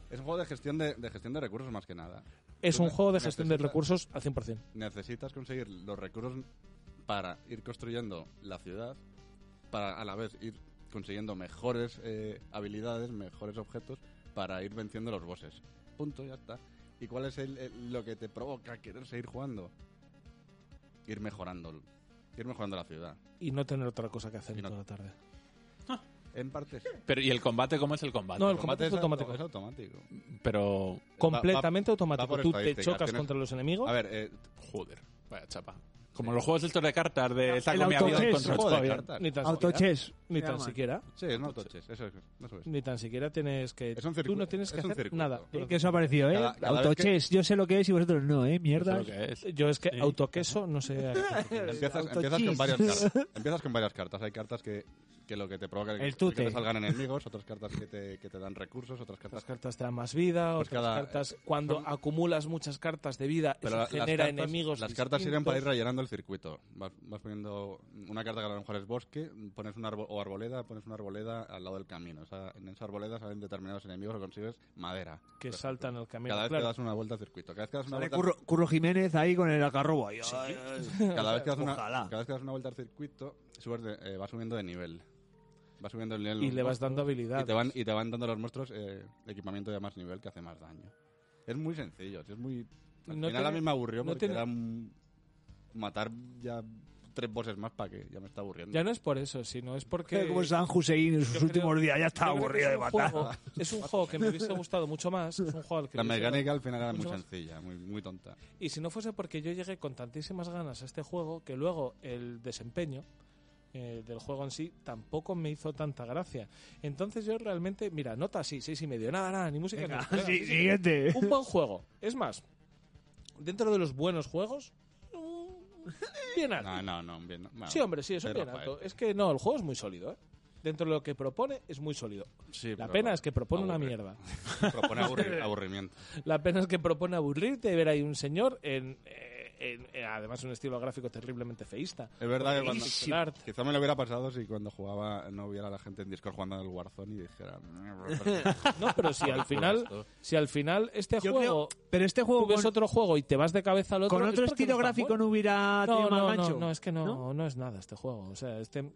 [SPEAKER 9] Es un juego de gestión de, de gestión de recursos más que nada.
[SPEAKER 1] Es
[SPEAKER 9] Tú
[SPEAKER 1] un
[SPEAKER 9] ne-
[SPEAKER 1] juego de gestión de
[SPEAKER 9] necesitas-
[SPEAKER 1] recursos al 100%.
[SPEAKER 9] Necesitas conseguir los recursos para ir construyendo la ciudad, para a la vez ir consiguiendo mejores eh, habilidades, mejores objetos, para ir venciendo los bosses. Punto, ya está. ¿Y cuál es el- el- lo que te provoca querer seguir jugando? Ir mejorando, ir mejorando la ciudad.
[SPEAKER 1] Y no tener otra cosa que hacer
[SPEAKER 9] Y no-
[SPEAKER 1] toda la tarde.
[SPEAKER 9] En parte sí.
[SPEAKER 2] Pero, ¿y el combate cómo es el combate?
[SPEAKER 1] No, el combate es automático.
[SPEAKER 9] Es automático.
[SPEAKER 2] Pero.
[SPEAKER 1] completamente
[SPEAKER 9] va
[SPEAKER 1] automático.
[SPEAKER 9] por
[SPEAKER 1] Tú te
[SPEAKER 9] estadísticas,
[SPEAKER 1] chocas
[SPEAKER 9] tienes-
[SPEAKER 1] contra los enemigos.
[SPEAKER 9] A ver, eh,
[SPEAKER 2] Joder, vaya chapa. Como los juegos estos de cartas de saco mi
[SPEAKER 3] autochess,
[SPEAKER 2] avión
[SPEAKER 9] es
[SPEAKER 2] contra
[SPEAKER 9] un
[SPEAKER 2] tu
[SPEAKER 9] juego de
[SPEAKER 2] avión.
[SPEAKER 9] cartas.
[SPEAKER 1] ni tan siquiera,
[SPEAKER 3] Autochess.
[SPEAKER 1] ni
[SPEAKER 3] se
[SPEAKER 1] tan
[SPEAKER 3] llama.
[SPEAKER 1] siquiera, Eh,
[SPEAKER 9] Sí, es un autochess. Eso es. No sabes.
[SPEAKER 1] ni tan siquiera tienes que
[SPEAKER 9] Es un
[SPEAKER 1] tú
[SPEAKER 9] circuito,
[SPEAKER 1] no tienes que
[SPEAKER 9] es un
[SPEAKER 1] hacer
[SPEAKER 9] circuito.
[SPEAKER 1] nada.
[SPEAKER 9] Sí,
[SPEAKER 3] Que eso ha aparecido, ¿eh?
[SPEAKER 9] Cada- cada vez que-
[SPEAKER 3] Autochess. Yo sé lo que es y vosotros no, ¿eh?
[SPEAKER 2] Eso
[SPEAKER 3] Mierda.
[SPEAKER 2] es lo que es.
[SPEAKER 1] Yo es que autoqueso no sé. a qué te refieres.
[SPEAKER 9] Empiezas,
[SPEAKER 3] Auto
[SPEAKER 9] empiezas con
[SPEAKER 3] cheese.
[SPEAKER 9] varias cartas. Empiezas con varias cartas. Hay cartas que, que lo que te provoca es
[SPEAKER 3] El
[SPEAKER 9] que
[SPEAKER 3] tute.
[SPEAKER 9] te salgan enemigos, otras cartas que te, que te dan recursos, otras cartas
[SPEAKER 1] Otras cartas te dan más vida,
[SPEAKER 9] Pues
[SPEAKER 1] otras
[SPEAKER 9] cada-
[SPEAKER 1] cartas cuando
[SPEAKER 9] son-
[SPEAKER 1] acumulas muchas cartas de vida
[SPEAKER 9] Pero
[SPEAKER 1] eso
[SPEAKER 9] la-
[SPEAKER 1] genera
[SPEAKER 9] las cartas,
[SPEAKER 1] enemigos.
[SPEAKER 9] Las cartas sirven para ir
[SPEAKER 1] distintos.
[SPEAKER 9] rellenando el circuito. Vas, vas poniendo una carta que a lo mejor es bosque, pones un árbol o arboleda, pones una arboleda al lado del camino. O sea, en esa arboleda salen determinados enemigos o consigues
[SPEAKER 1] que
[SPEAKER 9] madera. Por ejemplo.
[SPEAKER 1] saltan el camino.
[SPEAKER 9] Cada vez
[SPEAKER 1] claro.
[SPEAKER 9] que das una vuelta al circuito. Cada vez que das una
[SPEAKER 3] Sale
[SPEAKER 9] vuelta
[SPEAKER 3] Curro, Curro Jiménez ahí con el algarrobo. Ay, ay, ay.
[SPEAKER 9] cada vez que das una,
[SPEAKER 3] Ojalá.
[SPEAKER 9] cada vez que das una vuelta al circuito, subes de- eh, vas subiendo de nivel. Vas subiendo el nivel.
[SPEAKER 1] y
[SPEAKER 9] los
[SPEAKER 1] le vas
[SPEAKER 9] monstruos,
[SPEAKER 1] dando habilidad.
[SPEAKER 9] y te van y te van dando los monstruos eh, equipamiento de más nivel que hace más daño. Es muy sencillo, es muy al
[SPEAKER 1] No
[SPEAKER 9] final
[SPEAKER 1] tiene-
[SPEAKER 9] a mí me aburrió
[SPEAKER 1] no
[SPEAKER 9] porque
[SPEAKER 1] tiene-
[SPEAKER 9] era un- matar ya tres bosses más para que ya me está aburriendo.
[SPEAKER 1] Ya no es por eso, sino es porque.
[SPEAKER 3] Como San Hussein en sus
[SPEAKER 1] creo-
[SPEAKER 3] últimos días. Ya está
[SPEAKER 1] yo creo que
[SPEAKER 3] aburrido
[SPEAKER 1] es
[SPEAKER 3] de
[SPEAKER 1] un
[SPEAKER 3] matar.
[SPEAKER 1] juego- es un juego que me hubiese gustado mucho más. Es un juego al que
[SPEAKER 9] la
[SPEAKER 1] me hubiese gustado
[SPEAKER 9] mecánica al final era muy
[SPEAKER 1] mucho más.
[SPEAKER 9] sencilla, muy muy tonta.
[SPEAKER 1] Y si no fuese porque yo llegué con tantísimas ganas a este juego que luego el desempeño eh, del juego en sí tampoco me hizo tanta gracia. Entonces yo realmente, mira, nota así, seis y medio, nada, nada, ni música.
[SPEAKER 3] Venga,
[SPEAKER 1] ni nada.
[SPEAKER 3] sí, siguiente.
[SPEAKER 1] Un buen juego. Es más, dentro de los buenos juegos, mm, bien alto.
[SPEAKER 9] No, no, no, bien. no. Bueno,
[SPEAKER 1] Sí, hombre, sí, es un
[SPEAKER 9] pero,
[SPEAKER 1] bien alto.
[SPEAKER 9] joder,
[SPEAKER 1] Es que no, el juego es muy sólido, ¿eh? Dentro de lo que propone es muy sólido.
[SPEAKER 9] sí,
[SPEAKER 1] La
[SPEAKER 9] pero
[SPEAKER 1] pena es que propone una
[SPEAKER 9] aburre.
[SPEAKER 1] mierda.
[SPEAKER 9] Propone aburri- aburrimiento.
[SPEAKER 1] La pena es que propone aburrirte y ver ahí un señor en, eh, en- eh, además un estilo gráfico terriblemente feísta.
[SPEAKER 9] Es verdad que
[SPEAKER 1] Con
[SPEAKER 9] cuando,
[SPEAKER 1] pixel art.
[SPEAKER 9] quizá me lo hubiera pasado si cuando jugaba no hubiera la gente en Discord jugando al Warzone y dijera... "Mm,
[SPEAKER 1] No, pero si al final, si al final este
[SPEAKER 3] Yo
[SPEAKER 1] juego
[SPEAKER 3] creo- pero este
[SPEAKER 1] tú
[SPEAKER 3] juego
[SPEAKER 1] ves
[SPEAKER 3] con,
[SPEAKER 1] otro juego y te vas de cabeza al otro,
[SPEAKER 3] con
[SPEAKER 1] es
[SPEAKER 3] otro
[SPEAKER 1] porque
[SPEAKER 3] estilo
[SPEAKER 1] no es tan
[SPEAKER 3] gráfico no hubiera
[SPEAKER 1] bueno.
[SPEAKER 3] tenido más
[SPEAKER 1] no, no,
[SPEAKER 3] gancho.
[SPEAKER 1] no, no, es que no,
[SPEAKER 3] ¿No?
[SPEAKER 1] no, es nada este juego. O sea, este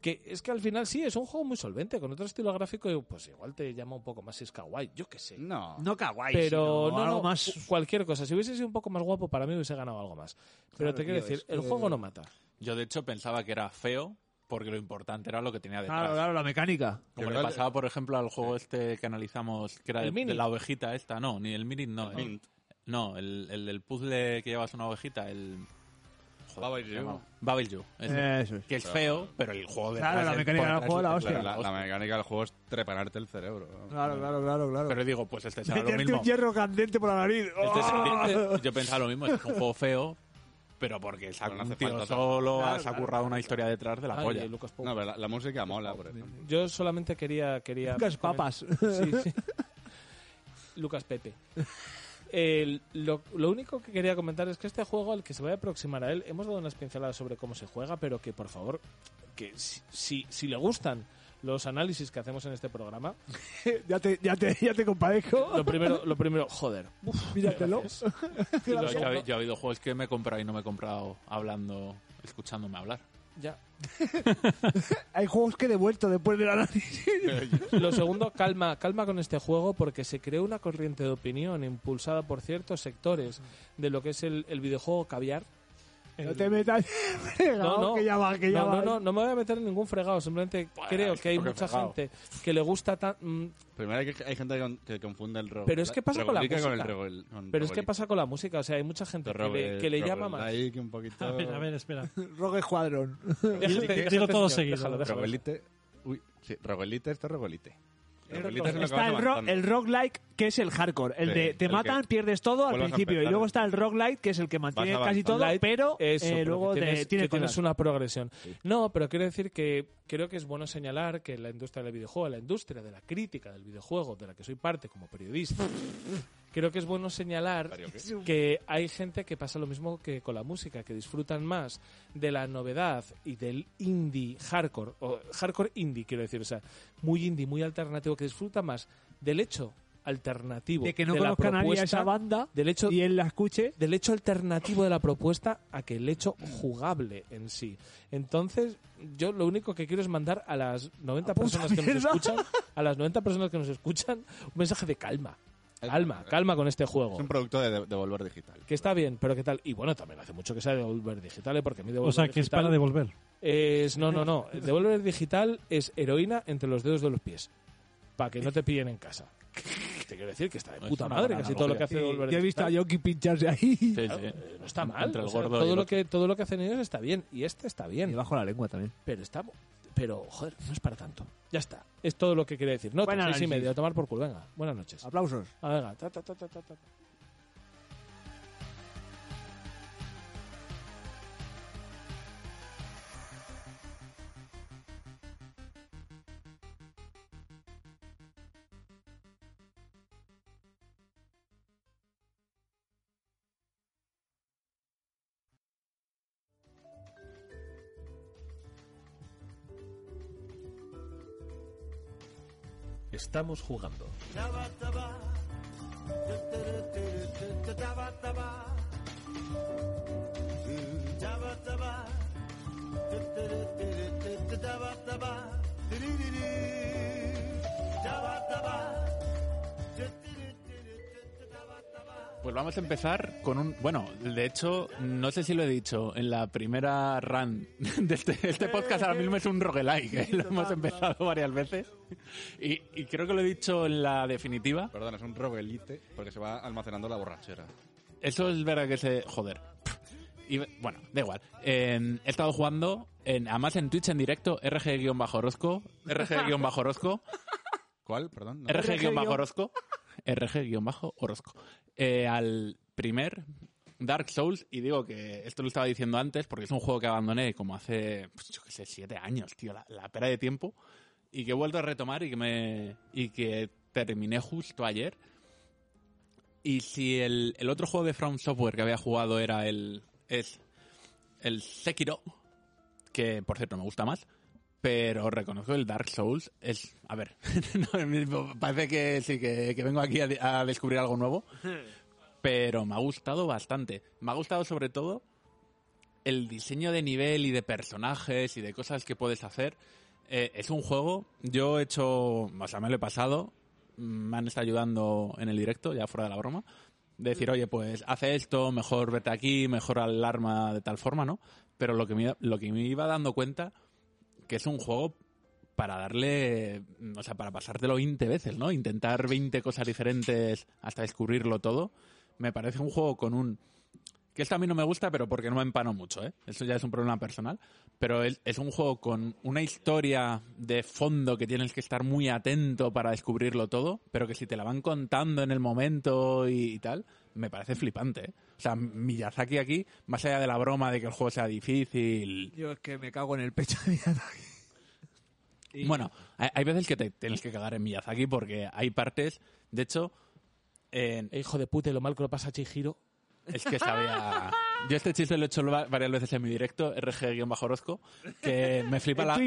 [SPEAKER 1] que es que al final sí es un juego muy solvente con otro estilo gráfico, pues igual te llama un poco más si es kawaii, yo qué sé.
[SPEAKER 9] No.
[SPEAKER 3] Mm, No kawaii,
[SPEAKER 1] Pero
[SPEAKER 3] sino
[SPEAKER 1] no,
[SPEAKER 3] algo
[SPEAKER 1] no,
[SPEAKER 3] más.
[SPEAKER 1] cu- cualquier cosa. Si hubiese sido un poco más guapo, para mí hubiese ganado algo más. Pero
[SPEAKER 9] Claro,
[SPEAKER 1] te quiero
[SPEAKER 9] tío,
[SPEAKER 1] decir,
[SPEAKER 9] es
[SPEAKER 1] el
[SPEAKER 9] que-
[SPEAKER 1] juego no mata.
[SPEAKER 2] Yo, de hecho, pensaba que era feo porque lo importante era lo que tenía detrás.
[SPEAKER 3] Claro, claro, la mecánica.
[SPEAKER 2] Como
[SPEAKER 9] Yo
[SPEAKER 2] le
[SPEAKER 9] creo
[SPEAKER 2] pasaba, por ejemplo, al juego este que analizamos, que era
[SPEAKER 1] El
[SPEAKER 2] de,
[SPEAKER 1] Mini.
[SPEAKER 2] de la ovejita esta. No, ni el Mini, no.
[SPEAKER 9] El
[SPEAKER 2] el-
[SPEAKER 9] Mint.
[SPEAKER 2] No, el, el del puzzle que llevas una ovejita, el...
[SPEAKER 9] Baba y
[SPEAKER 2] ¿cómo se
[SPEAKER 9] Yu.
[SPEAKER 2] llamaba? Babel You.
[SPEAKER 1] Eh,
[SPEAKER 2] ese.
[SPEAKER 3] Eso es.
[SPEAKER 2] Que es feo, pero el juego de...
[SPEAKER 3] Claro, la mecánica del juego, la hostia.
[SPEAKER 9] Claro, la, la mecánica del juego es trepanarte el cerebro. ¿no?
[SPEAKER 3] Claro, claro, claro, claro.
[SPEAKER 2] Pero digo, pues este será lo
[SPEAKER 3] Meterte
[SPEAKER 2] mismo.
[SPEAKER 3] un hierro candente por la nariz.
[SPEAKER 2] Este es-
[SPEAKER 3] ¡Oh!
[SPEAKER 2] este- yo pensaba lo mismo, este es un juego feo, pero porque es
[SPEAKER 9] Pero no
[SPEAKER 2] un
[SPEAKER 9] hace
[SPEAKER 2] tío
[SPEAKER 9] falta.
[SPEAKER 2] solo, se ha currado una historia detrás de la
[SPEAKER 1] Ay,
[SPEAKER 2] polla.
[SPEAKER 1] Lucas Pou.
[SPEAKER 9] No, pero la, la música mola, por ejemplo.
[SPEAKER 1] Yo solamente quería. quería
[SPEAKER 3] Lucas Papas.
[SPEAKER 1] Sí, sí. Lucas Pepe. El- lo, lo único que quería comentar es que este juego, al que se vaya a aproximar a él, hemos dado unas pinceladas sobre cómo se juega, pero que por favor, que si, si, si le gustan los análisis que hacemos en este programa.
[SPEAKER 3] ya, te, ya, te, ya te compadezco.
[SPEAKER 1] Lo primero, lo primero joder. Uf,
[SPEAKER 3] Míratelo.
[SPEAKER 2] Yo, yo he- yo he habido juegos que me he comprado y no me he comprado hablando, escuchándome hablar.
[SPEAKER 1] Ya.
[SPEAKER 3] Hay juegos que he devuelto después del análisis.
[SPEAKER 1] Lo segundo, calma, calma con este juego porque se creó una corriente de opinión impulsada por ciertos sectores de lo que es el, el videojuego caviar.
[SPEAKER 3] No
[SPEAKER 1] El-
[SPEAKER 3] te metas.
[SPEAKER 1] No, no,
[SPEAKER 3] que ya va, que ya
[SPEAKER 1] no,
[SPEAKER 3] va.
[SPEAKER 1] no, no, no me voy a meter en ningún fregado. Simplemente creo que hay
[SPEAKER 9] porque
[SPEAKER 1] mucha
[SPEAKER 9] fregado.
[SPEAKER 1] gente que le gusta tan. mm,
[SPEAKER 9] Primero hay, que- hay gente que, con- que confunde el robo.
[SPEAKER 1] Pero es que pasa con la música.
[SPEAKER 9] Con el revol- con
[SPEAKER 1] pero es que
[SPEAKER 9] revolí-
[SPEAKER 1] pasa con la música. O sea, hay mucha gente que le,
[SPEAKER 9] robe-
[SPEAKER 1] que le llama más.
[SPEAKER 9] roguelike un poquito.
[SPEAKER 4] A ver, a ver, espera.
[SPEAKER 3] Rogue Squadron.
[SPEAKER 1] Déjate-
[SPEAKER 4] Dilo
[SPEAKER 1] déjate,
[SPEAKER 4] todo
[SPEAKER 1] señor,
[SPEAKER 4] seguido.
[SPEAKER 1] déjalo, déjalo.
[SPEAKER 9] Roguelite. Uy, sí, roguelite, esto es roguelite. Roguelite es lo que
[SPEAKER 3] Está
[SPEAKER 9] vas
[SPEAKER 3] el, rock
[SPEAKER 9] avanzando.
[SPEAKER 3] el roguelike, que es el hardcore. El
[SPEAKER 9] Sí,
[SPEAKER 3] de te
[SPEAKER 9] el
[SPEAKER 3] matan,
[SPEAKER 9] que
[SPEAKER 3] pierdes todo al
[SPEAKER 9] vuelves a
[SPEAKER 3] principio. Y
[SPEAKER 9] empezar.
[SPEAKER 3] luego está el roguelite, que es el que mantiene
[SPEAKER 9] Vas
[SPEAKER 3] casi todo,
[SPEAKER 9] avanzando.
[SPEAKER 1] Light,
[SPEAKER 3] pero eh,
[SPEAKER 1] eso, pero
[SPEAKER 3] luego
[SPEAKER 1] que
[SPEAKER 3] te-
[SPEAKER 1] tienes,
[SPEAKER 3] tiene
[SPEAKER 1] que tienes
[SPEAKER 3] cosas.
[SPEAKER 1] una progresión. No, pero quiero decir que creo que es bueno señalar que la industria del videojuego, la industria de la crítica del videojuego, de la que soy parte como periodista, creo que es bueno señalar
[SPEAKER 9] Mario, ¿qué?
[SPEAKER 1] que hay gente que pasa lo mismo que con la música, que disfrutan más de la novedad y del indie hardcore, o hardcore indie quiero decir, o sea, muy indie, muy alternativo, que disfruta más del hecho alternativo
[SPEAKER 3] De que no
[SPEAKER 1] la
[SPEAKER 3] conozca a nadie a
[SPEAKER 1] propuesta,
[SPEAKER 3] esa banda
[SPEAKER 1] del hecho
[SPEAKER 3] y él la escuche.
[SPEAKER 1] del hecho alternativo de la propuesta a que el hecho jugable en sí. Entonces, yo lo único que quiero es mandar a las 90 personas que nos
[SPEAKER 3] mierda.
[SPEAKER 1] escuchan, a las 90 personas que nos escuchan, un mensaje de calma.
[SPEAKER 9] Es-
[SPEAKER 1] Calma, calma con este
[SPEAKER 9] Es
[SPEAKER 1] juego.
[SPEAKER 9] un producto de de- Devolver Digital.
[SPEAKER 1] Que está bien, pero qué tal. Y bueno, también hace mucho que sea Devolver Digital, ¿eh? porque mi Devolver
[SPEAKER 4] O sea, que es
[SPEAKER 1] Digital
[SPEAKER 4] para devolver.
[SPEAKER 1] es- no, no, no. Devolver Digital es heroína entre los dedos de los pies. Para que no te pillen en casa. Te quiero decir que está de
[SPEAKER 2] Es
[SPEAKER 1] puta
[SPEAKER 2] una
[SPEAKER 1] madre
[SPEAKER 2] buena
[SPEAKER 1] casi todo lo que
[SPEAKER 2] analogía.
[SPEAKER 1] hace Devolver
[SPEAKER 3] yo he visto
[SPEAKER 1] Digital.
[SPEAKER 3] a Yoki pincharse ahí.
[SPEAKER 2] Sí,
[SPEAKER 1] Claro,
[SPEAKER 2] sí.
[SPEAKER 1] eh, no está mal.
[SPEAKER 2] Entre el
[SPEAKER 1] o sea,
[SPEAKER 2] gordo y
[SPEAKER 1] todo,
[SPEAKER 2] el
[SPEAKER 1] lo
[SPEAKER 2] otro.
[SPEAKER 1] que, todo lo que hacen ellos está bien. Y este está
[SPEAKER 3] Y
[SPEAKER 1] bien.
[SPEAKER 3] bajo la lengua también.
[SPEAKER 1] Pero está. Pero, joder, no es para tanto. Ya está. Es todo lo que quería decir. No,
[SPEAKER 3] Buen
[SPEAKER 1] seis y
[SPEAKER 3] análisis.
[SPEAKER 1] medio. A tomar por culo. Venga, buenas noches.
[SPEAKER 3] Aplausos.
[SPEAKER 1] Ah, venga, ta, ta, ta, ta, ta, ta.
[SPEAKER 10] Estamos jugando.
[SPEAKER 2] Pues vamos a empezar con un... Bueno, de hecho, no sé si lo he dicho, en la primera run de este, este podcast ahora mismo es un roguelike, ¿eh? lo hemos empezado varias veces. Y, y creo que lo he dicho en la definitiva.
[SPEAKER 9] Perdón, es un roguelite porque se va almacenando la borrachera.
[SPEAKER 2] Eso es verdad que se... Joder. Y, bueno, da igual. Eh, he estado jugando, en, además en Twitch en directo, RG-Orozco, RG-Orozco,
[SPEAKER 9] ¿Cuál? Perdón. no.
[SPEAKER 2] RG-Orozco, RG-Orozco, eh, al primer Dark Souls, y digo que esto lo estaba diciendo antes, porque es un juego que abandoné como hace, pues, yo qué sé, siete años, tío, la, la pera de tiempo, y que he vuelto a retomar y que, me, y que terminé justo ayer. Y si el, el otro juego de From Software que había jugado era el, es el Sekiro, que por cierto me gusta más, pero reconozco el Dark Souls es, a ver, no, el mismo, parece que sí, que, que vengo aquí a, de- a descubrir algo nuevo, pero me ha gustado bastante. Me ha gustado sobre todo el diseño de nivel y de personajes y de cosas que puedes hacer. Eh, es un juego, yo he hecho, o sea, me lo he pasado, mm, me han estado ayudando en el directo, ya fuera de la broma, de decir, oye, pues hace esto, mejor vete aquí, mejor al arma de tal forma, ¿no? Pero lo que me, lo que me iba dando cuenta, que es un juego para darle, mm, o sea, para pasártelo 20 veces, ¿no? Intentar 20 cosas diferentes hasta descubrirlo todo. Me parece un juego con un... Que esto a mí no me gusta, pero porque no me empano mucho, ¿eh? Eso ya es un problema personal. Pero es, es un juego con una historia de fondo que tienes que estar muy atento para descubrirlo todo, pero que si te la van contando en el momento y, y tal, me parece flipante, ¿eh? O sea, Miyazaki aquí, más allá de la broma de que el juego sea difícil
[SPEAKER 3] Yo es que me cago en el pecho de Miyazaki. Y-
[SPEAKER 2] Bueno, hay, hay veces que te tienes que cagar en Miyazaki porque hay partes, de hecho, en-
[SPEAKER 1] Eh, hijo de puta, y lo mal que lo pasa Chihiro.
[SPEAKER 2] Es que sabía. Yo este chiste lo he hecho va- varias veces en mi directo, RG-Orozco, que me flipa la.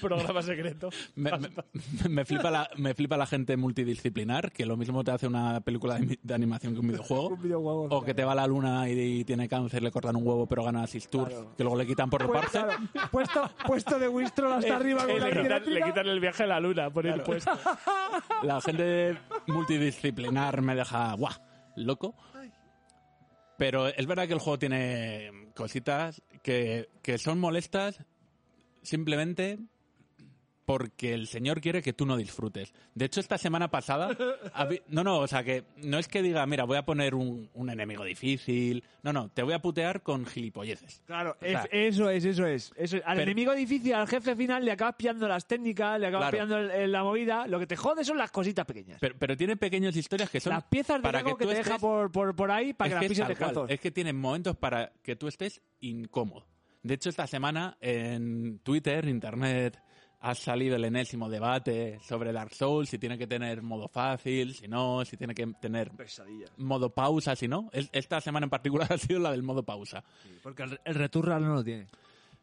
[SPEAKER 1] Programa secreto.
[SPEAKER 2] Me, me- me flipa la, me flipa la gente multidisciplinar, que lo mismo te hace una película de, mi- de animación que un videojuego. o que te va a la luna y, y tiene cáncer, le cortan un huevo pero gana Six Tours, que luego le quitan por
[SPEAKER 3] Pues,
[SPEAKER 2] parte.
[SPEAKER 3] claro, puesto, puesto de Winston hasta arriba con
[SPEAKER 1] Eh,
[SPEAKER 3] la
[SPEAKER 1] le, quitan,
[SPEAKER 3] eléctrica.
[SPEAKER 1] le quitan el viaje a la luna por ir
[SPEAKER 2] Claro.
[SPEAKER 1] puesto.
[SPEAKER 2] La gente multidisciplinar me deja guau, loco. Pero es verdad que el juego tiene cositas que, que son molestas simplemente porque el señor quiere que tú no disfrutes. De hecho, esta semana pasada... habi- No, no, o sea, que no es que diga, mira, voy a poner un, un enemigo difícil. No, no, te voy a putear con gilipolleces.
[SPEAKER 3] Claro,
[SPEAKER 2] O sea,
[SPEAKER 3] es- eso es, eso es. Eso es. Al
[SPEAKER 2] Pero-
[SPEAKER 3] enemigo difícil, al jefe final, le acabas pillando las técnicas, le acabas
[SPEAKER 2] Claro.
[SPEAKER 3] pillando el- el- la movida. Lo que te jode son las cositas pequeñas.
[SPEAKER 2] Pero, pero tiene pequeñas historias que son...
[SPEAKER 3] las piezas de
[SPEAKER 2] para
[SPEAKER 3] algo que,
[SPEAKER 2] tú
[SPEAKER 3] te deja
[SPEAKER 2] estés-
[SPEAKER 3] por, por, por ahí para
[SPEAKER 2] es
[SPEAKER 3] que, las
[SPEAKER 2] es
[SPEAKER 3] pises
[SPEAKER 2] tal cual.
[SPEAKER 3] descalzos.
[SPEAKER 2] Es que tienen momentos para que tú estés incómodo. De hecho, esta semana en Twitter, en Internet, ha salido el enésimo debate sobre Dark Souls, si tiene que tener modo fácil, si no, si tiene que tener
[SPEAKER 3] Pesadillas.
[SPEAKER 2] modo pausa, si no. Es- Esta semana en particular ha sido la del modo pausa.
[SPEAKER 3] Porque el, el Returnal no lo tiene.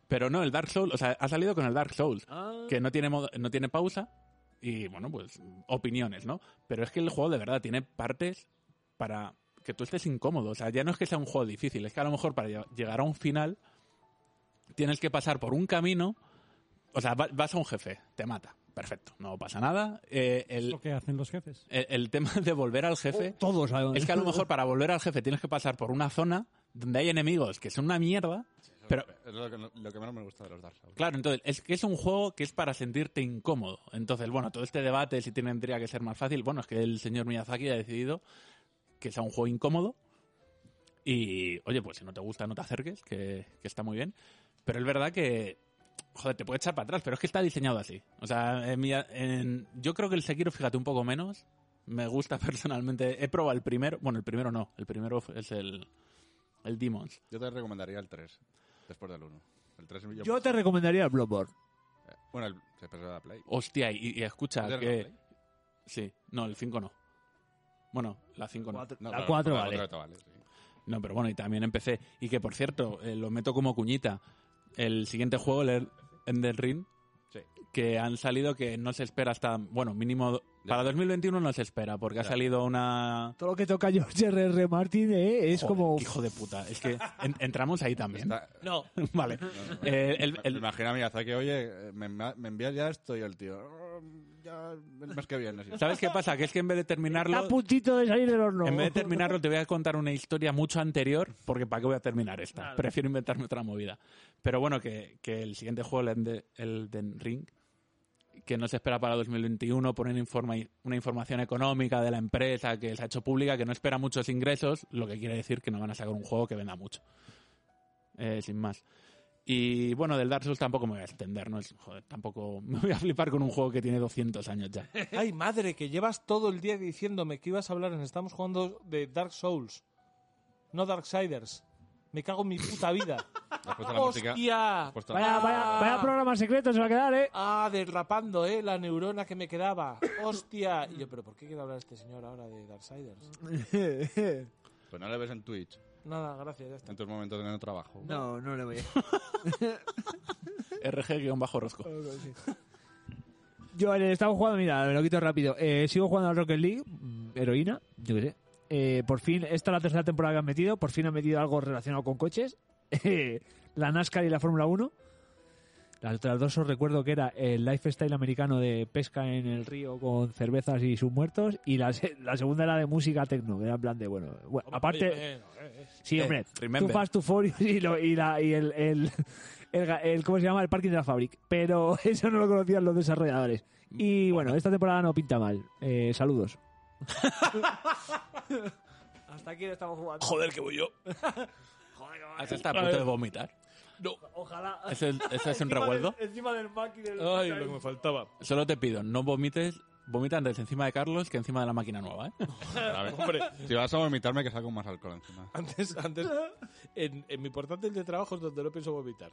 [SPEAKER 2] Pero no, el Dark Souls, o sea, ha salido con el Dark Souls,
[SPEAKER 3] Ah.
[SPEAKER 2] que no tiene, modo- no tiene pausa y, bueno, pues opiniones, ¿no? Pero es que el juego de verdad tiene partes para que tú estés incómodo. O sea, ya no es que sea un juego difícil, es que a lo mejor para lle- llegar a un final tienes que pasar por un camino. O sea, va- vas a un jefe, te mata. Perfecto, no pasa nada. Eh, el,
[SPEAKER 4] Lo que hacen los jefes.
[SPEAKER 2] el, el tema de volver al jefe.
[SPEAKER 3] Oh, Todos, ¿sabes?
[SPEAKER 2] Es que a lo mejor para volver al jefe tienes que pasar por una zona donde hay enemigos que son una mierda. Pero,
[SPEAKER 9] Es lo que, lo que menos me gusta de los Dark Souls.
[SPEAKER 2] Claro, entonces, es que es un juego que es para sentirte incómodo. Entonces, bueno, todo este debate si tendría que ser más fácil, bueno, es que el señor Miyazaki ha decidido que sea un juego incómodo. Y, oye, pues si no te gusta, no te acerques, que, que está muy bien. Pero es verdad que, joder, te puede echar para atrás, pero es que está diseñado así. O sea, en mi- en- yo creo que el Sekiro, fíjate, un poco menos. Me gusta personalmente. He probado el primero, bueno, el primero no, el primero es el, el Demons.
[SPEAKER 9] Yo te recomendaría el 3, después del 1. El 3 yo, pues, eh,
[SPEAKER 3] Yo te recomendaría el Bloodborne.
[SPEAKER 9] Bueno, el, se pasó a Play.
[SPEAKER 2] Hostia, y, y escucha,
[SPEAKER 9] ¿Es el
[SPEAKER 2] que...
[SPEAKER 9] roleplay?
[SPEAKER 2] Sí, no, el 5 no. Bueno, la 5 no.
[SPEAKER 9] No,
[SPEAKER 3] la
[SPEAKER 9] claro,
[SPEAKER 3] 4
[SPEAKER 9] la
[SPEAKER 3] vale.
[SPEAKER 9] cuatro vale, sí.
[SPEAKER 2] No, pero bueno, y también empecé. Y que, por cierto, eh, lo meto como cuñita. El siguiente juego, el Er- Ender Ring,
[SPEAKER 9] Sí.
[SPEAKER 2] que han salido que no se espera hasta... Bueno, mínimo...
[SPEAKER 9] Ya.
[SPEAKER 2] Para 2021 no se espera, porque ha
[SPEAKER 9] Ya.
[SPEAKER 2] salido una...
[SPEAKER 3] Todo lo que toca George R.R. Martin eh, es
[SPEAKER 2] Joder,
[SPEAKER 3] como.
[SPEAKER 2] qué Hijo de puta, es que en- entramos ahí también.
[SPEAKER 9] Está-
[SPEAKER 1] No.
[SPEAKER 2] Vale. Eh, el-
[SPEAKER 9] Me-
[SPEAKER 2] el-
[SPEAKER 9] me imagino a Miyazaki, oye, eh, me, me envías ya esto y el tío, "Oh, ya el mes que viene. sí".
[SPEAKER 2] ¿Sabes qué pasa? Que es que en vez de
[SPEAKER 3] Está a
[SPEAKER 2] terminarlo...
[SPEAKER 3] puntito de salir del horno.
[SPEAKER 2] En vez de terminarlo, te voy a contar una historia mucho anterior, porque ¿para qué voy a terminar esta? Prefiero inventarme otra movida. Pero bueno, que, que el siguiente juego, el Ende- el Den Ring, que no se espera para 2021, ponen informa una información económica de la empresa que se ha hecho pública, que no espera muchos ingresos, lo que quiere decir que no van a sacar un juego que venda mucho. Eh, sin más. Y bueno, del Dark Souls tampoco me voy a extender, ¿no? Es, joder, tampoco me voy a flipar con un juego que tiene 200 años ya.
[SPEAKER 1] Ay, madre, que llevas todo el día diciéndome que ibas a hablar en Estamos jugando de Dark Souls, no Darksiders. Me cago en mi puta vida.
[SPEAKER 9] Has puesto Pues la música.
[SPEAKER 1] ¡Hostia!
[SPEAKER 9] has puesto la-
[SPEAKER 3] Vaya, vaya, vaya programa secreto se va a quedar, ¿eh?
[SPEAKER 1] Ah, derrapando, ¿eh? La neurona que me quedaba. ¡Hostia! Y yo, ¿pero por qué quiere hablar este señor ahora de Darksiders?
[SPEAKER 9] Pues no le ves en Twitch,
[SPEAKER 1] Nada, gracias, ya está.
[SPEAKER 9] en tus momentos de no trabajo.
[SPEAKER 3] No, no le voy a.
[SPEAKER 2] RG-Rosco.
[SPEAKER 3] Yo eh, estaba jugando, mira, me lo quito rápido. Eh, sigo jugando al Rocket League, mm, heroína, yo qué sé. Eh, por fin, esta es la tercera temporada que han metido, por fin han metido algo relacionado con coches. Eh, la NASCAR y la Fórmula 1. Las otras dos os recuerdo que era el lifestyle americano de pesca en el río con cervezas y sus muertos. Y la, se- la segunda era de música techno, que era en plan de, bueno, bueno, aparte...
[SPEAKER 1] Oye, bueno, eh, eh.
[SPEAKER 3] Sí,
[SPEAKER 2] Eh,
[SPEAKER 3] hombre.
[SPEAKER 2] remember.
[SPEAKER 3] Too Fast, Too Furious y, lo- y la- y el, el, el ga- el- ¿Cómo se llama? El parking de la Fabric. Pero eso no lo conocían los desarrolladores. Y bueno, esta temporada no pinta mal. Eh, saludos. Hasta aquí lo estamos jugando.
[SPEAKER 2] Joder, que voy yo. Has estado a punto de vomitar.
[SPEAKER 3] Ojalá.
[SPEAKER 2] ¿Ese, ese es un recuerdo.
[SPEAKER 3] Encima del Mac y del.
[SPEAKER 1] Ay, lo que me faltaba.
[SPEAKER 2] Solo te pido, no vomites. Vomita antes encima de Carlos que encima de la máquina nueva, ¿eh?
[SPEAKER 9] A ver,
[SPEAKER 1] Hombre,
[SPEAKER 9] Si vas a vomitarme, que saco más alcohol encima.
[SPEAKER 1] Antes, antes en, en mi portátil de trabajo es donde no pienso vomitar.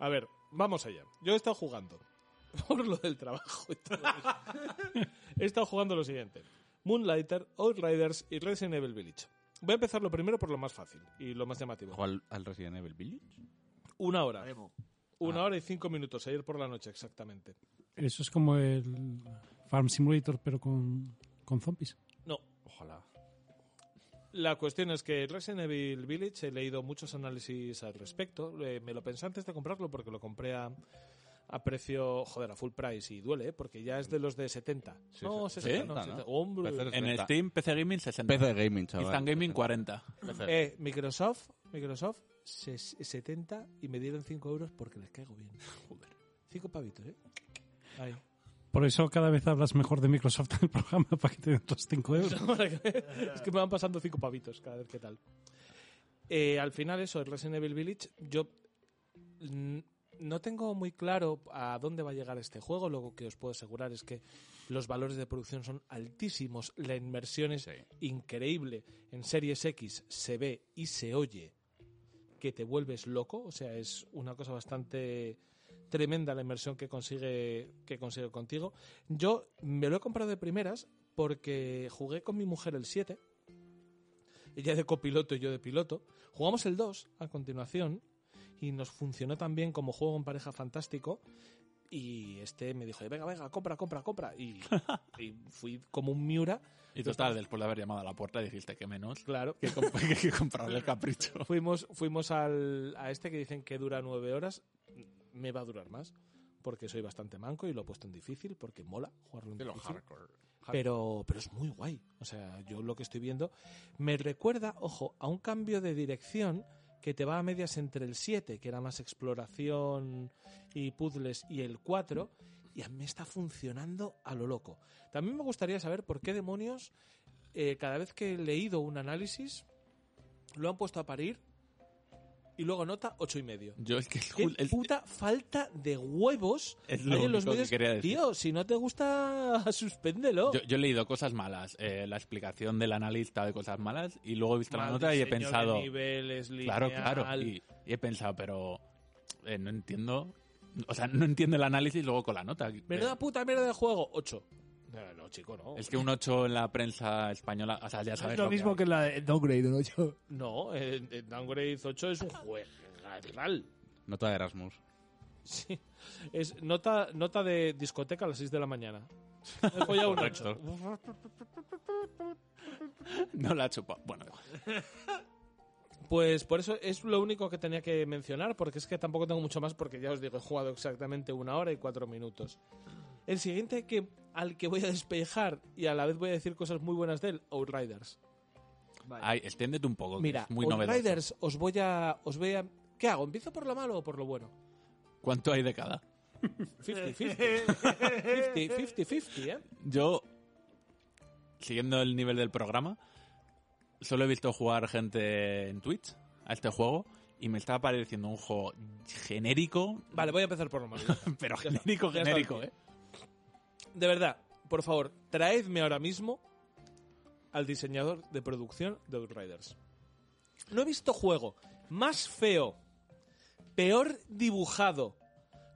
[SPEAKER 1] A ver, vamos allá. Yo he estado jugando. Por lo del trabajo y todo eso. He estado jugando lo siguiente. Moonlighter, Outriders y Resident Evil Village. Voy a empezar lo primero por lo más fácil y lo más llamativo.
[SPEAKER 9] ¿Al, al Resident Evil Village?
[SPEAKER 1] Una hora. Una hora y cinco minutos, ayer por la noche exactamente.
[SPEAKER 11] Eso es como el Farm Simulator, pero con, con zombies.
[SPEAKER 1] No. Ojalá. La cuestión es que Resident Evil Village he leído muchos análisis al respecto. Eh, me lo pensé antes de comprarlo porque lo compré a, a precio, joder, a full price y duele, ¿eh? porque ya es de los de 70. no, 60,
[SPEAKER 2] sí. ¿Sí?
[SPEAKER 1] no,
[SPEAKER 2] ¿no?
[SPEAKER 1] 70. Hombre.
[SPEAKER 2] En Steam, PC Gaming 60.
[SPEAKER 9] PC Gaming, chaval.
[SPEAKER 2] Instant Gaming 40.
[SPEAKER 1] Eh, Microsoft, Microsoft, ses- 70 y me dieron 5 euros porque les caigo bien. Joder. 5 pavitos, ¿eh? Ahí.
[SPEAKER 11] Por eso cada vez hablas mejor de Microsoft en el programa para que te den otros 5 euros.
[SPEAKER 1] es que me van pasando cinco pavitos cada vez que tal. Eh, al final, eso, el Resident Evil Village, yo mm, no tengo muy claro a dónde va a llegar este juego. Lo que os puedo asegurar es que los valores de producción son altísimos, la inmersión es increíble. En Series X se ve y se oye que te vuelves loco, o sea, es una cosa bastante tremenda la inmersión que consigue que consigue contigo. Yo me lo he comprado de primeras porque jugué con mi mujer el 7. Ella de copiloto y yo de piloto. Jugamos el 2 a continuación y nos funcionó también como juego en pareja fantástico. Y este me dijo, venga, venga, compra, compra, compra. Y, y fui como un Miura.
[SPEAKER 2] Y total, después de haber llamado a la puerta, dijiste que menos.
[SPEAKER 1] Claro.
[SPEAKER 2] Que, comp- que, que comprarle el capricho.
[SPEAKER 1] Fuimos, fuimos al, a este que dicen que dura nueve horas. Me va a durar más. Porque soy bastante manco y lo he puesto en difícil porque mola jugarlo en
[SPEAKER 9] De lo
[SPEAKER 1] difícil.
[SPEAKER 9] hardcore.
[SPEAKER 1] Pero, pero es muy guay. O sea, yo lo que estoy viendo me recuerda, ojo, a un cambio de dirección que te va a medias entre el 7, que era más exploración y puzzles, y el 4, y a mí me está funcionando a lo loco. También me gustaría saber por qué demonios, eh, cada vez que he leído un análisis, lo han puesto a parir y luego nota ocho y medio.
[SPEAKER 2] Yo es que
[SPEAKER 1] Qué puta falta de huevos
[SPEAKER 2] Es lo
[SPEAKER 1] hay en los
[SPEAKER 2] único que
[SPEAKER 1] medios.
[SPEAKER 2] quería decir.
[SPEAKER 1] Tío, si no te gusta, suspéndelo.
[SPEAKER 2] Yo, yo he leído cosas malas, eh, la explicación del analista de cosas malas, y luego he visto la
[SPEAKER 1] Mal
[SPEAKER 2] nota y he
[SPEAKER 1] diseño de
[SPEAKER 2] pensado.
[SPEAKER 1] niveles,
[SPEAKER 2] claro,
[SPEAKER 1] lineal.
[SPEAKER 2] claro. Y, y he pensado, pero eh, no entiendo. O sea, no entiendo el análisis luego con la nota. Eh,
[SPEAKER 1] Menuda puta mierda de juego. 8. No, no, chico, no.
[SPEAKER 2] Es que un 8 en la prensa española, o sea, ya sabes
[SPEAKER 3] Es lo
[SPEAKER 2] que
[SPEAKER 3] mismo que la de Downgrade, ¿no? Yo-
[SPEAKER 1] No, eh, eh, Downgrade 8 es un juego real.
[SPEAKER 9] Nota de Erasmus.
[SPEAKER 1] Sí. Es nota, nota de discoteca a las 6 de la mañana. He follado un
[SPEAKER 2] Correcto.
[SPEAKER 1] 8.
[SPEAKER 2] hay. No la chupa. Bueno, da igual.
[SPEAKER 1] Pues por eso es lo único que tenía que mencionar, porque es que tampoco tengo mucho más, porque ya os digo, he jugado exactamente una hora y cuatro minutos. El siguiente que, al que voy a despejar y a la vez voy a decir cosas muy buenas de él, Outriders.
[SPEAKER 2] Ay, extiéndete un poco. que
[SPEAKER 1] Mira,
[SPEAKER 2] es muy novedoso.
[SPEAKER 1] Outriders, os voy a. os voy a. ¿Qué hago? ¿Empiezo por lo malo o por lo bueno?
[SPEAKER 2] ¿Cuánto hay de cada?
[SPEAKER 1] 50-50. 50-50-50, ¿eh?
[SPEAKER 2] Yo, siguiendo el nivel del programa, solo he visto jugar gente en Twitch a este juego y me estaba pareciendo un juego genérico,
[SPEAKER 1] Vale, voy a empezar por lo malo.
[SPEAKER 2] pero
[SPEAKER 1] Ya está.
[SPEAKER 2] genérico,
[SPEAKER 1] Ya está.
[SPEAKER 2] genérico, ¿eh?
[SPEAKER 1] De verdad, por favor, traedme ahora mismo al diseñador de producción de Outriders. No he visto juego más feo, peor dibujado,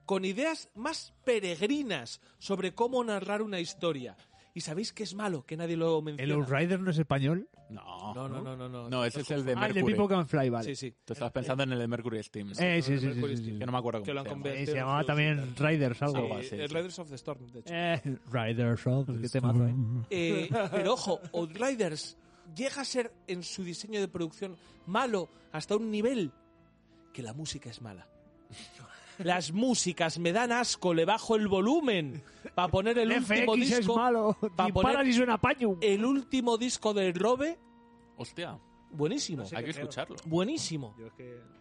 [SPEAKER 1] con ideas más peregrinas sobre cómo narrar una historia. Y sabéis que es malo, que nadie lo
[SPEAKER 3] ¿El
[SPEAKER 1] menciona.
[SPEAKER 3] Outrider no es español?
[SPEAKER 2] No.
[SPEAKER 1] No, no, no, no, no.
[SPEAKER 2] No, ese es el de
[SPEAKER 3] Ah, el de
[SPEAKER 2] Mercury.
[SPEAKER 3] People Can Fly, vale.
[SPEAKER 1] Sí, sí.
[SPEAKER 2] Tú estabas pensando en el de Mercury Steam.
[SPEAKER 3] Eh, sí, sí, sí,
[SPEAKER 1] Mercury
[SPEAKER 3] sí, sí.
[SPEAKER 1] Steam.
[SPEAKER 2] Que no me acuerdo cómo
[SPEAKER 1] Que lo han
[SPEAKER 2] se llama.
[SPEAKER 1] convertido
[SPEAKER 3] Eh, se llamaba también Riders, algo.
[SPEAKER 2] Sí.
[SPEAKER 1] Eh, el Riders of the Storm, de hecho.
[SPEAKER 3] Eh, Riders, oh, qué temazo, eh.
[SPEAKER 1] Eh, pero ojo, Outriders llega a ser en su diseño de producción malo hasta un nivel que la música es mala. Las músicas me dan asco, le bajo el volumen para poner el último
[SPEAKER 3] FX es
[SPEAKER 1] disco.
[SPEAKER 3] malo.
[SPEAKER 1] pa'
[SPEAKER 3] Dispara
[SPEAKER 1] poner-
[SPEAKER 3] y suena paño.
[SPEAKER 1] El último disco de Robe,
[SPEAKER 2] Hostia,
[SPEAKER 1] buenísimo.
[SPEAKER 2] hay que escucharlo.
[SPEAKER 1] Buenísimo.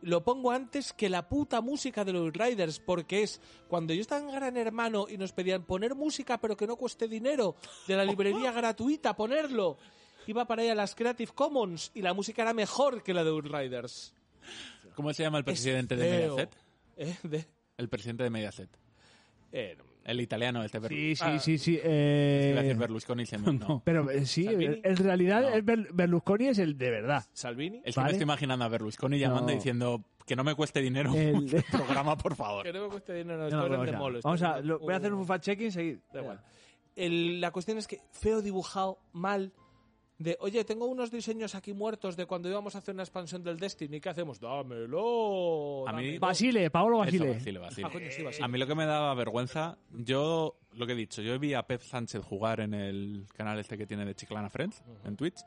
[SPEAKER 1] Lo pongo antes que la puta música de los Riders, porque es cuando yo estaba en Gran Hermano y nos pedían poner música, pero que no cueste dinero, de la librería gratuita, ponerlo. Iba para allá a las Creative Commons y la música era mejor que la de Outriders.
[SPEAKER 2] ¿Cómo se llama el presidente de
[SPEAKER 1] feo.
[SPEAKER 2] Mediaset?
[SPEAKER 1] Eh, de-
[SPEAKER 2] El presidente de Mediaset.
[SPEAKER 1] eh,
[SPEAKER 2] El italiano, este
[SPEAKER 3] Sí,
[SPEAKER 2] Berlusconi.
[SPEAKER 3] sí, sí, sí.
[SPEAKER 2] Iba a
[SPEAKER 3] Eh,
[SPEAKER 2] decir Berlusconi, se me... no.
[SPEAKER 3] pero eh, sí,
[SPEAKER 1] Salvini.
[SPEAKER 3] en realidad
[SPEAKER 2] No.
[SPEAKER 3] el Ber- Berlusconi es el de verdad.
[SPEAKER 1] Salvini.
[SPEAKER 2] Es que me
[SPEAKER 3] Vale.
[SPEAKER 2] estoy imaginando a Berlusconi llamando
[SPEAKER 3] No. Eh,
[SPEAKER 2] y diciendo que no me cueste dinero
[SPEAKER 3] El-
[SPEAKER 2] el programa, por favor.
[SPEAKER 1] Que no me cueste dinero,
[SPEAKER 3] No,
[SPEAKER 1] estoy
[SPEAKER 3] pero,
[SPEAKER 1] Pues en
[SPEAKER 3] o sea,
[SPEAKER 1] Demolo, estoy
[SPEAKER 3] vamos a,
[SPEAKER 1] en-
[SPEAKER 3] lo- voy a hacer un fact checking y seguir.
[SPEAKER 1] Da igual. El- la cuestión es que feo dibujado, mal, de, oye, tengo unos diseños aquí muertos de cuando íbamos a hacer una expansión del Destiny, ¿qué hacemos? Dámelo.
[SPEAKER 2] A mí-
[SPEAKER 1] dámelo".
[SPEAKER 3] Basile, Paolo Basile.
[SPEAKER 2] Eso, Basile, Basile.
[SPEAKER 1] Ah, coño, sí, Basile.
[SPEAKER 2] A mí lo que me daba vergüenza, yo, lo que he dicho, yo vi a Pep Sánchez jugar en el canal este que tiene de Chiclana Friends, en Twitch,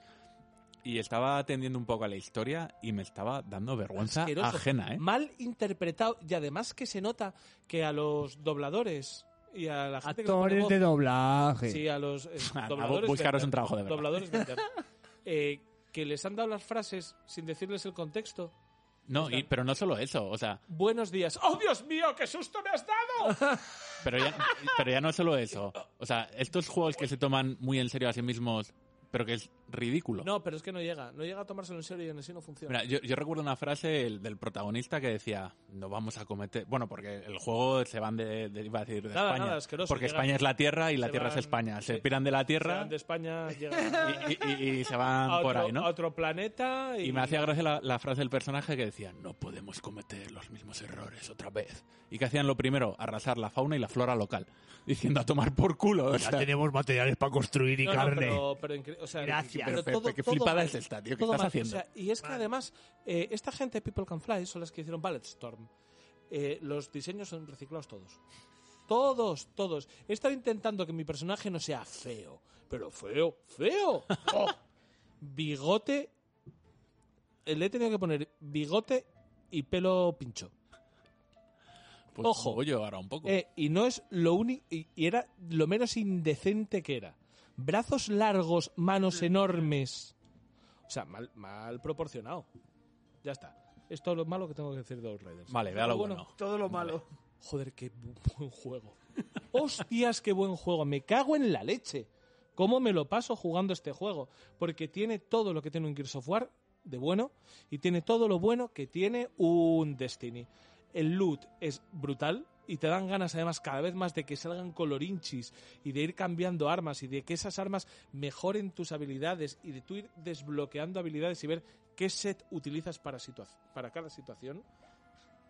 [SPEAKER 2] y estaba atendiendo un poco a la historia y me estaba dando vergüenza
[SPEAKER 1] Asqueroso.
[SPEAKER 2] ajena, ¿eh?
[SPEAKER 1] Mal interpretado. Y además que se nota que a los dobladores y a la gente que le pone
[SPEAKER 3] Actores
[SPEAKER 1] voz-
[SPEAKER 3] de doblaje.
[SPEAKER 1] Sí, a los eh,
[SPEAKER 2] Ah,
[SPEAKER 1] dobladores.
[SPEAKER 2] buscaros
[SPEAKER 1] vender-
[SPEAKER 2] un trabajo de verdad.
[SPEAKER 1] Dobladores vender. Eh, que les han dado las frases sin decirles el contexto.
[SPEAKER 2] No, y- pero no solo eso, o sea,
[SPEAKER 1] Buenos días. ¡Oh, Dios mío, qué susto me has dado!
[SPEAKER 2] pero ya, pero ya no es solo eso. O sea, estos juegos que se toman muy en serio a sí mismos, pero que es ridículo.
[SPEAKER 1] no, pero es que no llega. No llega a tomárselo en serio y en así no funciona.
[SPEAKER 2] Mira, yo, yo recuerdo una frase el- del protagonista que decía, no vamos a cometer... Bueno, porque el juego se van de, de- iba a decir, de
[SPEAKER 1] Nada,
[SPEAKER 2] España.
[SPEAKER 1] nada, asqueroso,
[SPEAKER 2] porque
[SPEAKER 1] llegan-
[SPEAKER 2] España es la tierra y la
[SPEAKER 1] se
[SPEAKER 2] tierra es
[SPEAKER 1] van-
[SPEAKER 2] España. Se piran de la
[SPEAKER 1] Se
[SPEAKER 2] tierra
[SPEAKER 1] van de España, llegan
[SPEAKER 2] y, y- y- y se van
[SPEAKER 1] a,
[SPEAKER 2] por
[SPEAKER 1] otro,
[SPEAKER 2] ahí, ¿no?
[SPEAKER 1] a otro planeta y,
[SPEAKER 2] Y me hacía gracia la, la frase del personaje que decía, no podemos cometer los mismos errores otra vez. Y que hacían lo primero, arrasar la fauna y la flora local. Diciendo a tomar por culo. o
[SPEAKER 3] Ya
[SPEAKER 2] sea.
[SPEAKER 3] tenemos materiales para construir y
[SPEAKER 1] No, no,
[SPEAKER 3] carne.
[SPEAKER 1] pero- pero incre- o sea,
[SPEAKER 3] Gracias.
[SPEAKER 1] pero
[SPEAKER 2] Pero, Pepe, qué flipada
[SPEAKER 1] mal,
[SPEAKER 2] es esta, tío, ¿qué
[SPEAKER 1] todo
[SPEAKER 2] estás
[SPEAKER 1] mal.
[SPEAKER 2] haciendo?
[SPEAKER 1] O sea, y es que además, eh, esta gente de People Can Fly son las que hicieron Ballet Storm. Eh, los diseños son reciclados todos. Todos, todos. He estado intentando que mi personaje no sea feo. Pero feo, feo. ¡Oh! Bigote. eh, Le he tenido que poner bigote y pelo pincho.
[SPEAKER 2] Pues,
[SPEAKER 1] Ojo.
[SPEAKER 2] Oye, ahora un poco.
[SPEAKER 1] Eh, y no es lo único. Y, y era lo menos indecente que era. Brazos largos, manos enormes. O sea, mal, mal proporcionado. Ya está. Esto es todo lo malo que tengo que decir de Outriders.
[SPEAKER 2] Vale, vea lo bueno.
[SPEAKER 12] Todo lo malo.
[SPEAKER 1] Joder, qué bu- buen juego. Hostias, qué buen juego. Me cago en la leche. ¿Cómo me lo paso jugando este juego? Porque tiene todo lo que tiene un Gears of War de bueno y tiene todo lo bueno que tiene un Destiny. El loot es brutal y te dan ganas además cada vez más de que salgan colorinchis y de ir cambiando armas y de que esas armas mejoren tus habilidades y de tú ir desbloqueando habilidades y ver qué set utilizas para, situa- para cada situación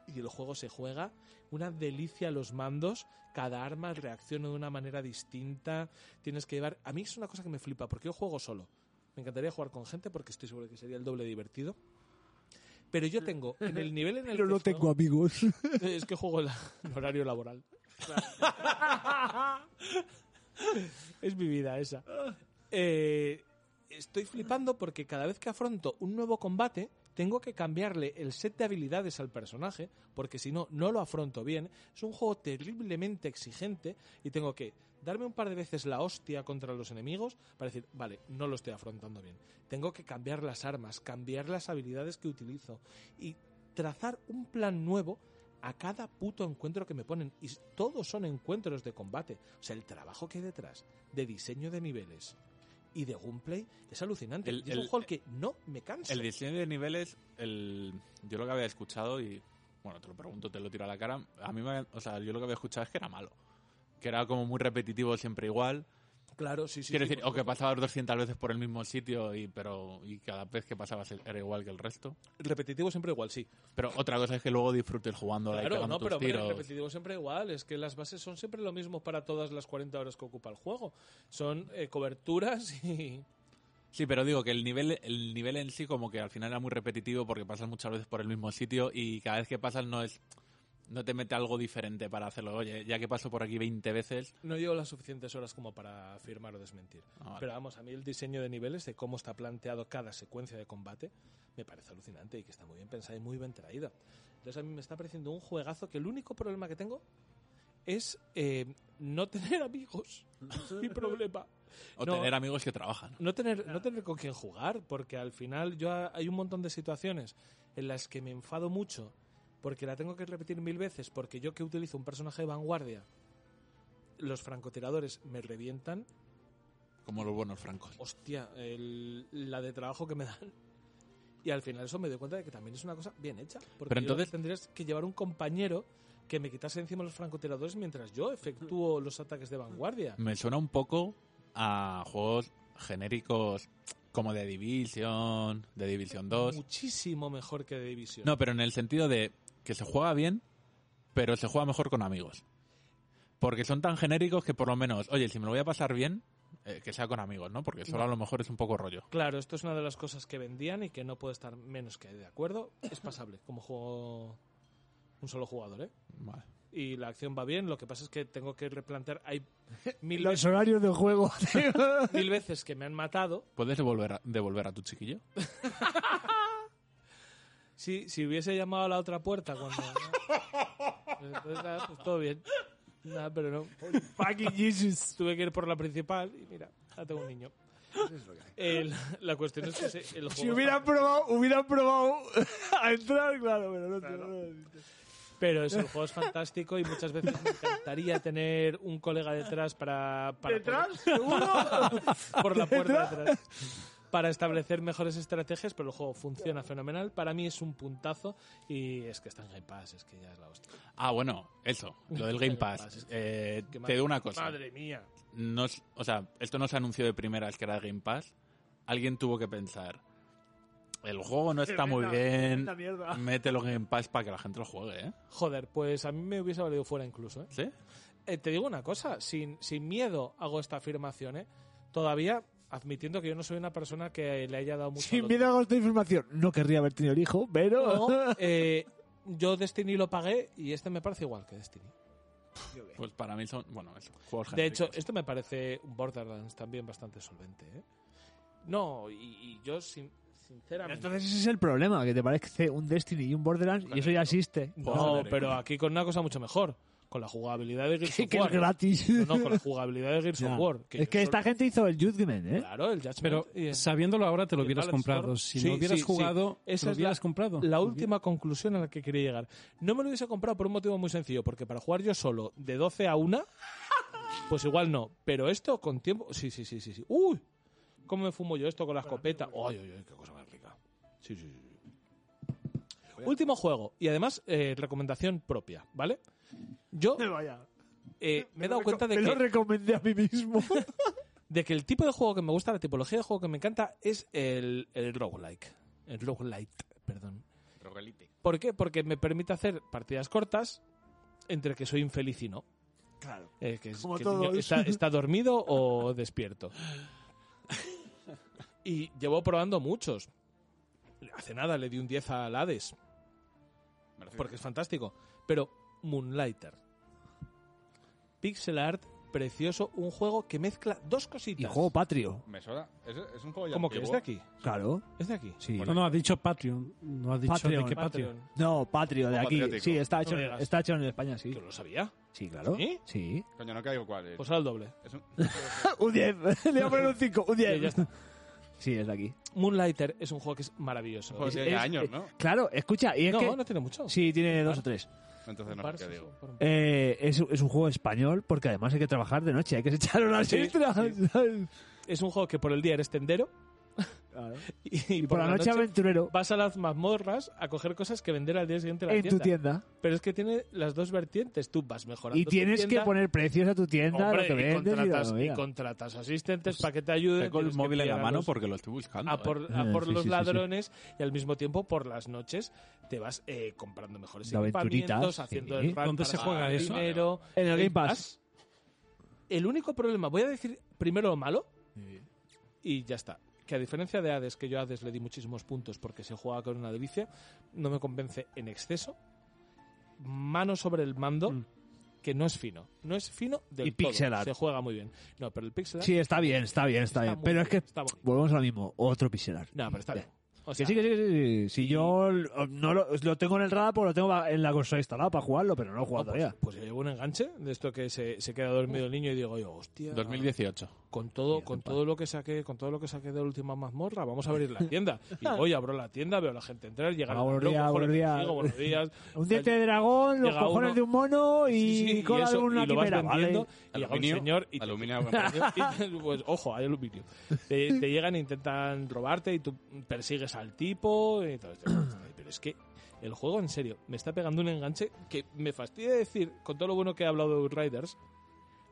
[SPEAKER 1] y el juego se juega. Una delicia los mandos. Cada arma reacciona de una manera distinta. Tienes que llevar. A mí es una cosa que me flipa, porque yo juego solo. Me encantaría jugar con gente porque estoy seguro que sería el doble divertido. Pero yo tengo, en el nivel en el
[SPEAKER 3] Pero
[SPEAKER 1] que
[SPEAKER 3] no tengo
[SPEAKER 1] juego-
[SPEAKER 3] amigos.
[SPEAKER 1] Es que juego en la- en horario laboral. es mi vida esa. Eh, estoy flipando porque cada vez que afronto un nuevo combate, tengo que cambiarle el set de habilidades al personaje, porque si no, no lo afronto bien. Es un juego terriblemente exigente y tengo que darme un par de veces la hostia contra los enemigos para decir, vale, no lo estoy afrontando bien. Tengo que cambiar las armas, cambiar las habilidades que utilizo y trazar un plan nuevo a cada puto encuentro que me ponen. Y s- todos son encuentros de combate. O sea, el trabajo que hay detrás, de diseño de niveles y de gameplay, es alucinante.
[SPEAKER 2] El-
[SPEAKER 1] y es un
[SPEAKER 2] el-
[SPEAKER 1] juego al que no me canso.
[SPEAKER 2] El diseño de niveles, el, yo lo que había escuchado y, bueno, te lo pregunto, te lo tiro a la cara, a mí me, o sea, yo lo que había escuchado es que era malo. Que era como muy repetitivo, siempre igual.
[SPEAKER 1] Claro, sí, sí.
[SPEAKER 2] Quiero
[SPEAKER 1] sí,
[SPEAKER 2] decir,
[SPEAKER 1] por
[SPEAKER 2] o que
[SPEAKER 1] supuesto.
[SPEAKER 2] pasabas 200 veces por el mismo sitio y, pero, y cada vez que pasabas era igual que el resto.
[SPEAKER 1] Repetitivo siempre igual, sí.
[SPEAKER 2] Pero otra cosa es que luego disfrutes jugando ahí
[SPEAKER 1] Claro,
[SPEAKER 2] pegando
[SPEAKER 1] no,
[SPEAKER 2] tus
[SPEAKER 1] pero hombre,
[SPEAKER 2] tiros.
[SPEAKER 1] repetitivo siempre igual. Es que las bases son siempre lo mismo para todas las 40 horas que ocupa el juego. Son eh, coberturas y.
[SPEAKER 2] Sí, pero digo que el nivel, el nivel en sí como que al final era muy repetitivo porque pasas muchas veces por el mismo sitio y cada vez que pasas no es... No te mete algo diferente para hacerlo. Oye, ya que paso por aquí 20 veces,
[SPEAKER 1] No llevo las suficientes horas como para afirmar o desmentir.
[SPEAKER 2] vale.
[SPEAKER 1] Pero vamos, a mí el diseño de niveles, de cómo está planteado cada secuencia de combate, me parece alucinante y que está muy bien pensada y muy bien traída. Entonces a mí me está pareciendo un juegazo que el único problema que tengo es eh, no tener amigos. Es mi problema.
[SPEAKER 2] O
[SPEAKER 1] No,
[SPEAKER 2] tener amigos que trabajan.
[SPEAKER 1] no tener, no tener con quién jugar, porque al final yo ha- hay un montón de situaciones en las que me enfado mucho porque la tengo que repetir mil veces, porque yo que utilizo un personaje de vanguardia, los francotiradores me revientan.
[SPEAKER 2] Como los buenos francos.
[SPEAKER 1] Hostia, el- la de trabajo que me dan. Y al final eso me doy cuenta de que también es una cosa bien hecha. Porque
[SPEAKER 2] Pero
[SPEAKER 1] yo
[SPEAKER 2] entonces-
[SPEAKER 1] tendrías que llevar un compañero que me quitase encima los francotiradores mientras yo efectúo los ataques de vanguardia.
[SPEAKER 2] Me suena un poco a juegos genéricos como The Division, The Division 2.
[SPEAKER 1] Muchísimo mejor que de división.
[SPEAKER 2] No, pero en el sentido de que se juega bien, pero se juega mejor con amigos. Porque son tan genéricos que por lo menos, oye, si me lo voy a pasar bien, Eh, que sea con amigos, ¿no? Porque solo
[SPEAKER 1] No.
[SPEAKER 2] a lo mejor es un poco rollo.
[SPEAKER 1] Claro, esto es una de las cosas que vendían y que no puedo estar menos que de acuerdo. Es pasable, como juego un solo jugador, ¿eh?
[SPEAKER 2] Vale.
[SPEAKER 1] Y la acción va bien, lo que pasa es que tengo que replantear. Hay mil,
[SPEAKER 3] Los
[SPEAKER 1] veces-
[SPEAKER 3] horarios de juego. tío.
[SPEAKER 1] mil veces que me han matado.
[SPEAKER 2] ¿Puedes devolver a, devolver a tu chiquillo?
[SPEAKER 1] Si, si hubiese llamado a la otra puerta cuando. Entonces, nada, pues todo bien. Nada, pero no.
[SPEAKER 3] Fucking Jesus.
[SPEAKER 1] Tuve que ir por la principal y mira, ya tengo un niño. El- la cuestión es que se- el juego.
[SPEAKER 3] Si hubieran probado, hubieran probado a entrar, claro, pero no. tío,
[SPEAKER 1] Pero eso, el juego es fantástico y muchas veces me encantaría tener un colega detrás para. para
[SPEAKER 3] ¿Detrás?
[SPEAKER 1] poder-
[SPEAKER 3] ¿Seguro?
[SPEAKER 1] por la puerta detrás. Para establecer mejores estrategias, pero el juego funciona fenomenal. Para mí es un puntazo y es que está en Game Pass, es que ya es la hostia.
[SPEAKER 2] Ah, bueno, eso, lo del Game Pass. Eh,
[SPEAKER 1] Que
[SPEAKER 2] te
[SPEAKER 1] madre-
[SPEAKER 2] digo una cosa.
[SPEAKER 1] Madre mía.
[SPEAKER 2] No, es- o sea, esto no se anunció de primeras que era Game Pass. Alguien tuvo que pensar. El juego no está muy bien.
[SPEAKER 1] Tremenda mierda.
[SPEAKER 2] Mételo en Game Pass para que la gente lo juegue, ¿eh?
[SPEAKER 1] Joder, pues a mí me hubiese valido fuera incluso, ¿eh?
[SPEAKER 2] ¿Sí?
[SPEAKER 1] Eh, te digo una cosa, sin, sin miedo hago esta afirmación, ¿eh? Todavía admitiendo que yo no soy una persona que le haya dado mucho
[SPEAKER 3] Sin
[SPEAKER 1] al
[SPEAKER 3] miedo a esta información. No querría haber tenido el hijo, pero.
[SPEAKER 1] otro. No, eh, yo Destiny lo pagué y este me parece igual que Destiny.
[SPEAKER 2] Pues para mí son. Bueno, eso, juegos
[SPEAKER 1] De hecho,
[SPEAKER 2] genéricos.
[SPEAKER 1] este me parece un Borderlands también bastante solvente, ¿eh? No, y, y yo sin- sinceramente...
[SPEAKER 3] Entonces ese es el problema, que te parece un Destiny y un Borderlands y eso ya existe.
[SPEAKER 1] No, pero aquí con una cosa mucho mejor. Con la jugabilidad de Gears
[SPEAKER 3] Que-
[SPEAKER 1] of
[SPEAKER 3] que es
[SPEAKER 1] War.
[SPEAKER 3] gratis.
[SPEAKER 1] No, no, con la jugabilidad de Gears
[SPEAKER 11] Ya.
[SPEAKER 1] of War.
[SPEAKER 3] es
[SPEAKER 1] yo
[SPEAKER 3] que
[SPEAKER 1] solo-
[SPEAKER 3] esta gente hizo el Judgment, ¿eh?
[SPEAKER 1] Claro, el Judgment
[SPEAKER 11] Pero
[SPEAKER 1] y el-
[SPEAKER 11] sabiéndolo ahora te lo
[SPEAKER 1] y el
[SPEAKER 11] hubieras
[SPEAKER 1] Balance
[SPEAKER 11] comprado.
[SPEAKER 1] Store.
[SPEAKER 11] Si
[SPEAKER 1] Sí,
[SPEAKER 11] lo hubieras
[SPEAKER 1] sí, sí.
[SPEAKER 11] jugado, te
[SPEAKER 1] Esa
[SPEAKER 11] lo
[SPEAKER 1] es
[SPEAKER 11] hubieras
[SPEAKER 1] la-
[SPEAKER 11] comprado.
[SPEAKER 1] La última conclusión a la que quería llegar. No me lo hubiese comprado por un motivo muy sencillo, porque para jugar yo solo de 12 a 1, pues igual no. Pero esto con tiempo. Sí, sí, sí, sí. sí. ¡Uy! ¿Cómo me fumo yo esto con la escopeta? ¡Ay, ay, ay! ¡Qué cosa más rica! Sí, sí, sí. sí. Último juego, y además eh, recomendación propia, ¿vale? Yo
[SPEAKER 3] Vaya.
[SPEAKER 1] eh, me he dado
[SPEAKER 3] Reco-
[SPEAKER 1] cuenta de
[SPEAKER 3] me
[SPEAKER 1] que
[SPEAKER 3] lo recomendé a mí mismo.
[SPEAKER 1] de que el tipo de juego que me gusta, la tipología de juego que me encanta es el, el roguelike. El roguelite, perdón.
[SPEAKER 9] Roguelite.
[SPEAKER 1] ¿Por qué? Porque me permite hacer partidas cortas entre que soy infeliz y no.
[SPEAKER 3] claro.
[SPEAKER 1] Eh, que es-
[SPEAKER 3] Como
[SPEAKER 1] que el niño
[SPEAKER 3] todos.
[SPEAKER 1] está, está dormido o despierto. Y llevo probando muchos. Hace nada le di un 10 al Hades, porque es fantástico. Pero Moonlighter. Pixel art, precioso, un juego que mezcla dos
[SPEAKER 3] Y
[SPEAKER 1] cositas.
[SPEAKER 3] juego patrio.
[SPEAKER 9] Me suena. Es, es un juego ya
[SPEAKER 1] Como que es
[SPEAKER 9] antiguo.
[SPEAKER 1] de aquí.
[SPEAKER 3] Claro.
[SPEAKER 1] Es de aquí.
[SPEAKER 3] Sí.
[SPEAKER 11] No, no, ha dicho Patreon. No ha dicho
[SPEAKER 3] Patreon,
[SPEAKER 11] de qué Patreon.
[SPEAKER 1] Patreon.
[SPEAKER 3] No, patrio de
[SPEAKER 9] O
[SPEAKER 3] aquí.
[SPEAKER 9] patriótico.
[SPEAKER 3] Sí, está hecho,
[SPEAKER 1] No digas.
[SPEAKER 3] está hecho en España, sí.
[SPEAKER 1] Yo lo sabía.
[SPEAKER 3] Sí, claro.
[SPEAKER 1] ¿Sí?
[SPEAKER 3] Sí.
[SPEAKER 9] Coño, no caigo cuál es.
[SPEAKER 1] Pues al doble.
[SPEAKER 9] Es un-
[SPEAKER 3] un 10. Le voy a poner un 5. Un
[SPEAKER 1] Sí, ya
[SPEAKER 3] 10.
[SPEAKER 1] está.
[SPEAKER 3] Sí, es de aquí.
[SPEAKER 1] Moonlighter es un juego que es maravilloso.
[SPEAKER 9] Pues tiene
[SPEAKER 3] es-
[SPEAKER 9] años, ¿no?
[SPEAKER 3] Claro, escucha, y es
[SPEAKER 1] no,
[SPEAKER 3] que...
[SPEAKER 1] no tiene mucho.
[SPEAKER 3] Sí, tiene dos o tres.
[SPEAKER 9] Entonces
[SPEAKER 1] Un
[SPEAKER 9] no
[SPEAKER 1] par,
[SPEAKER 9] sé
[SPEAKER 1] sí,
[SPEAKER 9] qué
[SPEAKER 1] sí,
[SPEAKER 9] digo.
[SPEAKER 1] por un par.
[SPEAKER 3] Eh, es, es un juego español porque además hay que trabajar de noche, hay que echar horas
[SPEAKER 1] Sí,
[SPEAKER 3] extras. ¿sabes?
[SPEAKER 1] Es un juego que por el día eres tendero
[SPEAKER 3] Claro.
[SPEAKER 1] y,
[SPEAKER 3] Y por la noche, aventurero
[SPEAKER 1] vas a las mazmorras a coger cosas que vender al día siguiente en la
[SPEAKER 3] en tu tienda.
[SPEAKER 1] Pero es que tiene las dos vertientes. Tú vas mejorando.
[SPEAKER 3] Y
[SPEAKER 1] tu
[SPEAKER 3] tienes que
[SPEAKER 1] tienda.
[SPEAKER 3] poner precios a tu tienda,
[SPEAKER 1] Hombre,
[SPEAKER 3] lo que
[SPEAKER 1] y
[SPEAKER 3] vendes y,
[SPEAKER 1] contratas,
[SPEAKER 3] la
[SPEAKER 1] y
[SPEAKER 3] movida.
[SPEAKER 1] contratas asistentes para que te ayuden.
[SPEAKER 2] Tengo el
[SPEAKER 1] tienes que
[SPEAKER 2] móvil en la
[SPEAKER 1] pillar a
[SPEAKER 2] mano
[SPEAKER 1] los-
[SPEAKER 2] porque lo estoy buscando.
[SPEAKER 1] a
[SPEAKER 2] eh.
[SPEAKER 1] por, a
[SPEAKER 3] Eh,
[SPEAKER 1] por los
[SPEAKER 3] sí, sí, sí, sí.
[SPEAKER 1] ladrones y al mismo tiempo por las noches te vas eh, comprando mejores
[SPEAKER 3] De aventuritas,
[SPEAKER 1] equipamientos,
[SPEAKER 3] sí.
[SPEAKER 1] haciendo el run
[SPEAKER 11] ¿Dónde
[SPEAKER 1] para
[SPEAKER 11] se juega
[SPEAKER 1] ganar
[SPEAKER 11] eso?
[SPEAKER 1] dinero.
[SPEAKER 3] En el Game Pass.
[SPEAKER 1] El único problema, voy a decir primero lo malo y ya está. Que a diferencia de Hades, que yo a Hades le di muchísimos puntos porque se jugaba con una delicia, no me convence en exceso. Mano sobre el mando,
[SPEAKER 11] Mm.
[SPEAKER 1] que no es fino. No es fino del
[SPEAKER 3] Y
[SPEAKER 1] todo.
[SPEAKER 3] pixel art.
[SPEAKER 1] Se juega muy bien. No, pero el pixel art
[SPEAKER 3] Sí, está bien, está bien,
[SPEAKER 1] está
[SPEAKER 3] está, bien.
[SPEAKER 1] muy
[SPEAKER 3] Pero es que
[SPEAKER 1] está bonito.
[SPEAKER 3] volvemos a lo mismo, otro pixelar.
[SPEAKER 1] No, pero está bien. O
[SPEAKER 3] Que
[SPEAKER 1] sea, ah,
[SPEAKER 3] sí, que sí, que sí, sí. Si yo l- no lo, lo tengo en el radar, pues lo tengo en la consola instalada para jugarlo, pero no lo he jugado
[SPEAKER 1] No, pues,
[SPEAKER 3] todavía.
[SPEAKER 1] pues llevo un enganche de esto que se, se queda dormido el niño y digo yo, hostia.
[SPEAKER 2] 2018.
[SPEAKER 1] Con todo, con todo lo que saqué, con todo lo que saqué de la última mazmorra, vamos a abrir la tienda. Y voy, abro la tienda, veo a la gente entrar, llega
[SPEAKER 3] Ah, buenos
[SPEAKER 1] el ladrón,
[SPEAKER 3] días,
[SPEAKER 1] cojo lo que
[SPEAKER 3] buenos días.
[SPEAKER 1] consigo, buenos días.
[SPEAKER 3] Un diente de dragón, los
[SPEAKER 1] Llega
[SPEAKER 3] cojones
[SPEAKER 1] uno-
[SPEAKER 3] de un mono y
[SPEAKER 1] Sí, sí,
[SPEAKER 3] cola
[SPEAKER 1] eso,
[SPEAKER 3] de una
[SPEAKER 1] y lo vas
[SPEAKER 3] quimera, ¿vale?
[SPEAKER 1] vendiendo, y llega un
[SPEAKER 9] Aluminio.
[SPEAKER 1] señor y te-
[SPEAKER 9] aluminio a buen precio.
[SPEAKER 1] Y, pues ojo, hay aluminio. Te, te llegan e intentan robarte y tú persigues al tipo y todo esto. Pero es que el juego, en serio, me está pegando un enganche que me fastidia decir, con todo lo bueno que he hablado de Outriders,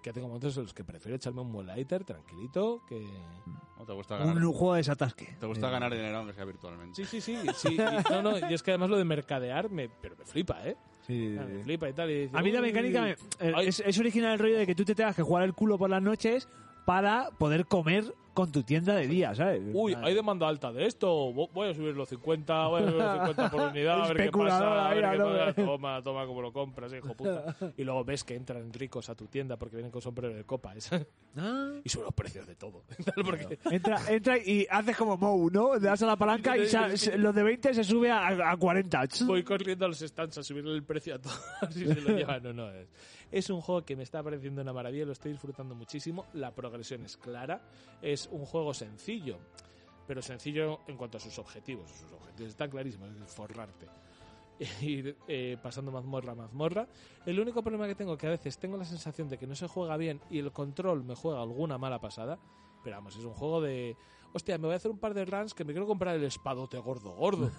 [SPEAKER 1] que tengo momentos en los que prefiero echarme un Moonlighter tranquilito que...
[SPEAKER 3] Mm.
[SPEAKER 9] No, te gusta ganar.
[SPEAKER 3] Un juego de desatasque.
[SPEAKER 9] Te gusta
[SPEAKER 3] Eh,
[SPEAKER 9] ganar dinero aunque sea
[SPEAKER 1] Sí,
[SPEAKER 9] virtualmente.
[SPEAKER 1] sí, sí. sí y, no, no, y es que además lo de mercadear, me, pero me flipa, ¿eh?
[SPEAKER 3] sí, sí, sí.
[SPEAKER 1] Me flipa y tal. y dice,
[SPEAKER 3] A mí la
[SPEAKER 1] "Uy".
[SPEAKER 3] mecánica me- eh,
[SPEAKER 1] Ay,
[SPEAKER 3] es, es original el rollo de que tú te tengas que jugar el culo por las noches, para poder comer con tu tienda de día, ¿sabes?
[SPEAKER 1] Uy, hay demanda alta de esto. Vo- Voy a subir los 50, voy a subir los 50 por unidad, a ver qué pasa.
[SPEAKER 3] Especuladora,
[SPEAKER 1] a ver
[SPEAKER 3] mira,
[SPEAKER 1] qué
[SPEAKER 3] no,
[SPEAKER 1] pasa.
[SPEAKER 3] eh.
[SPEAKER 1] Toma, toma como lo compras, hijo puta. Y luego ves que entran ricos a tu tienda porque vienen con sombrero de copa. es-
[SPEAKER 3] "Ah,
[SPEAKER 1] Y suben los precios de todo. porque
[SPEAKER 3] Entra, entra y haces como Mou, ¿no? Le das a la palanca y sa- se- los de 20 se sube a, a 40.
[SPEAKER 1] voy corriendo a los stands a subirle el precio a todos y se lo llevan. No, no es. Es un juego que me está pareciendo una maravilla, lo estoy disfrutando muchísimo. La progresión es clara. Es un juego sencillo, pero sencillo en cuanto a sus objetivos. Sus objetivos están clarísimos: es forrarte. ir eh, pasando mazmorra a mazmorra. El único problema que tengo es que a veces tengo la sensación de que no se juega bien y el control me juega alguna mala pasada. Pero vamos, es un juego de. Hostia, me voy a hacer un par de runs que me quiero comprar el espadote gordo, gordo.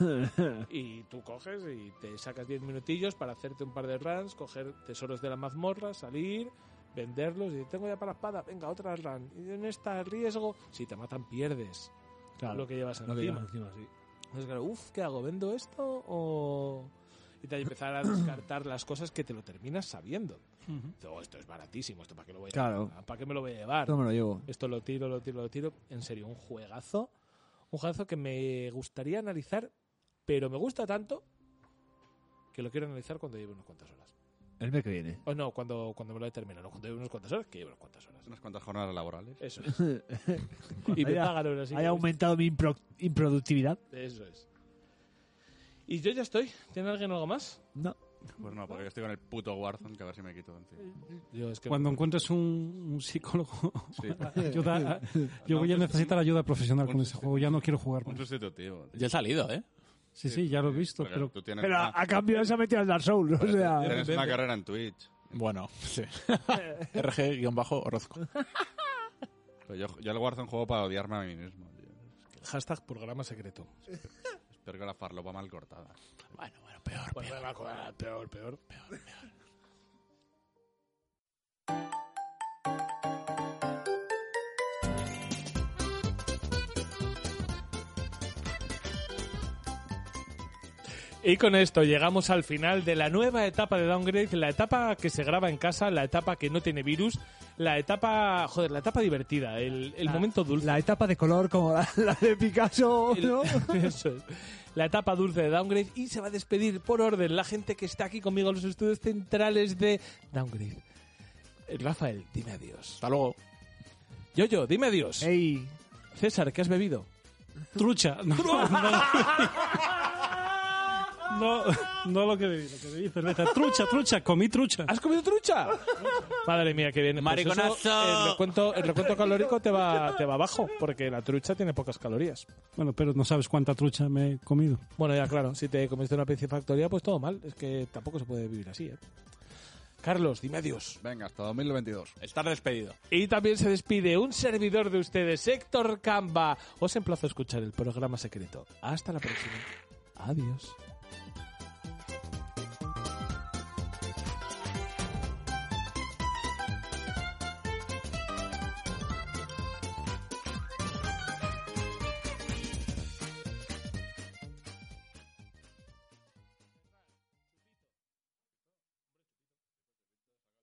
[SPEAKER 1] y tú coges y te sacas 10 minutillos para hacerte un par de runs, coger tesoros de la mazmorra, salir, venderlos y tengo ya para la espada, venga, otra run. Y en esta riesgo, si te matan, pierdes
[SPEAKER 3] Claro,
[SPEAKER 1] lo que llevas
[SPEAKER 3] lo
[SPEAKER 1] encima.
[SPEAKER 3] que llevas
[SPEAKER 1] Entonces, claro, uff, ¿qué hago? ¿Vendo esto o.? Y te empezar a descartar las cosas que te lo terminas sabiendo. Dices, "Oh, esto es baratísimo, esto para qué lo voy a
[SPEAKER 3] Claro.
[SPEAKER 1] ¿Para qué me lo voy a llevar?
[SPEAKER 3] No me lo llevo.
[SPEAKER 1] Esto lo tiro, lo tiro, lo tiro. En serio, un juegazo. Un juegazo que me gustaría analizar, pero me gusta tanto que lo quiero analizar cuando lleve unas cuantas horas.
[SPEAKER 3] El mes que viene.
[SPEAKER 1] O no, cuando, cuando me lo he terminado. no, Cuando lleve unas cuantas horas, que lleve unas cuantas horas.
[SPEAKER 9] Unas cuantas jornadas laborales.
[SPEAKER 1] Eso es. y me
[SPEAKER 3] Haya-
[SPEAKER 1] pagan ahora sí.
[SPEAKER 3] haya aumentado mi impro- improductividad.
[SPEAKER 1] Eso es. Y yo ya estoy. ¿Tiene alguien algo más?
[SPEAKER 3] No.
[SPEAKER 9] Pues no, porque yo estoy con el puto Warzone, que a ver si me quito de encima.
[SPEAKER 11] Cuando encuentres un, un psicólogo,
[SPEAKER 9] Sí.
[SPEAKER 11] ayuda- ah, yo
[SPEAKER 9] No,
[SPEAKER 11] voy a
[SPEAKER 9] un
[SPEAKER 11] necesitar ayuda profesional con ese juego. Ya no quiero jugar
[SPEAKER 9] Un
[SPEAKER 11] más.
[SPEAKER 9] sustitutivo.
[SPEAKER 2] Ya he salido, ¿eh?
[SPEAKER 11] Sí, sí, ya lo he visto,
[SPEAKER 9] Porque
[SPEAKER 11] pero...
[SPEAKER 9] tú tienes
[SPEAKER 3] Pero
[SPEAKER 9] una,
[SPEAKER 3] a,
[SPEAKER 1] ah,
[SPEAKER 3] a cambio se ha metido al Dark Souls, o sea...
[SPEAKER 9] tienes una carrera en Twitch.
[SPEAKER 2] Bueno, sí. RG-Orozco.
[SPEAKER 9] Pero yo, yo el Warzone juego para odiarme a mí mismo. tío.
[SPEAKER 1] Hashtag programa secreto.
[SPEAKER 9] Espero que la farlopa mal cortada.
[SPEAKER 2] Bueno, bueno, peor.
[SPEAKER 1] peor, peor, peor. Y con esto llegamos al final de la nueva etapa de Downgrade, la etapa que se graba en casa, la etapa que no tiene virus, la etapa, joder, la etapa divertida, el, el momento dulce.
[SPEAKER 3] La etapa de color como la, la de Picasso,
[SPEAKER 1] El-
[SPEAKER 3] ¿no?
[SPEAKER 1] Eso es. La etapa dulce de Downgrade y se va a despedir por orden la gente que está aquí conmigo en los estudios centrales de Downgrade. Eh, Rafael, dime adiós.
[SPEAKER 2] Hasta luego.
[SPEAKER 1] Yo, yo, dime adiós.
[SPEAKER 3] Ey,
[SPEAKER 1] César, ¿qué has bebido?
[SPEAKER 11] Trucha. No, no, no lo que bebí, lo que bebí, cerveza. Trucha, trucha, comí trucha.
[SPEAKER 1] ¿Has comido trucha? Madre mía, qué bien. Pues
[SPEAKER 2] Mariconazo.
[SPEAKER 1] eso, el, recuento, el recuento calórico te va, te va abajo, porque la trucha tiene pocas calorías.
[SPEAKER 11] Bueno, pero no sabes cuánta trucha me he comido.
[SPEAKER 1] Bueno, ya claro, si te comiste una factoría, pues todo mal. Es que tampoco se puede vivir así, ¿eh? Carlos, dime adiós.
[SPEAKER 9] Venga, hasta 2022.
[SPEAKER 2] Estar despedido.
[SPEAKER 1] Y también se despide un servidor de ustedes, Héctor Camba. Os emplazo a escuchar el programa secreto. Hasta la próxima. Adiós.